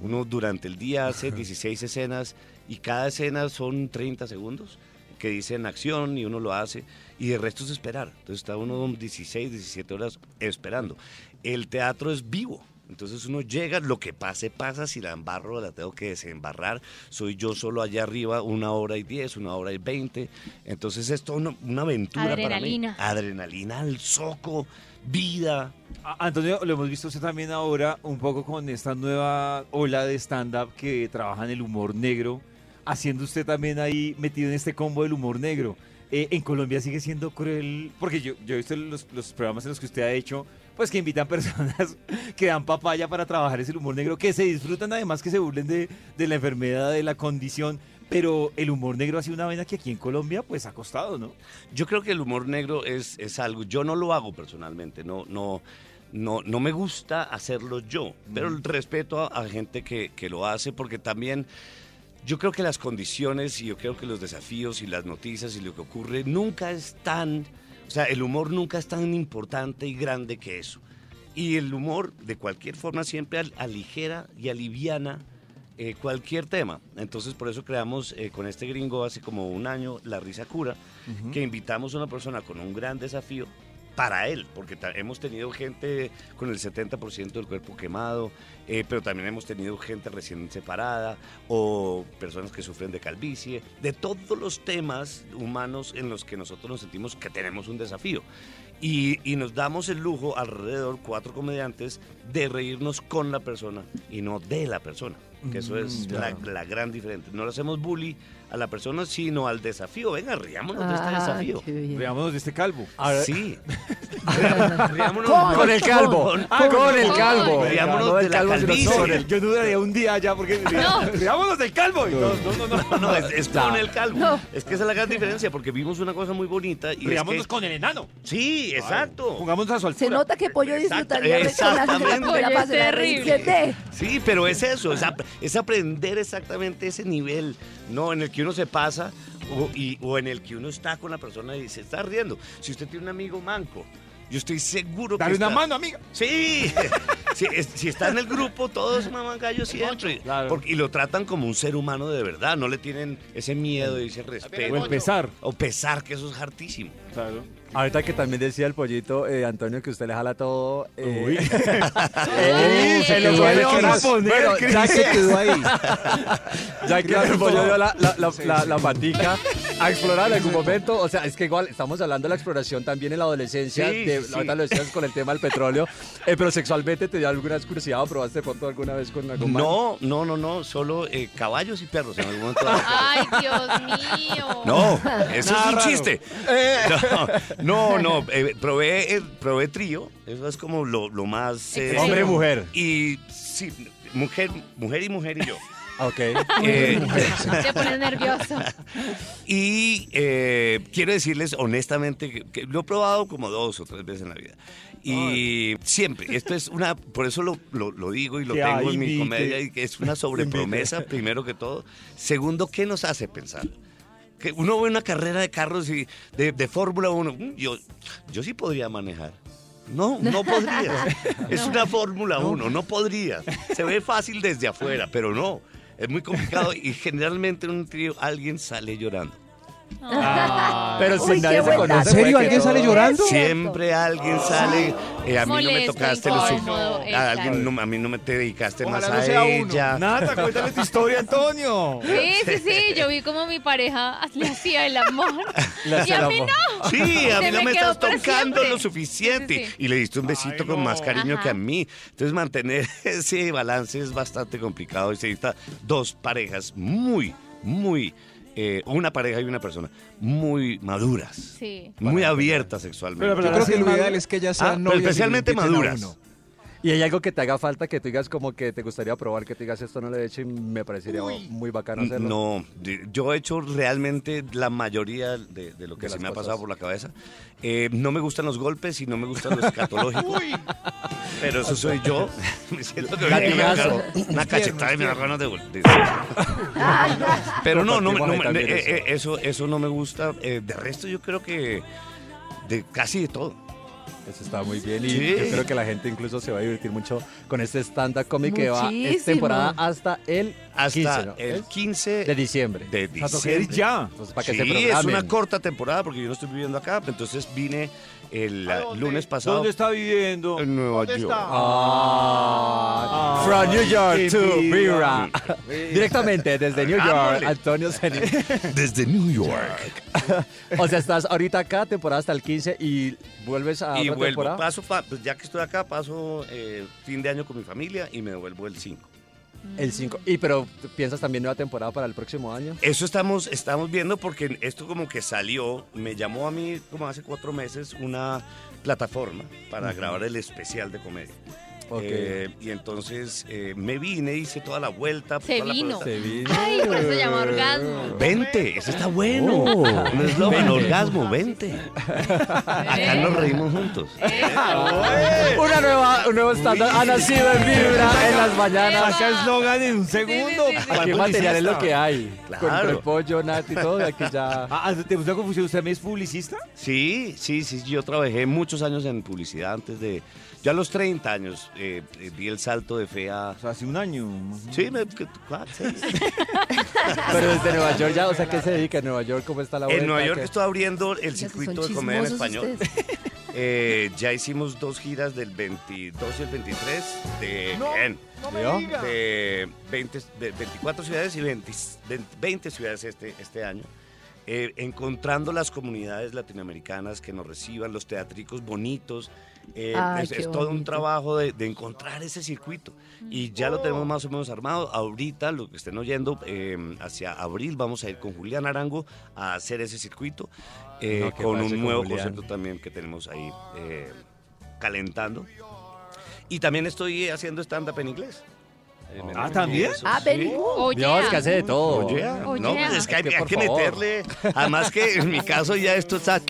[SPEAKER 12] Uno durante el día hace 16 escenas y cada escena son 30 segundos que dicen acción y uno lo hace y el resto es esperar. Entonces está uno 16, 17 horas esperando. el teatro es vivo. Entonces uno llega, lo que pase, pasa, si la embarro, la tengo que desembarrar. Soy yo solo allá arriba una hora y diez, una hora y veinte. Entonces es toda una, una aventura
[SPEAKER 4] Adrenalina.
[SPEAKER 12] para mí. Adrenalina al soco, vida.
[SPEAKER 3] A- Ah, Antonio, lo hemos visto usted también ahora un poco con esta nueva ola de stand-up que trabaja en el humor negro, haciendo usted también ahí metido en este combo del humor negro. Eh, en Colombia sigue siendo cruel, porque yo, yo he visto los, los programas en los que usted ha hecho, pues que invitan [laughs] personas que dan papaya para trabajar ese humor negro, que se disfrutan además que se burlen de, de la enfermedad, de la condición, pero el humor negro ha sido una vena que aquí en Colombia pues ha costado, ¿no?
[SPEAKER 12] Yo creo que el humor negro es, es algo. Yo no lo hago personalmente, no, no, no, no me gusta hacerlo yo. Pero el respeto a, a gente que, que lo hace, porque también yo creo que las condiciones y yo creo que los desafíos y las noticias y lo que ocurre nunca es tan. O sea, el humor nunca es tan importante y grande que eso. Y el humor, de cualquier forma, siempre al- aligera y aliviana eh, cualquier tema. Entonces, por eso creamos eh, con este gringo hace como un año La Risa Cura,
[SPEAKER 14] Ujú.
[SPEAKER 12] que invitamos a una persona con un gran desafío para él, porque ta- hemos tenido gente con el 70% del cuerpo quemado, eh, pero también hemos tenido gente recién separada o personas que sufren de calvicie, de todos los temas humanos en los que nosotros nos sentimos que tenemos un desafío. Y, y nos damos el lujo, alrededor cuatro comediantes, de reírnos con la persona y no de la persona. Que eso es
[SPEAKER 14] Mm,
[SPEAKER 12] la,
[SPEAKER 14] ya.
[SPEAKER 12] la gran diferencia. No le hacemos bully a la persona, sino al desafío. Venga, riámonos de este
[SPEAKER 14] Ah,
[SPEAKER 12] desafío.
[SPEAKER 14] qué bien.
[SPEAKER 3] Riámonos de este calvo.
[SPEAKER 12] [laughs] Sí. Riámonos
[SPEAKER 3] Con-
[SPEAKER 12] con el calvo.
[SPEAKER 3] con-
[SPEAKER 12] Ah, con el
[SPEAKER 3] con-
[SPEAKER 12] calvo.
[SPEAKER 3] con-
[SPEAKER 12] Riámonos
[SPEAKER 3] no
[SPEAKER 12] de
[SPEAKER 3] del
[SPEAKER 12] la
[SPEAKER 3] calvo, sino
[SPEAKER 12] calvicie.
[SPEAKER 3] sobre el- Yo dudaría un día ya porque
[SPEAKER 12] No.
[SPEAKER 3] riámonos del calvo. Y no, no, no, no,
[SPEAKER 12] [laughs] No, es, es con el calvo. Es que esa es la gran diferencia, porque vimos una cosa muy bonita. Y es
[SPEAKER 3] Riámonos
[SPEAKER 12] que-
[SPEAKER 3] con el enano.
[SPEAKER 12] Sí, exacto.
[SPEAKER 3] Pongámonos a su
[SPEAKER 5] Se nota que Pollo disfrutaría de con las
[SPEAKER 12] exactamente. Pollo es
[SPEAKER 5] terrible.
[SPEAKER 12] Sí, pero es eso, es, ap- es aprender exactamente ese nivel, ¿no? En el que uno se pasa o, y- o en el que uno está con la persona y se está riendo. Si usted tiene un amigo manco, yo estoy seguro
[SPEAKER 3] Dale
[SPEAKER 12] que.
[SPEAKER 3] una
[SPEAKER 12] está-
[SPEAKER 3] mano, amiga.
[SPEAKER 12] Sí. [laughs] si, es- si está en el grupo, todos maman gallo siempre. Porque- y lo tratan como un ser humano de verdad, no le tienen ese miedo y ese respeto.
[SPEAKER 13] O el pesar.
[SPEAKER 12] O pesar, que eso es hartísimo.
[SPEAKER 3] Claro.
[SPEAKER 13] Ahorita que también decía el pollito, eh, Antonio, que usted le jala todo. eh,
[SPEAKER 12] Uy.
[SPEAKER 13] eh,
[SPEAKER 12] Uy, se
[SPEAKER 13] quedó
[SPEAKER 12] lo
[SPEAKER 13] el
[SPEAKER 12] volvieron a
[SPEAKER 13] Cris.
[SPEAKER 12] poner,
[SPEAKER 13] Bueno, ya
[SPEAKER 12] Cris.
[SPEAKER 13] que quedó ahí. Ya que
[SPEAKER 12] Claro.
[SPEAKER 13] el pollo dio la, la, la,
[SPEAKER 12] Sí.
[SPEAKER 13] la- la patica a explorar en algún momento. O sea, es que igual estamos hablando de la exploración también en la adolescencia.
[SPEAKER 12] Sí,
[SPEAKER 13] de,
[SPEAKER 12] sí, sí.
[SPEAKER 13] Ahorita lo decías con el tema del petróleo. Eh, pero sexualmente, ¿te dio alguna curiosidad o probaste de pronto alguna vez con algún man?
[SPEAKER 12] No, no, no, no, solo eh, caballos y perros en algún momento.
[SPEAKER 13] [laughs]
[SPEAKER 4] Ay, Dios mío.
[SPEAKER 12] No, eso
[SPEAKER 13] Nada
[SPEAKER 12] es un
[SPEAKER 13] raro. Eh.
[SPEAKER 12] chiste.
[SPEAKER 13] [laughs]
[SPEAKER 12] No, no, no, eh, probé, eh, probé trío, eso es como lo, lo más... eh,
[SPEAKER 13] Hombre,
[SPEAKER 12] extremo.
[SPEAKER 13] mujer.
[SPEAKER 12] Y sí, mujer, mujer y mujer y yo.
[SPEAKER 13] Ah, Ok.
[SPEAKER 12] Eh,
[SPEAKER 4] Te pones nervioso.
[SPEAKER 12] y eh, quiero decirles honestamente que, que lo he probado como dos o tres veces en la vida. Y siempre, esto es una, por eso lo, lo- lo digo y lo
[SPEAKER 14] Que
[SPEAKER 12] tengo
[SPEAKER 14] ahí
[SPEAKER 12] en mi
[SPEAKER 14] ni
[SPEAKER 12] comedia,
[SPEAKER 14] que-
[SPEAKER 12] y [laughs] que es una sobrepromesa,
[SPEAKER 14] Invite.
[SPEAKER 12] primero que todo. Segundo, ¿qué nos hace pensar? Que uno ve una carrera de carros y de, de Fórmula 1, yo, yo sí podría manejar. No, no podrías. Es una Fórmula 1, no podrías. Se ve fácil desde afuera, pero no. Es muy complicado y generalmente en un trío alguien sale llorando.
[SPEAKER 13] Pero si Uy, nadie qué se buen conoce, dato.
[SPEAKER 6] ¿En serio? ¿Alguien sale llorando?
[SPEAKER 12] Siempre alguien sale. eh, a mí no me
[SPEAKER 4] Molesto,
[SPEAKER 12] tocaste los
[SPEAKER 4] incómodo,
[SPEAKER 12] a
[SPEAKER 4] exacto.
[SPEAKER 12] alguien no- A mí no me te dedicaste
[SPEAKER 3] Ojalá
[SPEAKER 12] más
[SPEAKER 3] no
[SPEAKER 12] a
[SPEAKER 3] sea uno.
[SPEAKER 12] ella.
[SPEAKER 3] Nata, cuéntale tu historia, Antonio.
[SPEAKER 4] Sí, sí, sí, yo vi como mi pareja le hacía el amor.
[SPEAKER 12] Le
[SPEAKER 4] y
[SPEAKER 12] hacía
[SPEAKER 4] a
[SPEAKER 12] el
[SPEAKER 4] mí
[SPEAKER 12] amor.
[SPEAKER 6] [laughs]
[SPEAKER 4] no.
[SPEAKER 12] Sí, a
[SPEAKER 4] Se
[SPEAKER 12] mí no me
[SPEAKER 4] quedó
[SPEAKER 12] estás
[SPEAKER 4] para
[SPEAKER 12] tocando
[SPEAKER 4] siempre.
[SPEAKER 12] lo suficiente.
[SPEAKER 4] Sí, sí, sí.
[SPEAKER 12] Y le diste un besito con más cariño
[SPEAKER 4] Ajá.
[SPEAKER 12] que a mí. Entonces, mantener [laughs] ese balance es bastante complicado y se necesita dos parejas muy, muy. eh, una pareja y una persona muy maduras,
[SPEAKER 4] Sí.
[SPEAKER 12] muy abiertas sexualmente.
[SPEAKER 6] Pero la Yo verdad creo es que que lo madura- ideal es que ellas sean
[SPEAKER 12] pero
[SPEAKER 6] novias y
[SPEAKER 12] Ah, especialmente
[SPEAKER 6] inviten a
[SPEAKER 12] maduras.
[SPEAKER 6] uno.
[SPEAKER 13] Y hay algo que te haga falta que tú digas como que te gustaría probar, que te digas esto no lo he hecho y me parecería muy bacano hacerlo.
[SPEAKER 12] No, de- yo he hecho realmente la mayoría de, de lo que
[SPEAKER 13] De
[SPEAKER 12] se
[SPEAKER 13] las
[SPEAKER 12] me ha
[SPEAKER 13] cosas.
[SPEAKER 12] pasado por la cabeza. Eh, no me gustan los golpes y no me gustan los escatológicos. pero eso soy yo. me siento que ahorita me va a
[SPEAKER 14] Gatigazo.
[SPEAKER 12] dar una cachetada y me da ganas de golpe. Pero no, no, me- no me- eh, eh, eso, eso no me gusta. Eh, de resto yo creo que de casi de todo.
[SPEAKER 8] Eso está muy bien y
[SPEAKER 12] Sí.
[SPEAKER 8] yo creo que la gente incluso se va a divertir mucho con este stand-up comedy que va
[SPEAKER 12] Muchísimo.
[SPEAKER 8] esta temporada hasta el
[SPEAKER 12] Hasta
[SPEAKER 8] 15, ¿no?
[SPEAKER 12] el
[SPEAKER 8] ¿Es?
[SPEAKER 12] 15
[SPEAKER 8] de diciembre.
[SPEAKER 12] de
[SPEAKER 8] O sea, toca
[SPEAKER 12] diciembre. Ah,
[SPEAKER 8] ya. Entonces, para que
[SPEAKER 12] sí,
[SPEAKER 8] se
[SPEAKER 12] es
[SPEAKER 8] programen.
[SPEAKER 12] una corta temporada porque yo no estoy viviendo acá, pero entonces vine el eh, lunes pasado.
[SPEAKER 3] ¿Dónde está viviendo?
[SPEAKER 12] En Nueva York.
[SPEAKER 8] Ah, From New York to Vira. [laughs] Directamente desde New York,
[SPEAKER 12] Ándale.
[SPEAKER 8] Antonio Zenin.
[SPEAKER 12] Desde New York.
[SPEAKER 8] o sea, estás ahorita acá, temporada hasta el 15 y vuelves a
[SPEAKER 12] Y
[SPEAKER 8] Ah, otra
[SPEAKER 12] vuelvo,
[SPEAKER 8] temporada.
[SPEAKER 12] paso, pa- pues ya que estoy acá, paso eh, fin de año con mi familia y me devuelvo el 5.
[SPEAKER 8] El 5. Y pero piensas también nueva temporada para el próximo año.
[SPEAKER 12] Eso estamos, estamos viendo porque esto como que salió, me llamó a mí como hace cuatro meses una plataforma para
[SPEAKER 8] Ujú.
[SPEAKER 12] grabar el especial de comedia.
[SPEAKER 8] Ok.
[SPEAKER 12] Eh, y entonces eh, me vine, hice toda la vuelta.
[SPEAKER 4] Se
[SPEAKER 12] toda la
[SPEAKER 4] vino.
[SPEAKER 12] vuelta.
[SPEAKER 4] Se vino. Ay, por eso se llama
[SPEAKER 12] Eh.
[SPEAKER 4] orgasmo.
[SPEAKER 12] Vente, eso está bueno.
[SPEAKER 4] Oh.
[SPEAKER 12] Un eslogan,
[SPEAKER 8] Vente.
[SPEAKER 12] orgasmo, vente.
[SPEAKER 4] [laughs]
[SPEAKER 12] Acá nos reímos juntos.
[SPEAKER 8] Una nueva, un nuevo estándar ha nacido en Vibra en las mañanas.
[SPEAKER 3] Saca eslogan en un segundo.
[SPEAKER 8] Aquí el material es lo que hay. Con
[SPEAKER 12] Claro.
[SPEAKER 8] repollo, nata y todo, aquí
[SPEAKER 12] [laughs]
[SPEAKER 8] ya.
[SPEAKER 3] Ah, ¿Te gusta confusión? ¿Usted me es publicista?
[SPEAKER 12] Sí, sí, sí, yo trabajé muchos años en publicidad antes de... Yo a los 30 años eh, eh, di el salto de fe a...
[SPEAKER 3] hace un año.
[SPEAKER 12] Sí, me... que- ah,
[SPEAKER 8] [laughs]
[SPEAKER 12] sí.
[SPEAKER 8] Pero desde Nueva York ya, o sea, ¿qué se dedica en Nueva York? ¿Cómo está la vuelta?
[SPEAKER 12] En Nueva York
[SPEAKER 8] ¿Qué?
[SPEAKER 12] estoy abriendo el
[SPEAKER 8] Ya se
[SPEAKER 12] circuito
[SPEAKER 8] son
[SPEAKER 12] de comedia en
[SPEAKER 8] chismosos
[SPEAKER 12] español. [laughs] Eh, ya hicimos dos giras del 22 y el 23 de, bien,
[SPEAKER 8] me diga.
[SPEAKER 12] de 20 de 24 ciudades y 20, de 20 ciudades este, este año. eh, encontrando las comunidades latinoamericanas que nos reciban, los teatricos bonitos. eh,
[SPEAKER 8] Ay,
[SPEAKER 12] es
[SPEAKER 8] qué
[SPEAKER 12] es todo un
[SPEAKER 8] bonito.
[SPEAKER 12] trabajo de, de encontrar ese circuito. Y ya lo tenemos más o menos armado. Ahorita, lo que estén oyendo, eh, hacia abril vamos a ir con Julián Arango a hacer ese circuito eh,
[SPEAKER 8] No, que
[SPEAKER 12] con
[SPEAKER 8] pase
[SPEAKER 12] un
[SPEAKER 8] con
[SPEAKER 12] nuevo
[SPEAKER 8] Julián.
[SPEAKER 12] concepto también que tenemos ahí eh, calentando. Y también estoy haciendo stand-up en inglés. Eh, me
[SPEAKER 3] Ah,
[SPEAKER 12] metí
[SPEAKER 3] ¿también?
[SPEAKER 12] eso,
[SPEAKER 5] Ah,
[SPEAKER 12] sí.
[SPEAKER 5] very good. Oh,
[SPEAKER 8] Dios, yeah. que hace de todo.
[SPEAKER 12] Oh, yeah.
[SPEAKER 8] Oh,
[SPEAKER 12] no,
[SPEAKER 8] yeah.
[SPEAKER 12] pues es que hay,
[SPEAKER 8] Es que,
[SPEAKER 12] hay
[SPEAKER 8] por
[SPEAKER 12] que
[SPEAKER 8] favor.
[SPEAKER 12] meterle. Además que en mi caso ya esto [laughs] está...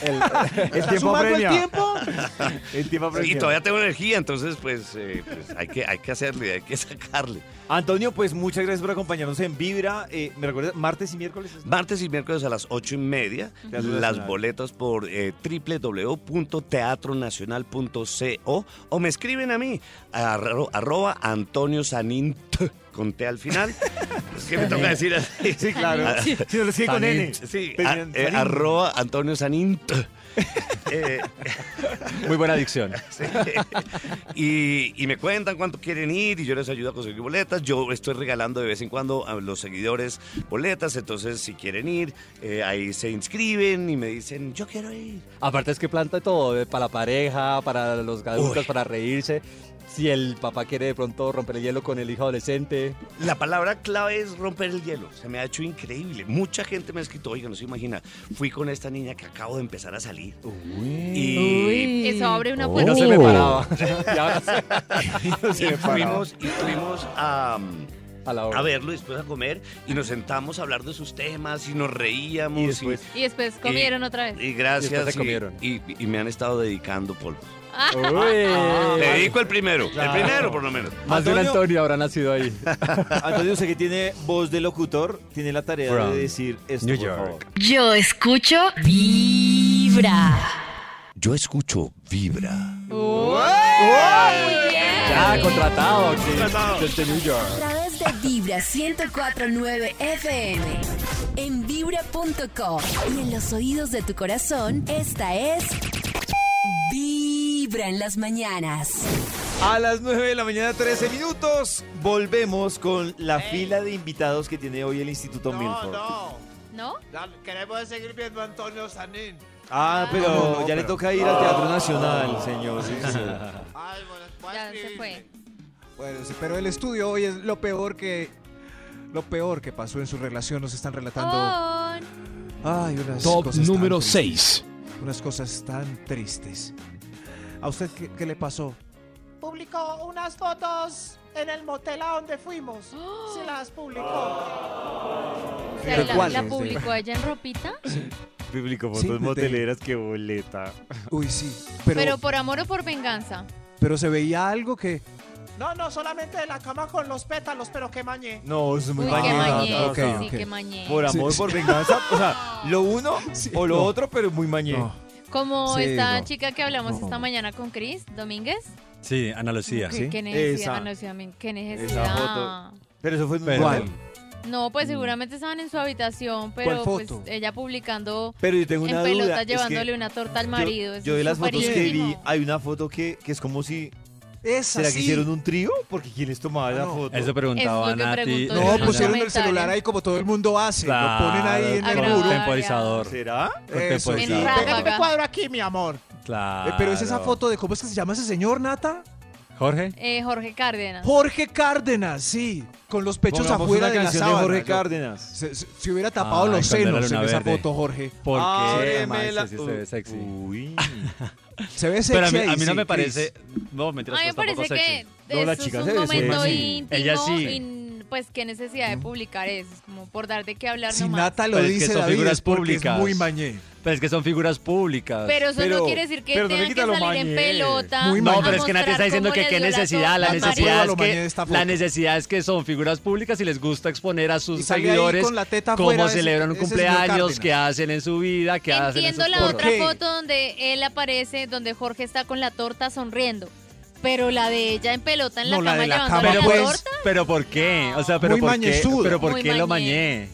[SPEAKER 8] El ¿Está tiempo sumando el apremia. tiempo?
[SPEAKER 3] [laughs] El tiempo
[SPEAKER 12] Y
[SPEAKER 3] apremia.
[SPEAKER 12] todavía tengo energía, entonces pues, eh, pues hay, que, hay que hacerle, hay que sacarle.
[SPEAKER 3] Antonio, pues muchas gracias por acompañarnos en Vibra. Eh, ¿Me recuerdas? ¿Martes y miércoles?
[SPEAKER 12] Martes y miércoles a las ocho y media.
[SPEAKER 3] Teatro
[SPEAKER 12] Las
[SPEAKER 3] Nacional.
[SPEAKER 12] boletas por eh, www.teatronacional.co o me escriben a mí, arro- arroba Antonio Sanín, t, con T al [laughs] final. es que me toca decir así.
[SPEAKER 3] Sí, claro.
[SPEAKER 12] Ah,
[SPEAKER 3] Sí, no, lo escribe con
[SPEAKER 12] Sanín,
[SPEAKER 3] N.
[SPEAKER 12] Sí,
[SPEAKER 8] ah,
[SPEAKER 3] Pues,
[SPEAKER 12] a-
[SPEAKER 3] Sanín.
[SPEAKER 12] eh, arroba Antonio Sanín. [laughs] t. Eh, [laughs]
[SPEAKER 8] Muy buena adicción.
[SPEAKER 12] y, y me cuentan cuánto quieren ir y yo les ayudo a conseguir boletas. Yo estoy regalando de vez en cuando a los seguidores boletas, entonces si quieren ir, eh, ahí se inscriben y me dicen, yo quiero ir.
[SPEAKER 8] Aparte es que planta todo, eh, para la pareja, para los adultos, para reírse. Si el papá quiere de pronto romper el hielo con el hijo adolescente.
[SPEAKER 12] La palabra clave es romper el hielo. Se me ha hecho increíble. Mucha gente me ha escrito, oiga, no se imagina, fui con esta niña que acabo de empezar a salir. Y
[SPEAKER 4] Uy, eso abre una
[SPEAKER 12] Oh.
[SPEAKER 4] puerta.
[SPEAKER 12] No
[SPEAKER 3] Uh.
[SPEAKER 12] se me
[SPEAKER 3] [laughs]
[SPEAKER 12] paraba. Y ahora
[SPEAKER 8] se
[SPEAKER 12] [laughs] y
[SPEAKER 8] me paraba.
[SPEAKER 12] fuimos, y fuimos a, mm,
[SPEAKER 8] obra.
[SPEAKER 12] a verlo y después a comer y nos sentamos a hablar de sus temas y nos reíamos. Y,
[SPEAKER 4] Y después comieron otra vez.
[SPEAKER 12] y gracias.
[SPEAKER 8] Y después se
[SPEAKER 12] y-
[SPEAKER 8] comieron.
[SPEAKER 12] Y, y me han estado dedicando polvos.
[SPEAKER 8] Uy.
[SPEAKER 3] Ah.
[SPEAKER 12] Te dedico el primero,
[SPEAKER 8] Claro.
[SPEAKER 12] el primero por lo menos.
[SPEAKER 8] Más de un Antonio habrá nacido
[SPEAKER 3] [laughs]
[SPEAKER 8] ahí.
[SPEAKER 3] [laughs] Antonio, usted que tiene voz de locutor, tiene la tarea
[SPEAKER 8] From
[SPEAKER 3] de decir esto,
[SPEAKER 8] New
[SPEAKER 3] por
[SPEAKER 8] York.
[SPEAKER 3] favor.
[SPEAKER 2] Yo escucho Vibra.
[SPEAKER 12] Yo escucho Vibra.
[SPEAKER 8] Ya, contratado. sí,
[SPEAKER 2] Contratado.
[SPEAKER 8] Desde New
[SPEAKER 2] A
[SPEAKER 8] York.
[SPEAKER 2] través de Vibra 1049 FM. En vibra.com. Y en los oídos de tu corazón, esta es. Vibra en las mañanas.
[SPEAKER 3] A las 9 de la mañana, 13 minutos, volvemos con la fila de invitados que tiene hoy el Instituto
[SPEAKER 15] No,
[SPEAKER 3] Milford.
[SPEAKER 15] no.
[SPEAKER 4] ¿No?
[SPEAKER 15] Queremos seguir viendo a Antonio Sanín.
[SPEAKER 3] Ah, pero
[SPEAKER 15] No,
[SPEAKER 3] ya le
[SPEAKER 15] pero-
[SPEAKER 3] toca ir al Teatro Nacional, señor. sí, sí.
[SPEAKER 4] Ya se fue.
[SPEAKER 6] Bueno, sí, pero el estudio hoy es lo peor que. Lo peor que pasó en su relación nos están
[SPEAKER 4] Oh.
[SPEAKER 6] relatando. Ay, unas
[SPEAKER 11] Top
[SPEAKER 6] cosas tan
[SPEAKER 11] número
[SPEAKER 6] tristes,
[SPEAKER 11] 6.
[SPEAKER 6] Unas cosas tan tristes. ¿A usted qué, qué le pasó?
[SPEAKER 16] Publicó unas fotos en el motel a donde fuimos. Se las
[SPEAKER 8] Ah.
[SPEAKER 16] publicó.
[SPEAKER 4] O sea,
[SPEAKER 3] ¿Pero
[SPEAKER 4] la,
[SPEAKER 3] cuál?
[SPEAKER 4] la publicó ella en ropita.
[SPEAKER 3] Publicó
[SPEAKER 6] Sí,
[SPEAKER 3] fotos
[SPEAKER 6] te-
[SPEAKER 3] moteleras, qué boleta.
[SPEAKER 6] Uy, sí.
[SPEAKER 4] Pero,
[SPEAKER 6] Pero, pero,
[SPEAKER 4] por amor o por venganza.
[SPEAKER 6] se veía algo que.
[SPEAKER 16] No, no, solamente de la cama con los pétalos, pero que mañé.
[SPEAKER 3] No, es muy
[SPEAKER 4] Uy, qué
[SPEAKER 3] mañana.
[SPEAKER 4] mañé,
[SPEAKER 3] Ok,
[SPEAKER 4] sí,
[SPEAKER 3] ok.
[SPEAKER 4] qué mañé.
[SPEAKER 3] [laughs] Por amor, por venganza. O sea, lo uno o lo
[SPEAKER 6] no.
[SPEAKER 3] otro, pero muy mañé.
[SPEAKER 4] Como Como
[SPEAKER 8] Sí,
[SPEAKER 4] esta
[SPEAKER 8] no.
[SPEAKER 4] chica que hablamos
[SPEAKER 8] No.
[SPEAKER 4] esta mañana con Chris Domínguez.
[SPEAKER 8] Sí, Ana Lucía.
[SPEAKER 4] ¿Qué, qué necesidad? Ana Lucía Domínguez, ¿Qué necesidad?
[SPEAKER 3] Pero eso fue
[SPEAKER 8] Pero-
[SPEAKER 3] igual.
[SPEAKER 4] No, pues seguramente estaban en su habitación, pero
[SPEAKER 3] Mm. ¿Cuál
[SPEAKER 4] pues
[SPEAKER 3] foto?
[SPEAKER 4] ella publicando
[SPEAKER 3] Pero yo tengo
[SPEAKER 4] en
[SPEAKER 3] una
[SPEAKER 4] pelota
[SPEAKER 3] duda, es que
[SPEAKER 4] llevándole una torta al
[SPEAKER 3] yo-
[SPEAKER 4] marido.
[SPEAKER 3] Yo,
[SPEAKER 4] eso
[SPEAKER 3] de
[SPEAKER 4] es
[SPEAKER 3] las
[SPEAKER 4] súper
[SPEAKER 3] fotos que vi,
[SPEAKER 4] íntimo.
[SPEAKER 3] hay una foto que, que es como si...
[SPEAKER 6] Esa
[SPEAKER 3] ¿Será
[SPEAKER 6] sí.
[SPEAKER 3] que hicieron un trío? Porque ¿quiénes tomaban la foto?
[SPEAKER 8] Eso preguntaba Es lo que Nati. preguntó
[SPEAKER 6] No,
[SPEAKER 8] en los
[SPEAKER 6] pusieron el
[SPEAKER 8] comentarios.
[SPEAKER 6] celular ahí como todo el mundo hace. lo ponen ahí en el
[SPEAKER 8] Claro, pues,
[SPEAKER 6] muro.
[SPEAKER 8] Temporizador.
[SPEAKER 3] ¿Será?
[SPEAKER 6] Eso.
[SPEAKER 12] Déjame mi cuadro aquí, mi amor.
[SPEAKER 8] Claro.
[SPEAKER 6] Eh, Pero es esa foto de cómo es que se llama ese señor, Nata.
[SPEAKER 8] Jorge.
[SPEAKER 4] Eh, Jorge Cárdenas.
[SPEAKER 6] Jorge Cárdenas, sí. Con los pechos
[SPEAKER 3] Pongamos
[SPEAKER 6] afuera
[SPEAKER 3] una
[SPEAKER 6] de la
[SPEAKER 3] canción de
[SPEAKER 6] sábana.
[SPEAKER 3] Jorge
[SPEAKER 6] Yo-
[SPEAKER 3] Cárdenas.
[SPEAKER 6] Se, se- se hubiera tapado
[SPEAKER 8] Ay,
[SPEAKER 6] los
[SPEAKER 8] cuando Ah, era
[SPEAKER 6] senos en
[SPEAKER 8] luna
[SPEAKER 6] esa
[SPEAKER 8] verde.
[SPEAKER 6] foto, Ah, Jorge.
[SPEAKER 8] ¿Por qué?
[SPEAKER 6] Ábreme
[SPEAKER 8] Además,
[SPEAKER 6] la-
[SPEAKER 8] sí, sí se ve sexy.
[SPEAKER 6] Se ve
[SPEAKER 8] Pero a
[SPEAKER 6] sexy
[SPEAKER 8] mí, a
[SPEAKER 6] ahí,
[SPEAKER 8] mí no
[SPEAKER 6] sí,
[SPEAKER 8] me
[SPEAKER 6] Chris.
[SPEAKER 8] parece. No, mentiras,
[SPEAKER 4] A mí me
[SPEAKER 8] pues tampoco
[SPEAKER 4] parece que
[SPEAKER 8] sexy.
[SPEAKER 4] eso es un momento íntimo
[SPEAKER 8] Ella sí.
[SPEAKER 4] y n- pues qué necesidad de publicar eso, es como por dar de qué hablar
[SPEAKER 6] Si
[SPEAKER 4] nomás.
[SPEAKER 6] Nata lo
[SPEAKER 8] Pero es que
[SPEAKER 6] dice,
[SPEAKER 8] son
[SPEAKER 6] David,
[SPEAKER 8] figuras
[SPEAKER 6] es porque
[SPEAKER 8] públicas.
[SPEAKER 6] es muy mañé.
[SPEAKER 8] Pero es que son figuras públicas.
[SPEAKER 4] Pero eso no quiere decir que
[SPEAKER 8] pero no le
[SPEAKER 4] tengan que
[SPEAKER 8] quita lo
[SPEAKER 4] salir en
[SPEAKER 8] mañé.
[SPEAKER 4] pelota.
[SPEAKER 8] Muy
[SPEAKER 4] a
[SPEAKER 8] no, pero es que
[SPEAKER 4] mostrar
[SPEAKER 8] Nati está diciendo
[SPEAKER 4] cómo
[SPEAKER 8] que
[SPEAKER 4] le
[SPEAKER 8] qué
[SPEAKER 4] dio la
[SPEAKER 8] necesidad. La
[SPEAKER 4] torta al
[SPEAKER 8] necesidad,
[SPEAKER 4] marido.
[SPEAKER 8] es que, la necesidad es que son figuras públicas y les gusta exponer a sus
[SPEAKER 6] sale ahí
[SPEAKER 8] seguidores
[SPEAKER 6] con la teta
[SPEAKER 8] cómo
[SPEAKER 6] afuera ese-
[SPEAKER 8] celebran un
[SPEAKER 6] ese señor
[SPEAKER 8] cumpleaños,
[SPEAKER 6] Cárdenas.
[SPEAKER 8] qué hacen en su vida, qué hacen en
[SPEAKER 4] Entiendo
[SPEAKER 8] sus
[SPEAKER 4] la
[SPEAKER 8] cosas.
[SPEAKER 4] otra foto donde él aparece, donde Jorge está con la torta sonriendo. Pero la de ella en pelota en la
[SPEAKER 8] No,
[SPEAKER 4] cama
[SPEAKER 8] de
[SPEAKER 4] llevando
[SPEAKER 8] cama,
[SPEAKER 4] la
[SPEAKER 8] pero, pues,
[SPEAKER 4] torta.
[SPEAKER 8] pero ¿por qué? O sea, pero
[SPEAKER 6] Muy
[SPEAKER 8] ¿por qué?
[SPEAKER 6] mañezudo.
[SPEAKER 8] Pero ¿por
[SPEAKER 4] Muy
[SPEAKER 8] qué lo mañé?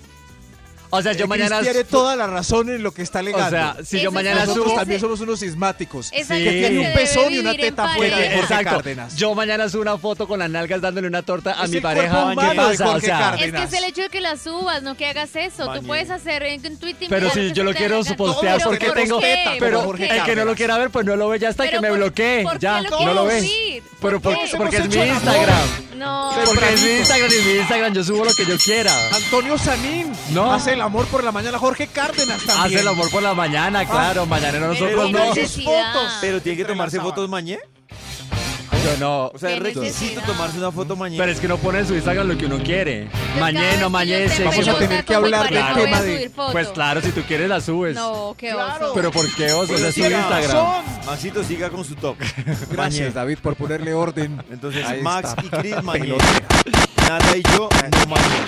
[SPEAKER 8] O sea, yo
[SPEAKER 6] Eh,
[SPEAKER 8] mañana
[SPEAKER 6] Chris tiene toda la razón en lo que está alegando.
[SPEAKER 8] O sea, si yo
[SPEAKER 6] Nosotros
[SPEAKER 8] mañana subo-
[SPEAKER 6] también somos unos sismáticos.
[SPEAKER 4] Esa
[SPEAKER 6] Que
[SPEAKER 8] gente
[SPEAKER 6] tiene
[SPEAKER 8] se
[SPEAKER 6] un pezón y una
[SPEAKER 4] vivir en
[SPEAKER 6] teta
[SPEAKER 4] paz.
[SPEAKER 6] fuera de
[SPEAKER 4] Que-
[SPEAKER 6] Jorge
[SPEAKER 8] Exacto.
[SPEAKER 6] Cárdenas.
[SPEAKER 8] Yo mañana subo una foto con las nalgas dándole una torta a
[SPEAKER 6] Es
[SPEAKER 8] mi
[SPEAKER 6] el
[SPEAKER 8] pareja.
[SPEAKER 6] cuerpo humano
[SPEAKER 8] ¿Qué
[SPEAKER 6] de
[SPEAKER 8] pasa? O
[SPEAKER 6] Jorge
[SPEAKER 8] sea,
[SPEAKER 4] Es que es el hecho de que la subas, no que hagas eso. Tú
[SPEAKER 8] Mañé.
[SPEAKER 4] puedes hacer en en Twitter. y
[SPEAKER 8] pero
[SPEAKER 4] mirar
[SPEAKER 8] si
[SPEAKER 4] que
[SPEAKER 8] yo lo
[SPEAKER 4] te
[SPEAKER 8] quiero
[SPEAKER 4] hagan.
[SPEAKER 8] postear,
[SPEAKER 4] No,
[SPEAKER 8] ¿por qué
[SPEAKER 4] pero
[SPEAKER 8] tengo?
[SPEAKER 4] ¿por qué?
[SPEAKER 8] Pero
[SPEAKER 4] ¿Por qué?
[SPEAKER 8] el que no lo quiera ver, pues no lo ve, ya está, y que me bloquee.
[SPEAKER 4] ¿Por qué
[SPEAKER 8] Ya,
[SPEAKER 4] lo
[SPEAKER 8] no lo
[SPEAKER 4] quieres
[SPEAKER 8] ve.
[SPEAKER 4] subir?
[SPEAKER 8] Pero
[SPEAKER 4] ¿Por
[SPEAKER 8] por-
[SPEAKER 4] qué?
[SPEAKER 8] porque es
[SPEAKER 4] Hemos
[SPEAKER 8] mi
[SPEAKER 4] hecho el amor.
[SPEAKER 8] Instagram.
[SPEAKER 4] No.
[SPEAKER 8] Porque es mi Instagram y en mi Instagram yo subo lo que yo quiera.
[SPEAKER 6] Antonio Sanín
[SPEAKER 8] No.
[SPEAKER 6] hace el amor por la mañana. Jorge Cárdenas también.
[SPEAKER 8] Hace el amor por la mañana, claro. Mañana nosotros no.
[SPEAKER 3] Pero tiene que tomarse fotos mañé.
[SPEAKER 8] Yo no.
[SPEAKER 3] O sea, es requisito tomarse una foto mañé.
[SPEAKER 8] Pero es que no pone en su Instagram lo que uno quiere. Mañana, no mañana,
[SPEAKER 4] esté Vamos a celosa tener que con mi hablar del pareja, voy a tema de- subir fotos.
[SPEAKER 8] Pues claro, si tú quieres la
[SPEAKER 4] pues.
[SPEAKER 8] subes.
[SPEAKER 4] No, qué oso.
[SPEAKER 8] Pero ¿por qué vos? O sea, es su
[SPEAKER 3] Tiene
[SPEAKER 8] Instagram.
[SPEAKER 3] razón. Maxito siga con su top.
[SPEAKER 6] Gracias, David, por ponerle orden.
[SPEAKER 3] Entonces,
[SPEAKER 6] Ahí
[SPEAKER 3] Max
[SPEAKER 6] está.
[SPEAKER 3] y
[SPEAKER 6] [laughs]
[SPEAKER 3] Chris mañé.
[SPEAKER 6] Pelota.
[SPEAKER 3] Nata y yo no mañé.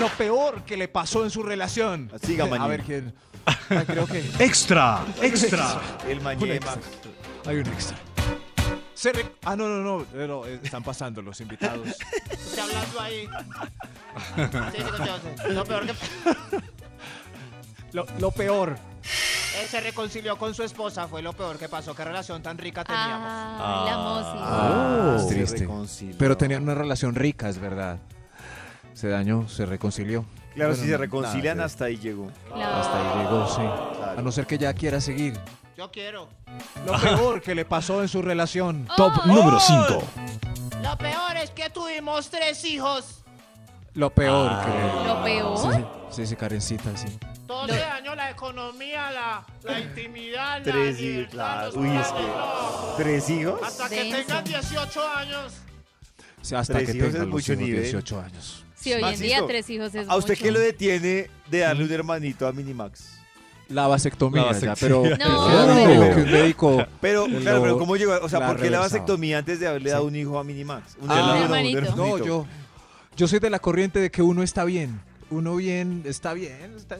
[SPEAKER 6] Lo peor que le pasó en su relación.
[SPEAKER 3] Siga mañé.
[SPEAKER 6] A ver quién. Ah, creo que.
[SPEAKER 3] Extra,
[SPEAKER 6] extra.
[SPEAKER 3] El
[SPEAKER 6] Un
[SPEAKER 3] mañé,
[SPEAKER 6] extra.
[SPEAKER 3] Max.
[SPEAKER 6] Hay un extra. Se re- Ah, no, no, no, eh, no, eh, Están pasando los invitados.
[SPEAKER 12] Estoy
[SPEAKER 6] [laughs]
[SPEAKER 12] hablando ahí. Sí, sí,
[SPEAKER 6] sí.
[SPEAKER 12] Lo peor que
[SPEAKER 6] Lo, lo peor.
[SPEAKER 12] Él se reconcilió con su esposa, fue lo peor que pasó. Qué relación tan rica teníamos.
[SPEAKER 4] la mozi.
[SPEAKER 6] Ah, es
[SPEAKER 3] se
[SPEAKER 6] triste.
[SPEAKER 3] reconcilió.
[SPEAKER 6] Pero tenían una relación rica, es verdad. Se dañó, se reconcilió.
[SPEAKER 3] Claro,
[SPEAKER 6] Bueno,
[SPEAKER 3] si se
[SPEAKER 6] nada,
[SPEAKER 3] reconcilian,
[SPEAKER 6] pero-
[SPEAKER 3] hasta ahí llegó.
[SPEAKER 6] Hasta ahí llegó, sí. A no ser que ya quiera seguir.
[SPEAKER 12] Yo quiero.
[SPEAKER 6] Lo peor que le pasó en su relación.
[SPEAKER 17] Top
[SPEAKER 4] Oh,
[SPEAKER 17] número 5.
[SPEAKER 12] Lo peor es que tuvimos tres hijos.
[SPEAKER 6] Lo peor que le-
[SPEAKER 12] ¿Lo peor?
[SPEAKER 6] Sí, sí, sí, sí, Karencita, sí.
[SPEAKER 12] Todo se dañó la economía, la, la intimidad, la
[SPEAKER 3] Tres hijos,
[SPEAKER 12] libertad,
[SPEAKER 3] claro.
[SPEAKER 12] los
[SPEAKER 3] Uy, es
[SPEAKER 12] planes, no.
[SPEAKER 3] que. ¿Tres hijos?
[SPEAKER 12] Hasta que tengas 18 años.
[SPEAKER 6] O sea, hasta
[SPEAKER 3] Tres
[SPEAKER 6] que
[SPEAKER 3] hijos
[SPEAKER 6] tenga
[SPEAKER 3] es
[SPEAKER 6] los
[SPEAKER 3] mucho
[SPEAKER 6] hijos
[SPEAKER 3] nivel.
[SPEAKER 6] 18 años.
[SPEAKER 4] Sí, hoy en día
[SPEAKER 3] Maxito,
[SPEAKER 4] tres hijos es
[SPEAKER 3] ¿A usted
[SPEAKER 4] mucho.
[SPEAKER 3] qué lo detiene de darle un hermanito a Minimax?
[SPEAKER 6] La vasectomía,
[SPEAKER 3] La
[SPEAKER 6] ya,
[SPEAKER 3] vasectomía.
[SPEAKER 6] pero
[SPEAKER 3] No.
[SPEAKER 6] queda muy bien que un médico
[SPEAKER 3] Pero,
[SPEAKER 6] lo-
[SPEAKER 3] claro, pero ¿cómo llegó? O sea,
[SPEAKER 6] la
[SPEAKER 3] ¿por qué la
[SPEAKER 6] reversaba.
[SPEAKER 3] vasectomía antes de haberle dado un hijo a Minimax? Un
[SPEAKER 6] Ah,
[SPEAKER 3] hermano, un
[SPEAKER 6] no,
[SPEAKER 3] hermanito.
[SPEAKER 6] yo, yo soy de la corriente de que uno está bien. Uno bien, está bien. Está...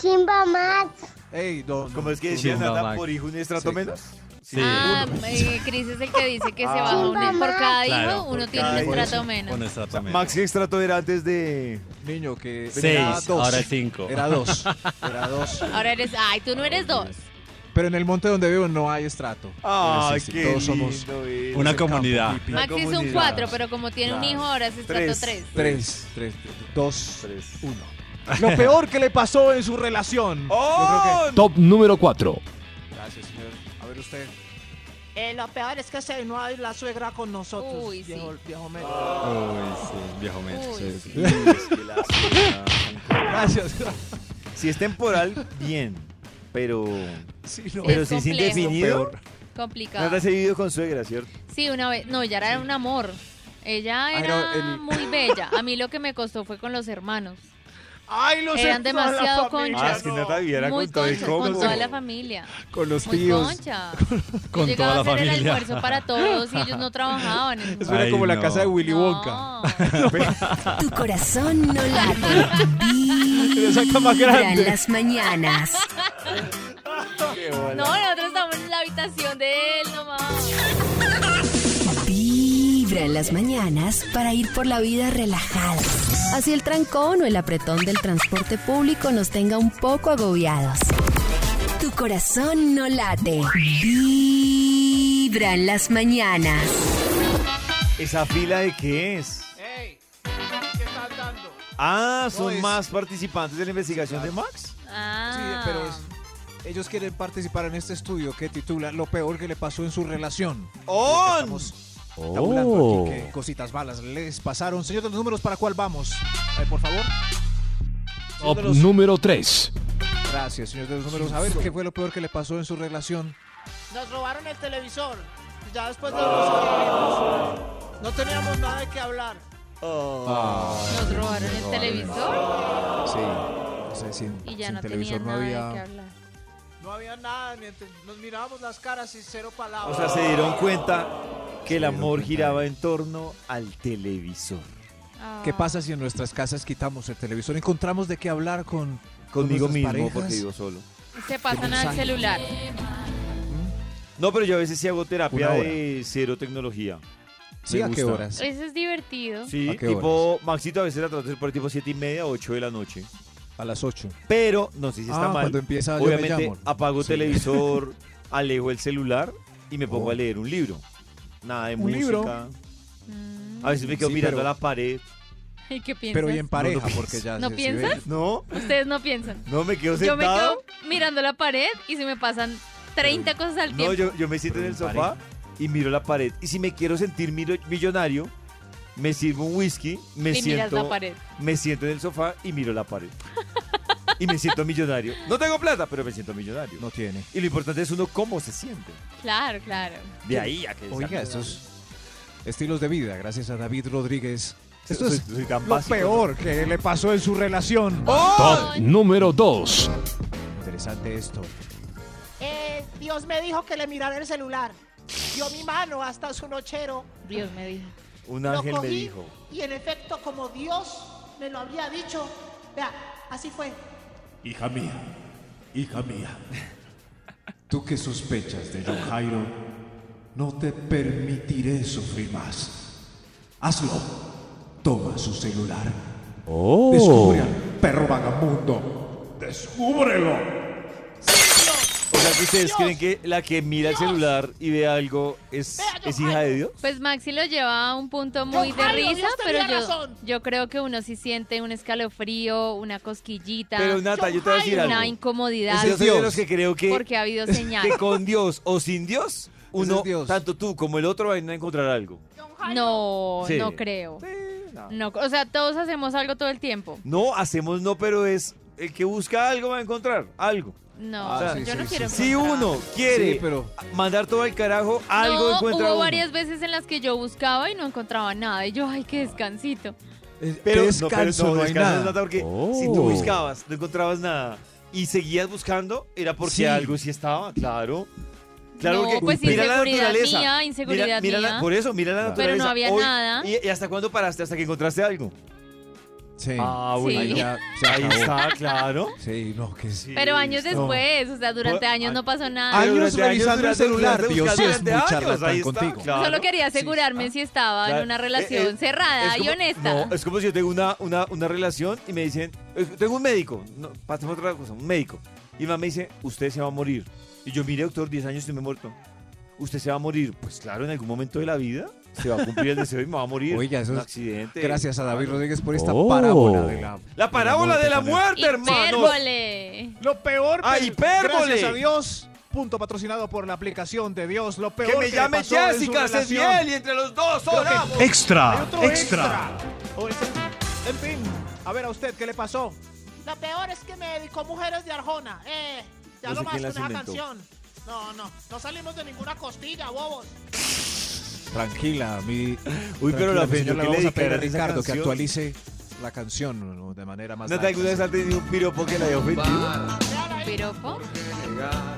[SPEAKER 5] Chimba Max.
[SPEAKER 6] Ey, no,
[SPEAKER 3] ¿Cómo es que decía Nata? ¿Por hijo un estrato menos? Sí.
[SPEAKER 4] Ah, eh, Cris es el que dice que se
[SPEAKER 3] Ah.
[SPEAKER 4] baja un, por cada hijo,
[SPEAKER 3] Claro, por
[SPEAKER 4] uno tiene
[SPEAKER 3] cada
[SPEAKER 4] un
[SPEAKER 3] hijo.
[SPEAKER 4] estrato menos.
[SPEAKER 3] O sea, Max, ¿qué estrato era antes de...?
[SPEAKER 6] Niño, que...
[SPEAKER 8] Seis, era dos. ahora es cinco.
[SPEAKER 6] Era dos. Era
[SPEAKER 4] [laughs]
[SPEAKER 6] dos.
[SPEAKER 4] Ahora eres, ay, tú no eres dos.
[SPEAKER 6] Pero en el monte donde vivo no hay estrato.
[SPEAKER 3] Ah, Ay,
[SPEAKER 6] Sí, sí,
[SPEAKER 3] qué
[SPEAKER 6] Todos somos
[SPEAKER 3] lindo, eh.
[SPEAKER 8] Una
[SPEAKER 6] en campo,
[SPEAKER 8] comunidad.
[SPEAKER 6] hippie.
[SPEAKER 4] Max es un cuatro, pero como tiene un
[SPEAKER 6] Claro.
[SPEAKER 4] hijo, ahora es estrato tres.
[SPEAKER 6] Tres, tres, dos, uno. Lo peor que le pasó en su relación. Yo
[SPEAKER 3] ¡Oh!
[SPEAKER 6] creo que-
[SPEAKER 17] Top número 4.
[SPEAKER 6] Gracias, señor. A ver usted.
[SPEAKER 12] Eh, lo peor es que se vino a ir la suegra con nosotros. viejo, viejo men.
[SPEAKER 3] Ah.
[SPEAKER 8] sí, viejo
[SPEAKER 12] Uy,
[SPEAKER 3] Sí,
[SPEAKER 12] sí.
[SPEAKER 3] sí, es que lástima.
[SPEAKER 6] [laughs]
[SPEAKER 3] Gracias. [laughs] Si es temporal, bien. Pero.
[SPEAKER 4] no.
[SPEAKER 3] Pero
[SPEAKER 4] Es
[SPEAKER 3] si es
[SPEAKER 4] complejo.
[SPEAKER 3] indefinido.
[SPEAKER 4] Complicado.
[SPEAKER 3] Nada se ha vivido con suegra, ¿cierto?
[SPEAKER 4] Sí, una vez. No, ya era un amor. Ella
[SPEAKER 3] Ay, no,
[SPEAKER 4] era
[SPEAKER 3] el-
[SPEAKER 4] muy bella. A mí lo que me costó fue con los hermanos.
[SPEAKER 12] Ay, los
[SPEAKER 4] Eran
[SPEAKER 12] de toda la
[SPEAKER 4] demasiado
[SPEAKER 12] familia,
[SPEAKER 4] conchas.
[SPEAKER 3] Ah, es que Nata viviera
[SPEAKER 4] Muy
[SPEAKER 3] con todo el
[SPEAKER 4] conchas, con
[SPEAKER 3] combo.
[SPEAKER 4] toda la familia.
[SPEAKER 6] Con los
[SPEAKER 4] Muy
[SPEAKER 6] tíos.
[SPEAKER 3] [laughs]
[SPEAKER 4] concha.
[SPEAKER 6] Con
[SPEAKER 4] Yo
[SPEAKER 6] toda
[SPEAKER 4] llegaba
[SPEAKER 6] la
[SPEAKER 4] a hacer el
[SPEAKER 6] familia.
[SPEAKER 4] almuerzo para todos y ellos no trabajaban.
[SPEAKER 6] Eso era
[SPEAKER 4] entonces-
[SPEAKER 6] como la
[SPEAKER 8] no.
[SPEAKER 6] casa de Willy Wonka.
[SPEAKER 2] Tu corazón no late. Vibra.
[SPEAKER 3] Dios, saca más grande.
[SPEAKER 2] Vibra en las mañanas.
[SPEAKER 4] No, nosotros estamos en la habitación de él nomás.
[SPEAKER 2] Vibra en las mañanas para ir por la vida relajada. Así el trancón o el apretón del transporte público nos tenga un poco agobiados. Tu corazón no late. Vibra en las mañanas.
[SPEAKER 3] ¿Esa fila de qué es? Ah, son más participantes de la investigación de Max.
[SPEAKER 4] Ah.
[SPEAKER 6] Sí, pero es- ellos quieren participar en este estudio que titula Lo peor que le pasó en su relación. ¡On! Estamos tabulando
[SPEAKER 3] Oh.
[SPEAKER 6] aquí qué cositas malas les pasaron. Señor de los números, ¿para cuál vamos? Eh, por favor. Señor
[SPEAKER 8] Top
[SPEAKER 6] de los-
[SPEAKER 8] número 3.
[SPEAKER 6] Gracias, señor de los números. A ver, ¿qué fue lo peor que le pasó en su relación?
[SPEAKER 5] Nos robaron el televisor. Ya después de los
[SPEAKER 6] Ah.
[SPEAKER 5] escribimos. No teníamos nada de qué hablar.
[SPEAKER 6] Ah.
[SPEAKER 4] Nos robaron el televisor.
[SPEAKER 18] Sí. O sea, sin,
[SPEAKER 4] Y ya
[SPEAKER 18] sin
[SPEAKER 4] no tenía
[SPEAKER 18] televisor no
[SPEAKER 4] nada de qué
[SPEAKER 18] había.
[SPEAKER 4] hablar.
[SPEAKER 5] No había nada, ni ente- nos mirábamos las caras y cero
[SPEAKER 3] O
[SPEAKER 5] palabras.
[SPEAKER 3] sea, se dieron cuenta que el amor giraba en torno al televisor.
[SPEAKER 6] ¿Qué
[SPEAKER 4] Ah,
[SPEAKER 6] pasa si en nuestras casas quitamos el televisor? ¿Encontramos de qué hablar con
[SPEAKER 3] Conmigo
[SPEAKER 6] nuestras
[SPEAKER 3] mismo,
[SPEAKER 6] parejas?
[SPEAKER 3] porque vivo solo.
[SPEAKER 4] Se pasan
[SPEAKER 6] Qué
[SPEAKER 4] al
[SPEAKER 6] mensaje.
[SPEAKER 4] celular.
[SPEAKER 3] No, pero yo a veces sí hago terapia
[SPEAKER 6] Una hora.
[SPEAKER 3] de cero tecnología.
[SPEAKER 6] ¿Sí?
[SPEAKER 3] Me
[SPEAKER 6] ¿A qué
[SPEAKER 3] gusta.
[SPEAKER 6] horas?
[SPEAKER 4] Eso es divertido.
[SPEAKER 3] Sí,
[SPEAKER 6] ¿A Ah, qué
[SPEAKER 3] tipo, Maxito a veces la trata de hacer por tipo 7 y media, 8 de la noche.
[SPEAKER 6] A las 8.
[SPEAKER 3] Pero, no sé si está
[SPEAKER 6] Ah,
[SPEAKER 3] mal.
[SPEAKER 6] cuando empieza Yo Me
[SPEAKER 3] Obviamente,
[SPEAKER 6] Llamo.
[SPEAKER 3] apago
[SPEAKER 6] Sí. [laughs]
[SPEAKER 3] televisor, alejo el celular y me pongo a leer un libro. Nada de
[SPEAKER 6] Oh. ¿Un
[SPEAKER 3] música.
[SPEAKER 6] libro?
[SPEAKER 3] A veces me quedo
[SPEAKER 6] Sí,
[SPEAKER 3] mirando
[SPEAKER 6] pero-
[SPEAKER 3] a la pared.
[SPEAKER 4] Mm. ¿Y qué piensas?
[SPEAKER 6] Pero y en pareja,
[SPEAKER 3] pienso.
[SPEAKER 6] porque ya
[SPEAKER 4] ¿No
[SPEAKER 6] se- se
[SPEAKER 4] piensas?
[SPEAKER 6] ve.
[SPEAKER 3] No,
[SPEAKER 4] Ustedes no piensan.
[SPEAKER 3] no me quedo
[SPEAKER 4] Yo
[SPEAKER 3] sentado.
[SPEAKER 4] me quedo mirando la pared y se me pasan 30 cosas al
[SPEAKER 3] No,
[SPEAKER 4] tiempo.
[SPEAKER 3] yo, yo me siento en el sofá y miro la pared. Y si me quiero sentir miro- millonario, me sirvo un whisky, me
[SPEAKER 4] Y miras
[SPEAKER 3] siento.
[SPEAKER 4] la pared.
[SPEAKER 3] Me siento en el sofá y miro la pared. y me siento millonario. No tengo plata, pero me siento millonario.
[SPEAKER 6] No tiene.
[SPEAKER 3] Y lo importante es uno cómo se siente.
[SPEAKER 4] Claro, claro.
[SPEAKER 3] De ahí a que
[SPEAKER 6] Oiga, estos estilos de vida, gracias a David Rodríguez. Esto
[SPEAKER 3] Soy-
[SPEAKER 6] es
[SPEAKER 3] soy tan
[SPEAKER 6] lo
[SPEAKER 3] básico.
[SPEAKER 6] peor que le pasó en su relación.
[SPEAKER 8] Top número 2.
[SPEAKER 6] Interesante esto.
[SPEAKER 5] Eh, Dios me dijo que le mirara el celular. Dio mi mano hasta su nochero.
[SPEAKER 4] Dios me dijo.
[SPEAKER 3] Un
[SPEAKER 5] Lo
[SPEAKER 3] ángel me
[SPEAKER 5] cogí
[SPEAKER 3] dijo.
[SPEAKER 5] Y en efecto, como Dios me lo habría dicho, vea, así fue.
[SPEAKER 8] Hija mía, hija mía. Tú que sospechas de John Jairo, no te permitiré sufrir más. Hazlo.
[SPEAKER 6] Toma su celular.
[SPEAKER 8] Oh.
[SPEAKER 6] Descubre al perro vagabundo. Descúbrelo.
[SPEAKER 3] O sea, que ustedes creen que la que mira el celular y ve algo es, es hija de Dios.
[SPEAKER 4] Pues Maxi lo lleva a un punto muy de
[SPEAKER 5] Jairo,
[SPEAKER 4] risa,
[SPEAKER 5] Dios
[SPEAKER 4] pero
[SPEAKER 5] tenía
[SPEAKER 4] yo,
[SPEAKER 5] razón.
[SPEAKER 4] yo creo que uno sí siente un escalofrío, una cosquillita,
[SPEAKER 3] Pero Nata, yo te voy a decir
[SPEAKER 4] una
[SPEAKER 3] algo.
[SPEAKER 4] incomodidad.
[SPEAKER 3] Yo soy de los que creo que,
[SPEAKER 4] Porque ha habido
[SPEAKER 3] [laughs] que
[SPEAKER 4] señales.
[SPEAKER 3] con Dios o sin Dios, uno,
[SPEAKER 6] es Dios.
[SPEAKER 3] tanto tú como el otro, van a encontrar algo.
[SPEAKER 4] No,
[SPEAKER 3] Sí.
[SPEAKER 4] no creo. No, o sea, todos hacemos algo todo el tiempo.
[SPEAKER 3] No, hacemos no, pero es el que busca algo va a encontrar algo.
[SPEAKER 4] No,
[SPEAKER 3] O sea,
[SPEAKER 4] yo no quiero
[SPEAKER 3] Si
[SPEAKER 4] encontrar.
[SPEAKER 3] uno quiere
[SPEAKER 6] Sí, pero-
[SPEAKER 3] mandar todo al carajo, algo
[SPEAKER 4] no,
[SPEAKER 3] encuentra
[SPEAKER 4] hubo
[SPEAKER 3] uno.
[SPEAKER 4] varias veces en las que yo buscaba y no encontraba nada. Y yo, ay, qué descansito.
[SPEAKER 3] Pero no, pero
[SPEAKER 6] descanso,
[SPEAKER 3] no,
[SPEAKER 6] Eh, no hay
[SPEAKER 3] descanso
[SPEAKER 6] nada.
[SPEAKER 3] es porque
[SPEAKER 8] Oh.
[SPEAKER 3] si tú buscabas, no encontrabas nada y seguías buscando, era porque
[SPEAKER 6] Sí.
[SPEAKER 3] algo sí estaba, claro. Claro
[SPEAKER 4] No,
[SPEAKER 3] que
[SPEAKER 4] pues
[SPEAKER 3] mira la
[SPEAKER 4] inseguridad
[SPEAKER 3] naturaleza.
[SPEAKER 4] mía,
[SPEAKER 3] mira-
[SPEAKER 4] inseguridad
[SPEAKER 3] mira la-
[SPEAKER 4] mía.
[SPEAKER 3] por eso, mira la
[SPEAKER 6] Pero
[SPEAKER 3] naturaleza.
[SPEAKER 4] no había
[SPEAKER 3] Hoy-
[SPEAKER 4] nada.
[SPEAKER 3] ¿Y, y hasta cuándo paraste? Hasta que encontraste algo.
[SPEAKER 6] Sí.
[SPEAKER 3] Ah,
[SPEAKER 4] Sí.
[SPEAKER 3] bueno.
[SPEAKER 4] Ahí
[SPEAKER 6] ya se
[SPEAKER 3] Ahí
[SPEAKER 6] acabó.
[SPEAKER 3] está, claro.
[SPEAKER 6] Sí, no, que sí.
[SPEAKER 4] Pero años
[SPEAKER 6] no.
[SPEAKER 4] después, o sea, durante
[SPEAKER 3] Por-
[SPEAKER 4] años no pasó nada.
[SPEAKER 6] Años
[SPEAKER 3] durante años,
[SPEAKER 6] revisando el
[SPEAKER 3] durante-
[SPEAKER 6] celular,
[SPEAKER 3] durante
[SPEAKER 6] Dios sí es
[SPEAKER 3] durante
[SPEAKER 6] muy
[SPEAKER 3] años, ahí
[SPEAKER 6] charlatán
[SPEAKER 3] está,
[SPEAKER 6] contigo.
[SPEAKER 3] claro.
[SPEAKER 4] Solo quería asegurarme si estaba
[SPEAKER 3] Claro.
[SPEAKER 4] en una
[SPEAKER 3] Eh, eh,
[SPEAKER 4] relación cerrada
[SPEAKER 3] es como-
[SPEAKER 4] y honesta.
[SPEAKER 3] No, es como si yo tengo una, una, una relación y me dicen, "Eh, tengo un médico, no, pasemos a otra cosa, un médico. Y mi mamá me dice, usted se va a morir. Y yo, mire, doctor, 10 años y me he muerto. ¿Usted se va a morir? Pues claro, en algún momento de la vida se va a cumplir el deseo y me va a morir.
[SPEAKER 6] Oiga, eso
[SPEAKER 3] un
[SPEAKER 6] es-
[SPEAKER 3] accidente.
[SPEAKER 6] Gracias a David Rodríguez por esta
[SPEAKER 8] Oh.
[SPEAKER 6] parábola de la.
[SPEAKER 3] La parábola de la
[SPEAKER 6] también.
[SPEAKER 3] muerte, hermano.
[SPEAKER 4] Hipérbole.
[SPEAKER 6] Lo peor.
[SPEAKER 3] ¡Ah,
[SPEAKER 6] pero-
[SPEAKER 3] hipérbole!
[SPEAKER 6] Gracias a Dios. Punto patrocinado por la aplicación de Dios. Lo peor
[SPEAKER 3] Que me
[SPEAKER 6] le
[SPEAKER 3] llame
[SPEAKER 6] pasó en su
[SPEAKER 3] Jessica, se
[SPEAKER 6] relación.
[SPEAKER 3] bien y entre los dos oramos.
[SPEAKER 6] Hay
[SPEAKER 8] Extra,
[SPEAKER 6] otro
[SPEAKER 8] extra.
[SPEAKER 6] O ese- En fin, a ver a usted, ¿qué le pasó?
[SPEAKER 5] Lo peor es que me dedicó Mujeres de Arjona. Eh, ya
[SPEAKER 3] No sé
[SPEAKER 5] lo más
[SPEAKER 3] quién
[SPEAKER 5] con
[SPEAKER 3] las
[SPEAKER 5] esa
[SPEAKER 3] inventó.
[SPEAKER 5] canción. No, no, no salimos de ninguna costilla, bobos.
[SPEAKER 6] Tranquila, mi.
[SPEAKER 3] Uy, pero la
[SPEAKER 6] señora
[SPEAKER 3] ofendió que le
[SPEAKER 6] vamos a pedir a
[SPEAKER 3] dedicaran esa
[SPEAKER 6] Ricardo que
[SPEAKER 3] canción.
[SPEAKER 6] actualice la canción ¿no? de manera más.
[SPEAKER 3] Nata,
[SPEAKER 6] light.
[SPEAKER 3] ¿alguna vez ha tenido un piropo que la haya ofendido?
[SPEAKER 4] ¿Piropo?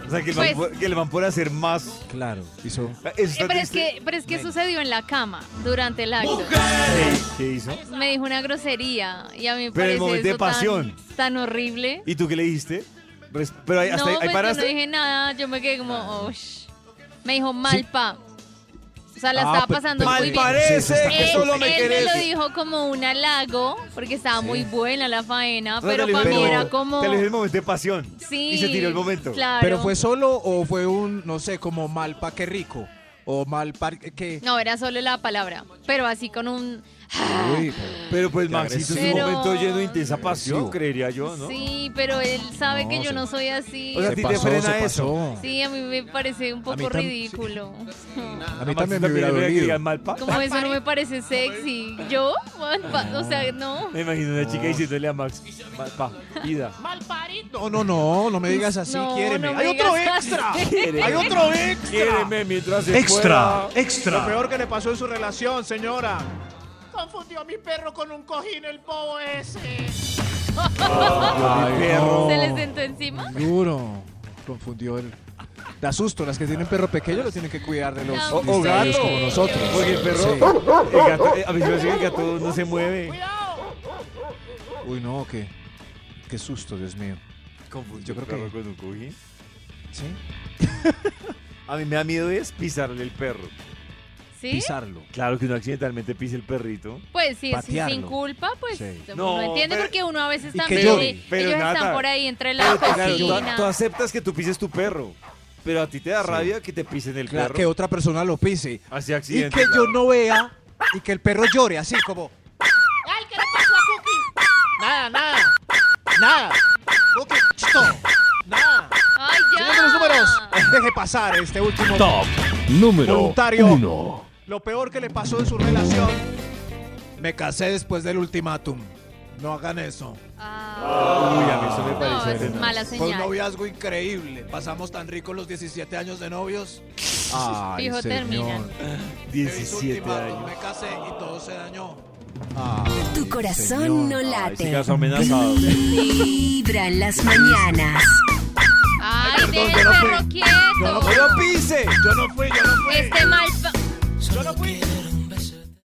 [SPEAKER 3] O sea, que el, man
[SPEAKER 4] Pues-
[SPEAKER 3] pu- que el man puede hacer más. Claro. Hizo.
[SPEAKER 4] Eh, pero es que, pero es que sucedió en la cama durante el acto.
[SPEAKER 3] ¿Qué hizo?
[SPEAKER 4] Me dijo una grosería y a mí me
[SPEAKER 3] Pero el
[SPEAKER 4] parece
[SPEAKER 3] momento de
[SPEAKER 4] eso tan-
[SPEAKER 3] pasión.
[SPEAKER 4] Tan, horrible.
[SPEAKER 3] ¿Y tú qué le dijiste? Res- Pero ahí, hasta
[SPEAKER 4] no,
[SPEAKER 3] ahí, ahí
[SPEAKER 4] pues
[SPEAKER 3] paraste.
[SPEAKER 4] yo no dije nada, yo me quedé como, "Oh, sh". Me dijo mal pa. O sea, la
[SPEAKER 3] Ah,
[SPEAKER 4] estaba
[SPEAKER 3] pe-
[SPEAKER 4] pasando
[SPEAKER 3] mal
[SPEAKER 4] muy bien.
[SPEAKER 3] parece, que
[SPEAKER 4] él,
[SPEAKER 3] solo me
[SPEAKER 4] él me lo
[SPEAKER 3] querés.
[SPEAKER 4] dijo como un halago, porque estaba muy buena la faena, pero
[SPEAKER 3] te lo
[SPEAKER 4] para
[SPEAKER 3] dije,
[SPEAKER 4] mí
[SPEAKER 3] pero
[SPEAKER 4] era como...
[SPEAKER 3] Te lo dije el momento de pasión.
[SPEAKER 4] Sí,
[SPEAKER 3] Y se tiró el momento.
[SPEAKER 4] Claro.
[SPEAKER 6] ¿Pero fue solo o fue un, no sé, como mal pa' que rico? O mal pa' que...
[SPEAKER 4] No, era solo la palabra, pero así con un...
[SPEAKER 3] Pero pues Maxito es un
[SPEAKER 4] agresivo.
[SPEAKER 3] momento lleno de intensa pasión, creería yo, ¿no?
[SPEAKER 4] Sí, pero él sabe
[SPEAKER 3] No,
[SPEAKER 4] que yo
[SPEAKER 3] se-
[SPEAKER 4] no soy así.
[SPEAKER 3] O sea, a ti te
[SPEAKER 6] pasó,
[SPEAKER 3] frena
[SPEAKER 6] se
[SPEAKER 3] eso.
[SPEAKER 4] Sí, a mí me parece un
[SPEAKER 6] mí
[SPEAKER 4] poco
[SPEAKER 6] tam-
[SPEAKER 4] ridículo.
[SPEAKER 6] A mí también me hubiera
[SPEAKER 3] le
[SPEAKER 6] dolido.
[SPEAKER 3] digan mal pa-
[SPEAKER 4] [laughs] Como eso no me parece sexy. ¿Yo? Mal pa- O sea, no.
[SPEAKER 3] Me imagino una chica diciéndole a Max, mal pa, ida.
[SPEAKER 6] No, no, no, no me digas así,
[SPEAKER 4] No,
[SPEAKER 6] quiéreme.
[SPEAKER 4] no me
[SPEAKER 6] ¡Hay otro
[SPEAKER 4] digas [laughs]
[SPEAKER 6] extra!
[SPEAKER 4] así.
[SPEAKER 6] ¡Hay otro extra!
[SPEAKER 3] Quiéreme mientras se
[SPEAKER 6] Extra,
[SPEAKER 3] pueda.
[SPEAKER 6] extra.
[SPEAKER 19] Lo peor que le pasó en su relación, señora.
[SPEAKER 20] Confundió a mi perro con un cojín el bobo ese.
[SPEAKER 6] Ay, no.
[SPEAKER 4] ¿Se les sentó encima?
[SPEAKER 6] Duro. Confundió el... Da susto, las que tienen perro pequeño lo tienen que cuidar de los
[SPEAKER 4] No,
[SPEAKER 3] O, o
[SPEAKER 6] distraídos
[SPEAKER 3] gato.
[SPEAKER 6] como nosotros.
[SPEAKER 3] Porque el perro.
[SPEAKER 6] Sí.
[SPEAKER 3] el gato- eh, a mí se me hace que el gato no se mueve.
[SPEAKER 6] Uy, no, qué, qué susto, Dios mío. Yo creo que...
[SPEAKER 3] con un cojín.
[SPEAKER 6] Sí.
[SPEAKER 3] A mí me da miedo es pisarle el perro.
[SPEAKER 4] ¿Sí?
[SPEAKER 3] Claro que uno accidentalmente pise el perrito.
[SPEAKER 4] Pues sí, sí,
[SPEAKER 3] Patearlo.
[SPEAKER 4] sin culpa, pues
[SPEAKER 3] Sí.
[SPEAKER 4] no,
[SPEAKER 3] No,
[SPEAKER 4] entiende
[SPEAKER 3] pero-
[SPEAKER 4] porque uno a veces
[SPEAKER 3] y que
[SPEAKER 4] también.
[SPEAKER 3] llore.
[SPEAKER 4] ellos
[SPEAKER 3] Pero
[SPEAKER 4] están
[SPEAKER 3] nada.
[SPEAKER 4] por ahí entre la
[SPEAKER 3] Claro, tú-
[SPEAKER 4] cocina.
[SPEAKER 3] tú, aceptas que tú pises tu perro, pero a ti te da rabia que te pisen el
[SPEAKER 6] Claro,
[SPEAKER 3] perro.
[SPEAKER 6] que otra persona lo pise.
[SPEAKER 3] Así
[SPEAKER 6] Y
[SPEAKER 3] accidente.
[SPEAKER 6] que yo no vea y que el perro llore así como...
[SPEAKER 20] ¡Ay, qué le pasó a Cookie!
[SPEAKER 19] Nada, nada. Nada. Ok, chito. Nada.
[SPEAKER 4] ¡Ay, ya!
[SPEAKER 19] Señor de los números, deje pasar este último.
[SPEAKER 21] Top número
[SPEAKER 19] Voluntario.
[SPEAKER 21] uno.
[SPEAKER 19] Lo peor que le pasó en su relación.
[SPEAKER 6] Me casé después del ultimátum. No hagan eso.
[SPEAKER 3] Uy, a mí eso me
[SPEAKER 4] Ah, No,
[SPEAKER 3] parece.
[SPEAKER 4] es mala
[SPEAKER 19] Fue
[SPEAKER 4] señal.
[SPEAKER 19] un noviazgo increíble. Pasamos tan rico los 17 años de novios.
[SPEAKER 6] Ay,
[SPEAKER 4] Fijo,
[SPEAKER 6] señor.
[SPEAKER 4] terminan.
[SPEAKER 3] 17
[SPEAKER 19] Ultimátum,
[SPEAKER 3] años.
[SPEAKER 19] Me casé y todo se dañó.
[SPEAKER 2] Tu corazón no late.
[SPEAKER 3] Ese caso amenazado.
[SPEAKER 2] Vibra en las mañanas.
[SPEAKER 4] ¡Ay, deja
[SPEAKER 2] yo
[SPEAKER 4] el
[SPEAKER 2] no fui.
[SPEAKER 4] perro quieto!
[SPEAKER 3] ¡No lo pise!
[SPEAKER 19] Yo no fui, yo no fui.
[SPEAKER 4] Este mal. pa-
[SPEAKER 19] Yo no fui.